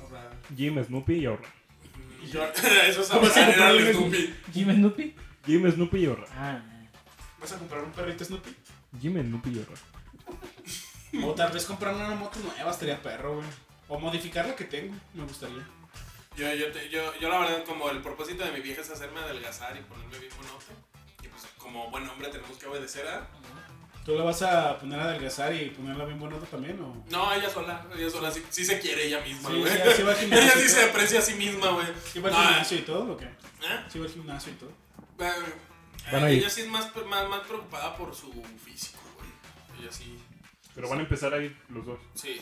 S2: Jim, Snoopy y ahorrar.
S1: Y *laughs* yo- Eso
S3: *laughs*
S1: es
S3: ¿Cómo se
S1: ahorrar,
S3: compró
S1: era
S3: el
S1: el
S3: Snoopy?
S1: Snoopy.
S4: ¿Jim Snoopy?
S2: Jim, Snoopy y ahorrar.
S4: Ah,
S3: ¿Vas a comprar un perrito Snoopy?
S2: Jim, Snoopy y ahorrar.
S3: *laughs* O tal vez comprar una moto nueva estaría perro, güey. O modificar la que tengo, me gustaría.
S1: Yo, yo, te- yo, yo la verdad, como el propósito de mi vieja es hacerme adelgazar y ponerme bien bonote. Y pues como buen hombre tenemos que obedecer a...
S3: ¿Tú la vas a poner a adelgazar y ponerla bien bonita también o...?
S1: No, ella sola, ella sola sí, sí se quiere ella misma,
S3: Sí,
S1: güey.
S3: sí, sí va al
S1: *laughs*
S3: gimnasio.
S1: ella sí se aprecia a sí misma, güey.
S3: ¿Sí va al
S1: Ah,
S3: gimnasio y todo o qué?
S1: ¿eh?
S3: ¿Sí va al gimnasio y todo?
S1: Bueno,
S2: Van a
S1: eh,
S2: ir.
S1: ella sí es más, más, más preocupada por su físico, güey. Ella sí,
S2: Pero van a empezar ahí los dos.
S1: sí.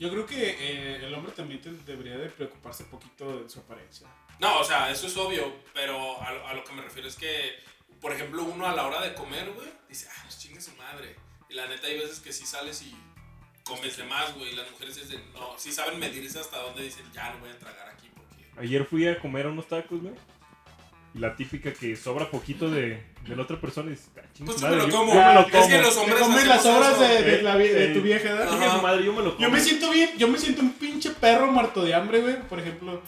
S3: Yo creo que eh, el hombre también te- debería de preocuparse poquito de su apariencia.
S1: No, o sea, eso es obvio, pero a lo, a lo que me refiero es que, por ejemplo, uno a la hora de comer, güey, dice, ah, pues chingue su madre. Y la neta, hay veces que sí sales y comes de más, güey. Y las mujeres es de, no, sí saben medirse hasta dónde dicen, ya no voy a tragar aquí porque.
S2: Ayer fui a comer a unos tacos, güey. Y la típica que sobra poquito de, de la otra persona. y dices, "Ah, chinga
S1: Pues
S2: su
S1: me
S2: madre,
S1: lo
S2: yo-
S1: como.
S2: yo me lo
S1: Es que
S2: como".
S1: los
S3: Te
S1: hombres.
S3: comes las
S1: hacemos
S3: obras
S1: eso. Ah.
S3: de, de la vi- de
S2: Eh,
S3: tu vieja edad.
S2: Chinga su madre, yo me lo como.
S3: Yo me siento bien, yo me siento un pinche perro muerto de hambre, güey. Por ejemplo,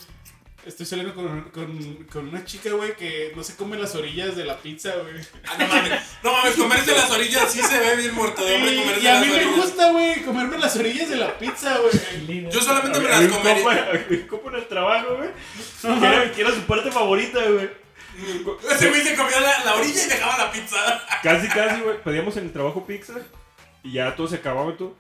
S3: estoy saliendo con, con, con una chica, güey, que no se come las orillas de la pizza, güey.
S1: Ah, no mames. No mames, comerse las orillas sí se ve bien muerto de hambre.
S3: Y,
S1: comerse
S3: y a
S1: las
S3: mí me
S1: orillas.
S3: gusta, güey, comerme las orillas de la pizza, güey.
S4: líder.
S1: Yo solamente me
S2: A mí
S1: las
S2: un compa- *laughs*
S1: comería.
S2: a mí un compa en el trabajo,
S1: *laughs*
S2: güey. Que era, que era su parte favorita, güey.
S1: Ese güey se comía la, la orilla y dejaba la pizza.
S2: Casi, casi, güey. Pedíamos en el trabajo pizza y ya todo se acababa y todo.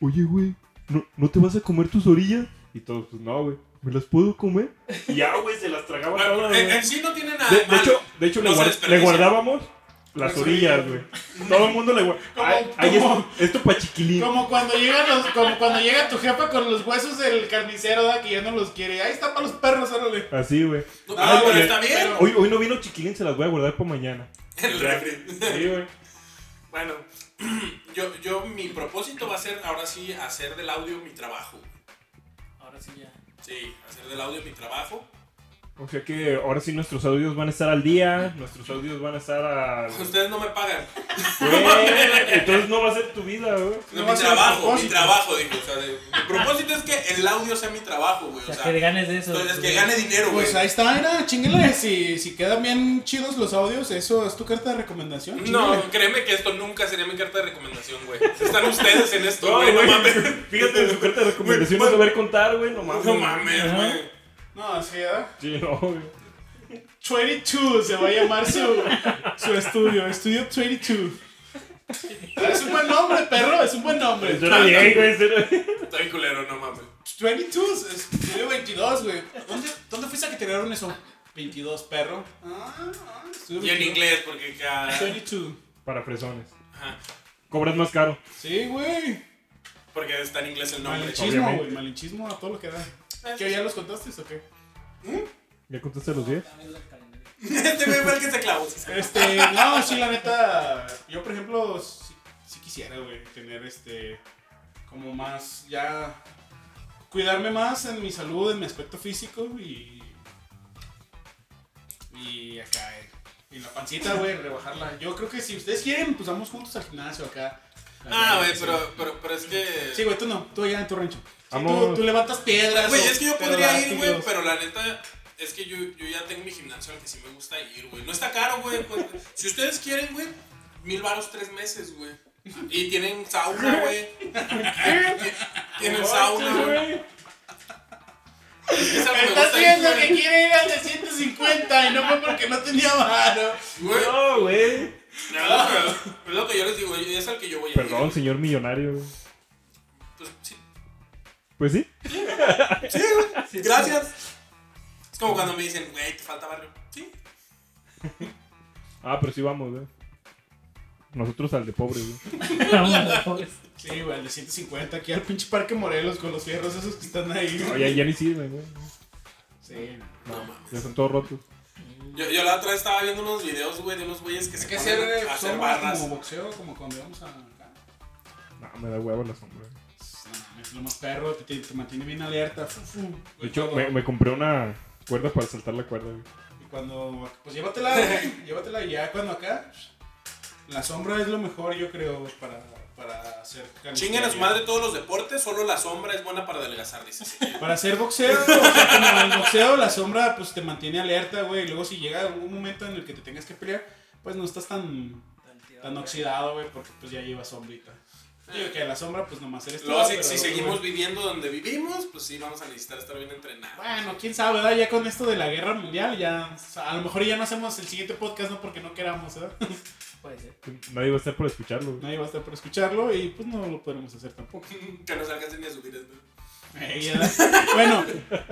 S2: Oye, güey, ¿no, ¿no te vas a comer tus orillas? Y todos, pues no, güey. ¿Me las puedo comer? Y ya, güey, se las tragaba
S1: Bueno,
S2: todas,
S1: en,
S2: güey.
S1: en sí no tiene nada
S2: De,
S1: de
S2: de
S1: Ah, malo.
S2: hecho, de hecho
S1: No
S2: le,
S1: se
S2: guar-
S1: desperdicia.
S2: le guardábamos las
S1: Las
S2: orillas, güey. Todo el mundo le
S3: Como-
S2: guardaba. Ahí es,
S3: como-
S2: esto para chiquilín.
S3: Como cuando llegan los, como cuando llega tu jefa con los huesos del carnicero, da que ya no los quiere. Ahí está para los perros, órale.
S2: Así, güey.
S1: No,
S3: Ah,
S1: pero
S2: güey,
S1: está bien.
S2: Hoy, hoy no vino chiquilín, se las voy a guardar para mañana.
S1: En el refri.
S2: Sí, güey.
S1: Bueno, *clears throat* yo, yo, mi propósito va a ser ahora sí hacer del audio mi trabajo.
S4: Ahora sí ya.
S1: Sí, hacer del audio mi trabajo.
S2: O sea que ahora sí nuestros audios van a estar al día, nuestros audios van a estar a...
S1: Ustedes no me pagan.
S2: Güey, entonces no va a ser tu vida, güey.
S1: No,
S3: No va a
S1: mi
S3: ser el
S1: trabajo, mi
S3: propósito.
S1: trabajo, digo. O sea, de- mi propósito es que el audio sea mi trabajo, güey.
S4: O
S1: O
S4: sea,
S1: sea,
S4: que ganes de eso.
S1: entonces
S4: tú,
S1: que
S4: güey.
S1: gane dinero, güey.
S3: Pues ahí está, era, chingale. Si, si quedan bien chidos los audios, eso es tu carta de recomendación.
S1: No,
S3: chíngale.
S1: créeme que esto nunca sería mi carta de recomendación, güey. Están ustedes en esto,
S2: No,
S1: güey. No
S2: güey,
S1: mames.
S2: Fíjate, su carta de recomendación no saber contar, güey, no mames.
S1: No mames, güey.
S3: No, así era.
S2: Sí, no, güey.
S3: 22 se va a llamar su, su estudio, Estudio 22. Es un buen nombre, perro, es un buen nombre.
S2: Suena bien, güey, suena bien.
S1: Está bien culero, no mames.
S3: 22, es Estudio 22, güey. ¿Dónde, ¿Dónde fuiste a que te grabaron eso? 22, perro. Ah, ah, estudio
S1: Y en
S3: 22.
S1: inglés, porque cada.
S3: 22.
S2: Para fresones.
S1: Ajá,
S2: Cobras más caro.
S3: Sí, güey.
S1: Porque está en inglés el nombre.
S3: Malinchismo,
S2: obviamente.
S3: güey. Malinchismo a todo lo que da. ¿Que ya los contaste o qué?
S2: ¿Ya contaste los 10?
S4: A ver, el
S1: *laughs*
S4: calendario.
S1: Este güey fue el que se clavó.
S3: Este, no, sí, la neta. Yo, por ejemplo, sí, sí quisiera, güey, tener este. Como más, ya. Cuidarme más en mi salud, en mi aspecto físico y. Y acá, eh, Y la pancita, güey, rebajarla. Yo creo que si ustedes quieren, pues vamos juntos al gimnasio acá.
S1: Ah, güey, pero, pero, pero es que.
S3: Sí, güey, tú no, tú allá en tu rancho. Sí, tú,
S2: Vamos.
S3: tú levantas piedras.
S1: Güey,
S3: o
S1: es que yo
S3: te
S1: podría
S3: das
S1: ir,
S3: tiros.
S1: güey, pero la neta es que yo, yo ya tengo mi gimnasio al que sí me gusta ir, güey. No está caro, güey. pues, si ustedes quieren, güey, mil varos tres meses, güey. Y tienen sauna, güey. Tienen sauna, güey. Es algo que me
S3: Estás
S1: gusta ir,
S3: viendo
S1: güey.
S3: que quiere ir al de 150 y no fue porque no tenía varo.
S1: Güey,
S2: No, güey.
S1: no, pero es lo que yo les digo, güey, es al que yo voy a
S2: Perdón,
S1: ir.
S2: señor millonario, güey.
S1: Pues, sí.
S2: Pues sí.
S1: Gracias. Es como cuando me dicen, güey, te falta barrio. Sí.
S2: Ah, pero sí vamos, güey. Nosotros al de pobres, güey.
S4: *laughs* Vámonos, pues. pobres.
S3: Sí, güey, al de 150, aquí al pinche Parque Morelos con los fierros esos que están ahí.
S2: No,
S3: güey.
S2: ya, ya ni sirven, güey.
S3: Sí.
S1: No mames.
S2: Ya son todos rotos.
S1: Yo, yo la otra vez estaba viendo unos videos, güey, de unos güeyes que se
S3: que
S1: ponen
S3: hacer,
S1: a hacer barras.
S3: como boxeo, como cuando íbamos a acá.
S2: No, me da huevo la sombra.
S3: No mames, lo más perro, te, te- te mantiene bien alerta. fu, fu.
S2: De hecho, me, me compré una cuerda para saltar la cuerda, güey.
S3: Y cuando. Pues *laughs* llévatela, güey, llévatela y ya cuando acá. La sombra es lo mejor, yo creo, para, para hacer calistenia.
S1: Chinguen a su madre todos los deportes, solo la sombra es buena para adelgazar,
S3: *laughs*
S1: dice.
S3: Para hacer boxeo, *laughs* o sea, como el boxeo, la sombra pues te mantiene alerta, güey. Y luego si llega un momento en el que te tengas que pelear, pues no estás tan, tan oxidado, güey, porque pues ya llevas sombrita. Digo que a la sombra pues nomás eres
S1: Luego,
S3: tú,
S1: si,
S3: pero,
S1: si
S3: güey,
S1: seguimos viviendo donde vivimos, pues sí, vamos a necesitar estar bien entrenados.
S3: Bueno, quién sabe, ¿verdad? Ya con esto de la guerra mundial, ya. o sea, a lo mejor ya no hacemos el siguiente podcast, no porque no queramos, ¿verdad? Pues,
S4: Puede ser.
S2: Nadie va a estar por escucharlo, güey.
S3: Nadie va a estar por escucharlo y pues no lo podremos hacer tampoco.
S1: que no se alcancen ni a subir esto.
S3: Ey, ¿verdad? bueno,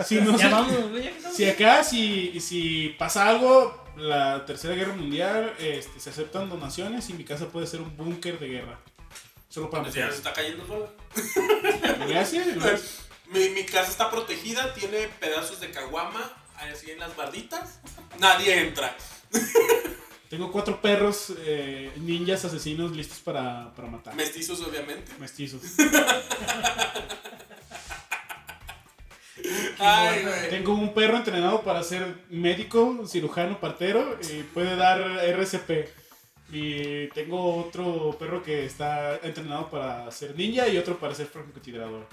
S3: si no
S4: Ya
S3: se-
S4: vamos, güey, ya que estamos.
S3: Si acá, si, si pasa algo, la Tercera Guerra Mundial, este, se aceptan donaciones y mi casa puede ser un búnker de guerra. Solo para
S1: Pues ya se
S3: mujeres.
S1: está cayendo sola.
S3: Gracias.
S1: *laughs*
S3: gracias.
S1: Mi, mi casa está protegida, tiene pedazos de caguama así en las barditas. Nadie entra.
S3: Tengo cuatro perros eh, ninjas asesinos listos para, para matar.
S1: Mestizos, obviamente.
S3: Mestizos.
S1: *laughs* Ay, güey.
S3: Tengo un perro entrenado para ser médico, cirujano, partero y puede dar RCP. Y tengo otro perro que está entrenado para ser ninja y otro para ser francotirador.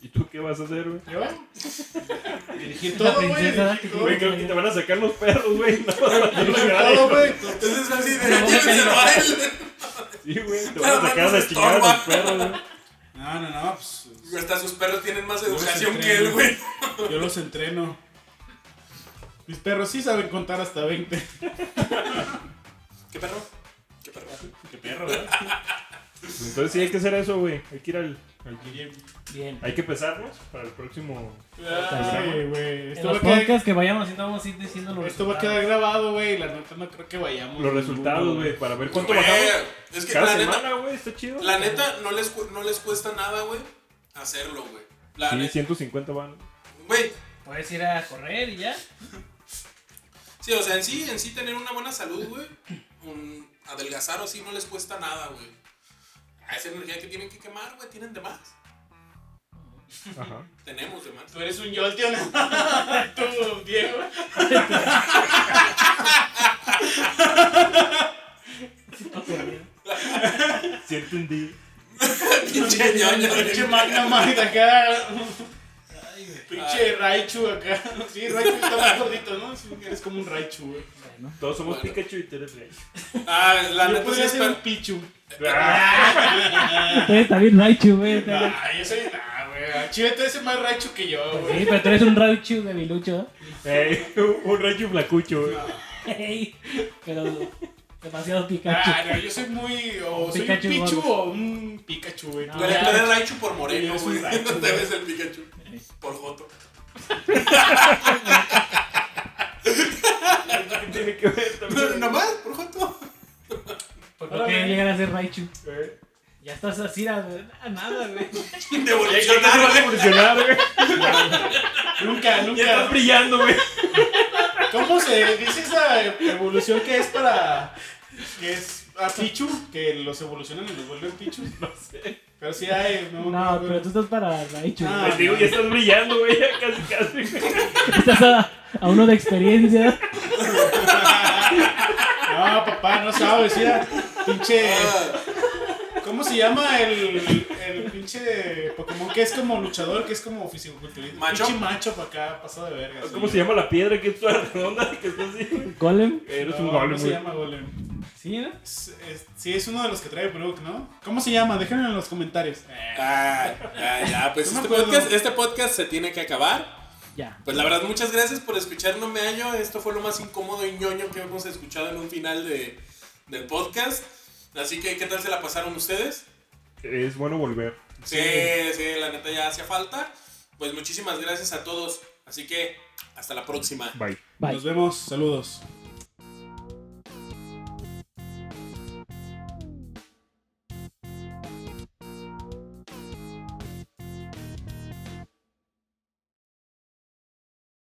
S2: ¿Y tú qué vas a hacer, güey?
S1: *laughs*
S3: ¿Ya ven? Dirigir todo,
S4: La
S3: güey.
S4: princesa.
S3: dirigir todo.
S2: Güey, creo que te van a sacar los perros, güey. No, no, no,
S3: Dirigir
S2: no,
S3: todo, güey.
S1: Entonces, así de.
S4: No, no,
S1: llévenselo
S4: no.
S1: a él.
S2: Sí, güey, te van a sacar las chingadas los perros, güey.
S3: No, no, no, pues
S1: Hasta sus perros tienen más
S3: Luego se
S1: educación que
S3: entrenan.
S1: él, güey.
S3: yo los entreno. Mis perros sí saben contar hasta 20.
S1: ¿Qué perro? ¿Qué perro?
S3: Qué perro, ¿verdad?
S2: Entonces sí hay que hacer eso, güey. Hay que ir al, al gym.
S4: Bien.
S2: Hay que pesarnos para el próximo.
S3: Ay, güey.
S4: En
S3: Esto, va
S4: los
S3: a quedar-
S4: podcasts que vayamos haciendo vamos a ir diciendo los
S3: esto va a quedar grabado, güey. La neta no creo que vayamos.
S2: Los resultados,
S3: Ninguno,
S2: güey, para ver cuánto
S1: Güey,
S2: bajamos.
S1: Es que la
S2: Cada
S1: neta,
S2: semana, güey, está chido.
S1: la neta no, les, cu- no les cuesta nada, güey, hacerlo, güey. La
S2: Sí,
S1: neta.
S2: 150 van.
S1: Güey,
S4: Puedes ir a correr y ya.
S1: Sí, o sea, en sí, en sí tener una buena salud, güey. un- adelgazar o así no les cuesta nada, güey. A esa energía que tienen que quemar, güey, tienen de más.
S2: Ajá.
S1: Tenemos de más.
S3: *laughs* Tú eres un yoltio, ¿no? Tú, Diego.
S2: Sí entendí.
S1: Pinche ñoño, güey.
S3: *laughs* Pinche Magna Mind acá.
S4: Ay, güey.
S3: Pinche Raichu acá. *laughs* Sí, Raichu está más gordito, ¿no? Sí, eres como un Raichu, güey.
S4: Bueno.
S2: Todos somos
S1: Bueno.
S2: Pikachu y tú eres Rey.
S1: Ah, la
S3: Yo
S1: neta sí
S3: podría ser un
S1: espero.
S3: Pichu.
S4: Ustedes también Raichu, güey. Sí,
S3: Ah, yo soy. Ah, güey. al Chile, tú eres más Raichu que yo, güey.
S4: pero tú eres un Raichu de Bilucho.
S2: Ey, un- un Raichu flacucho, *laughs* güey.
S4: Ey, Pero demasiado Pikachu.
S3: Ah, no, yo soy muy. O soy
S4: Pikachu,
S3: un Pichu
S4: vamos.
S3: o un Pikachu, güey.
S4: No,
S1: Tú eres, tú eres Raichu por moreno,
S3: Eres un
S1: güey. *laughs*
S3: Raichu,
S1: No te
S3: güey.
S1: ves el Pikachu. Por
S3: *laughs*
S1: Joto.
S2: ¿Qué tiene que ver también?
S1: Nomás, por
S3: *laughs*
S1: Joto.
S4: ¿Por
S3: Pues
S2: Ahora
S4: qué
S2: bien.
S4: llegan a ser Raichu?
S2: Eh,
S4: Ya estás así, a, a nada, güey.
S1: De
S2: te
S1: evolucionar,
S2: vas a
S1: güey.
S2: evolucionar, güey.
S3: Nunca,
S2: Ya estás
S3: nunca.
S2: brillando, *laughs* güey.
S3: ¿Cómo se dice esa evolución que es para. que es a Pichu? Que los evolucionan y los vuelven Pichu.
S2: No sé.
S3: Pero sí hay. No,
S4: No, pero tú estás para Raichu.
S3: Ah,
S4: güey.
S2: Te digo, ya estás brillando, güey. ya Casi, casi.
S4: Estás a, a uno de experiencia.
S3: *laughs* No, papá, no sabes, mira. Pinche.
S1: Ah,
S3: ¿Cómo se llama el, el pinche Pokémon que es como luchador, que es como fisicoculturista?
S1: ¿Macho?
S3: Pinche macho para acá, pasado de verga.
S2: ¿Cómo se llama la piedra que es toda redonda? Que está así.
S4: Golem.
S2: Eres un golem,
S3: No se
S2: güey.
S3: llama golem.
S4: Sí, ¿no?
S3: Es- es- sí, es uno de los que trae Brook, ¿no? ¿Cómo se llama? Déjenlo en los comentarios.
S2: Eh.
S1: ah, ya, ya, pues
S3: No me
S1: este
S3: acuerdo.
S1: podcast, este podcast se tiene que acabar.
S4: Ya.
S1: Pues la verdad, muchas gracias por escuchar No Me Hallo. Esto fue lo más incómodo y ñoño que hemos escuchado en un final de, del podcast. Así que, ¿qué tal se la pasaron ustedes?
S2: Es bueno volver.
S1: Sí, sí, la neta ya hacía falta. Pues muchísimas gracias a todos. Así que, hasta la próxima.
S2: Bye.
S4: Bye.
S3: Nos vemos, saludos.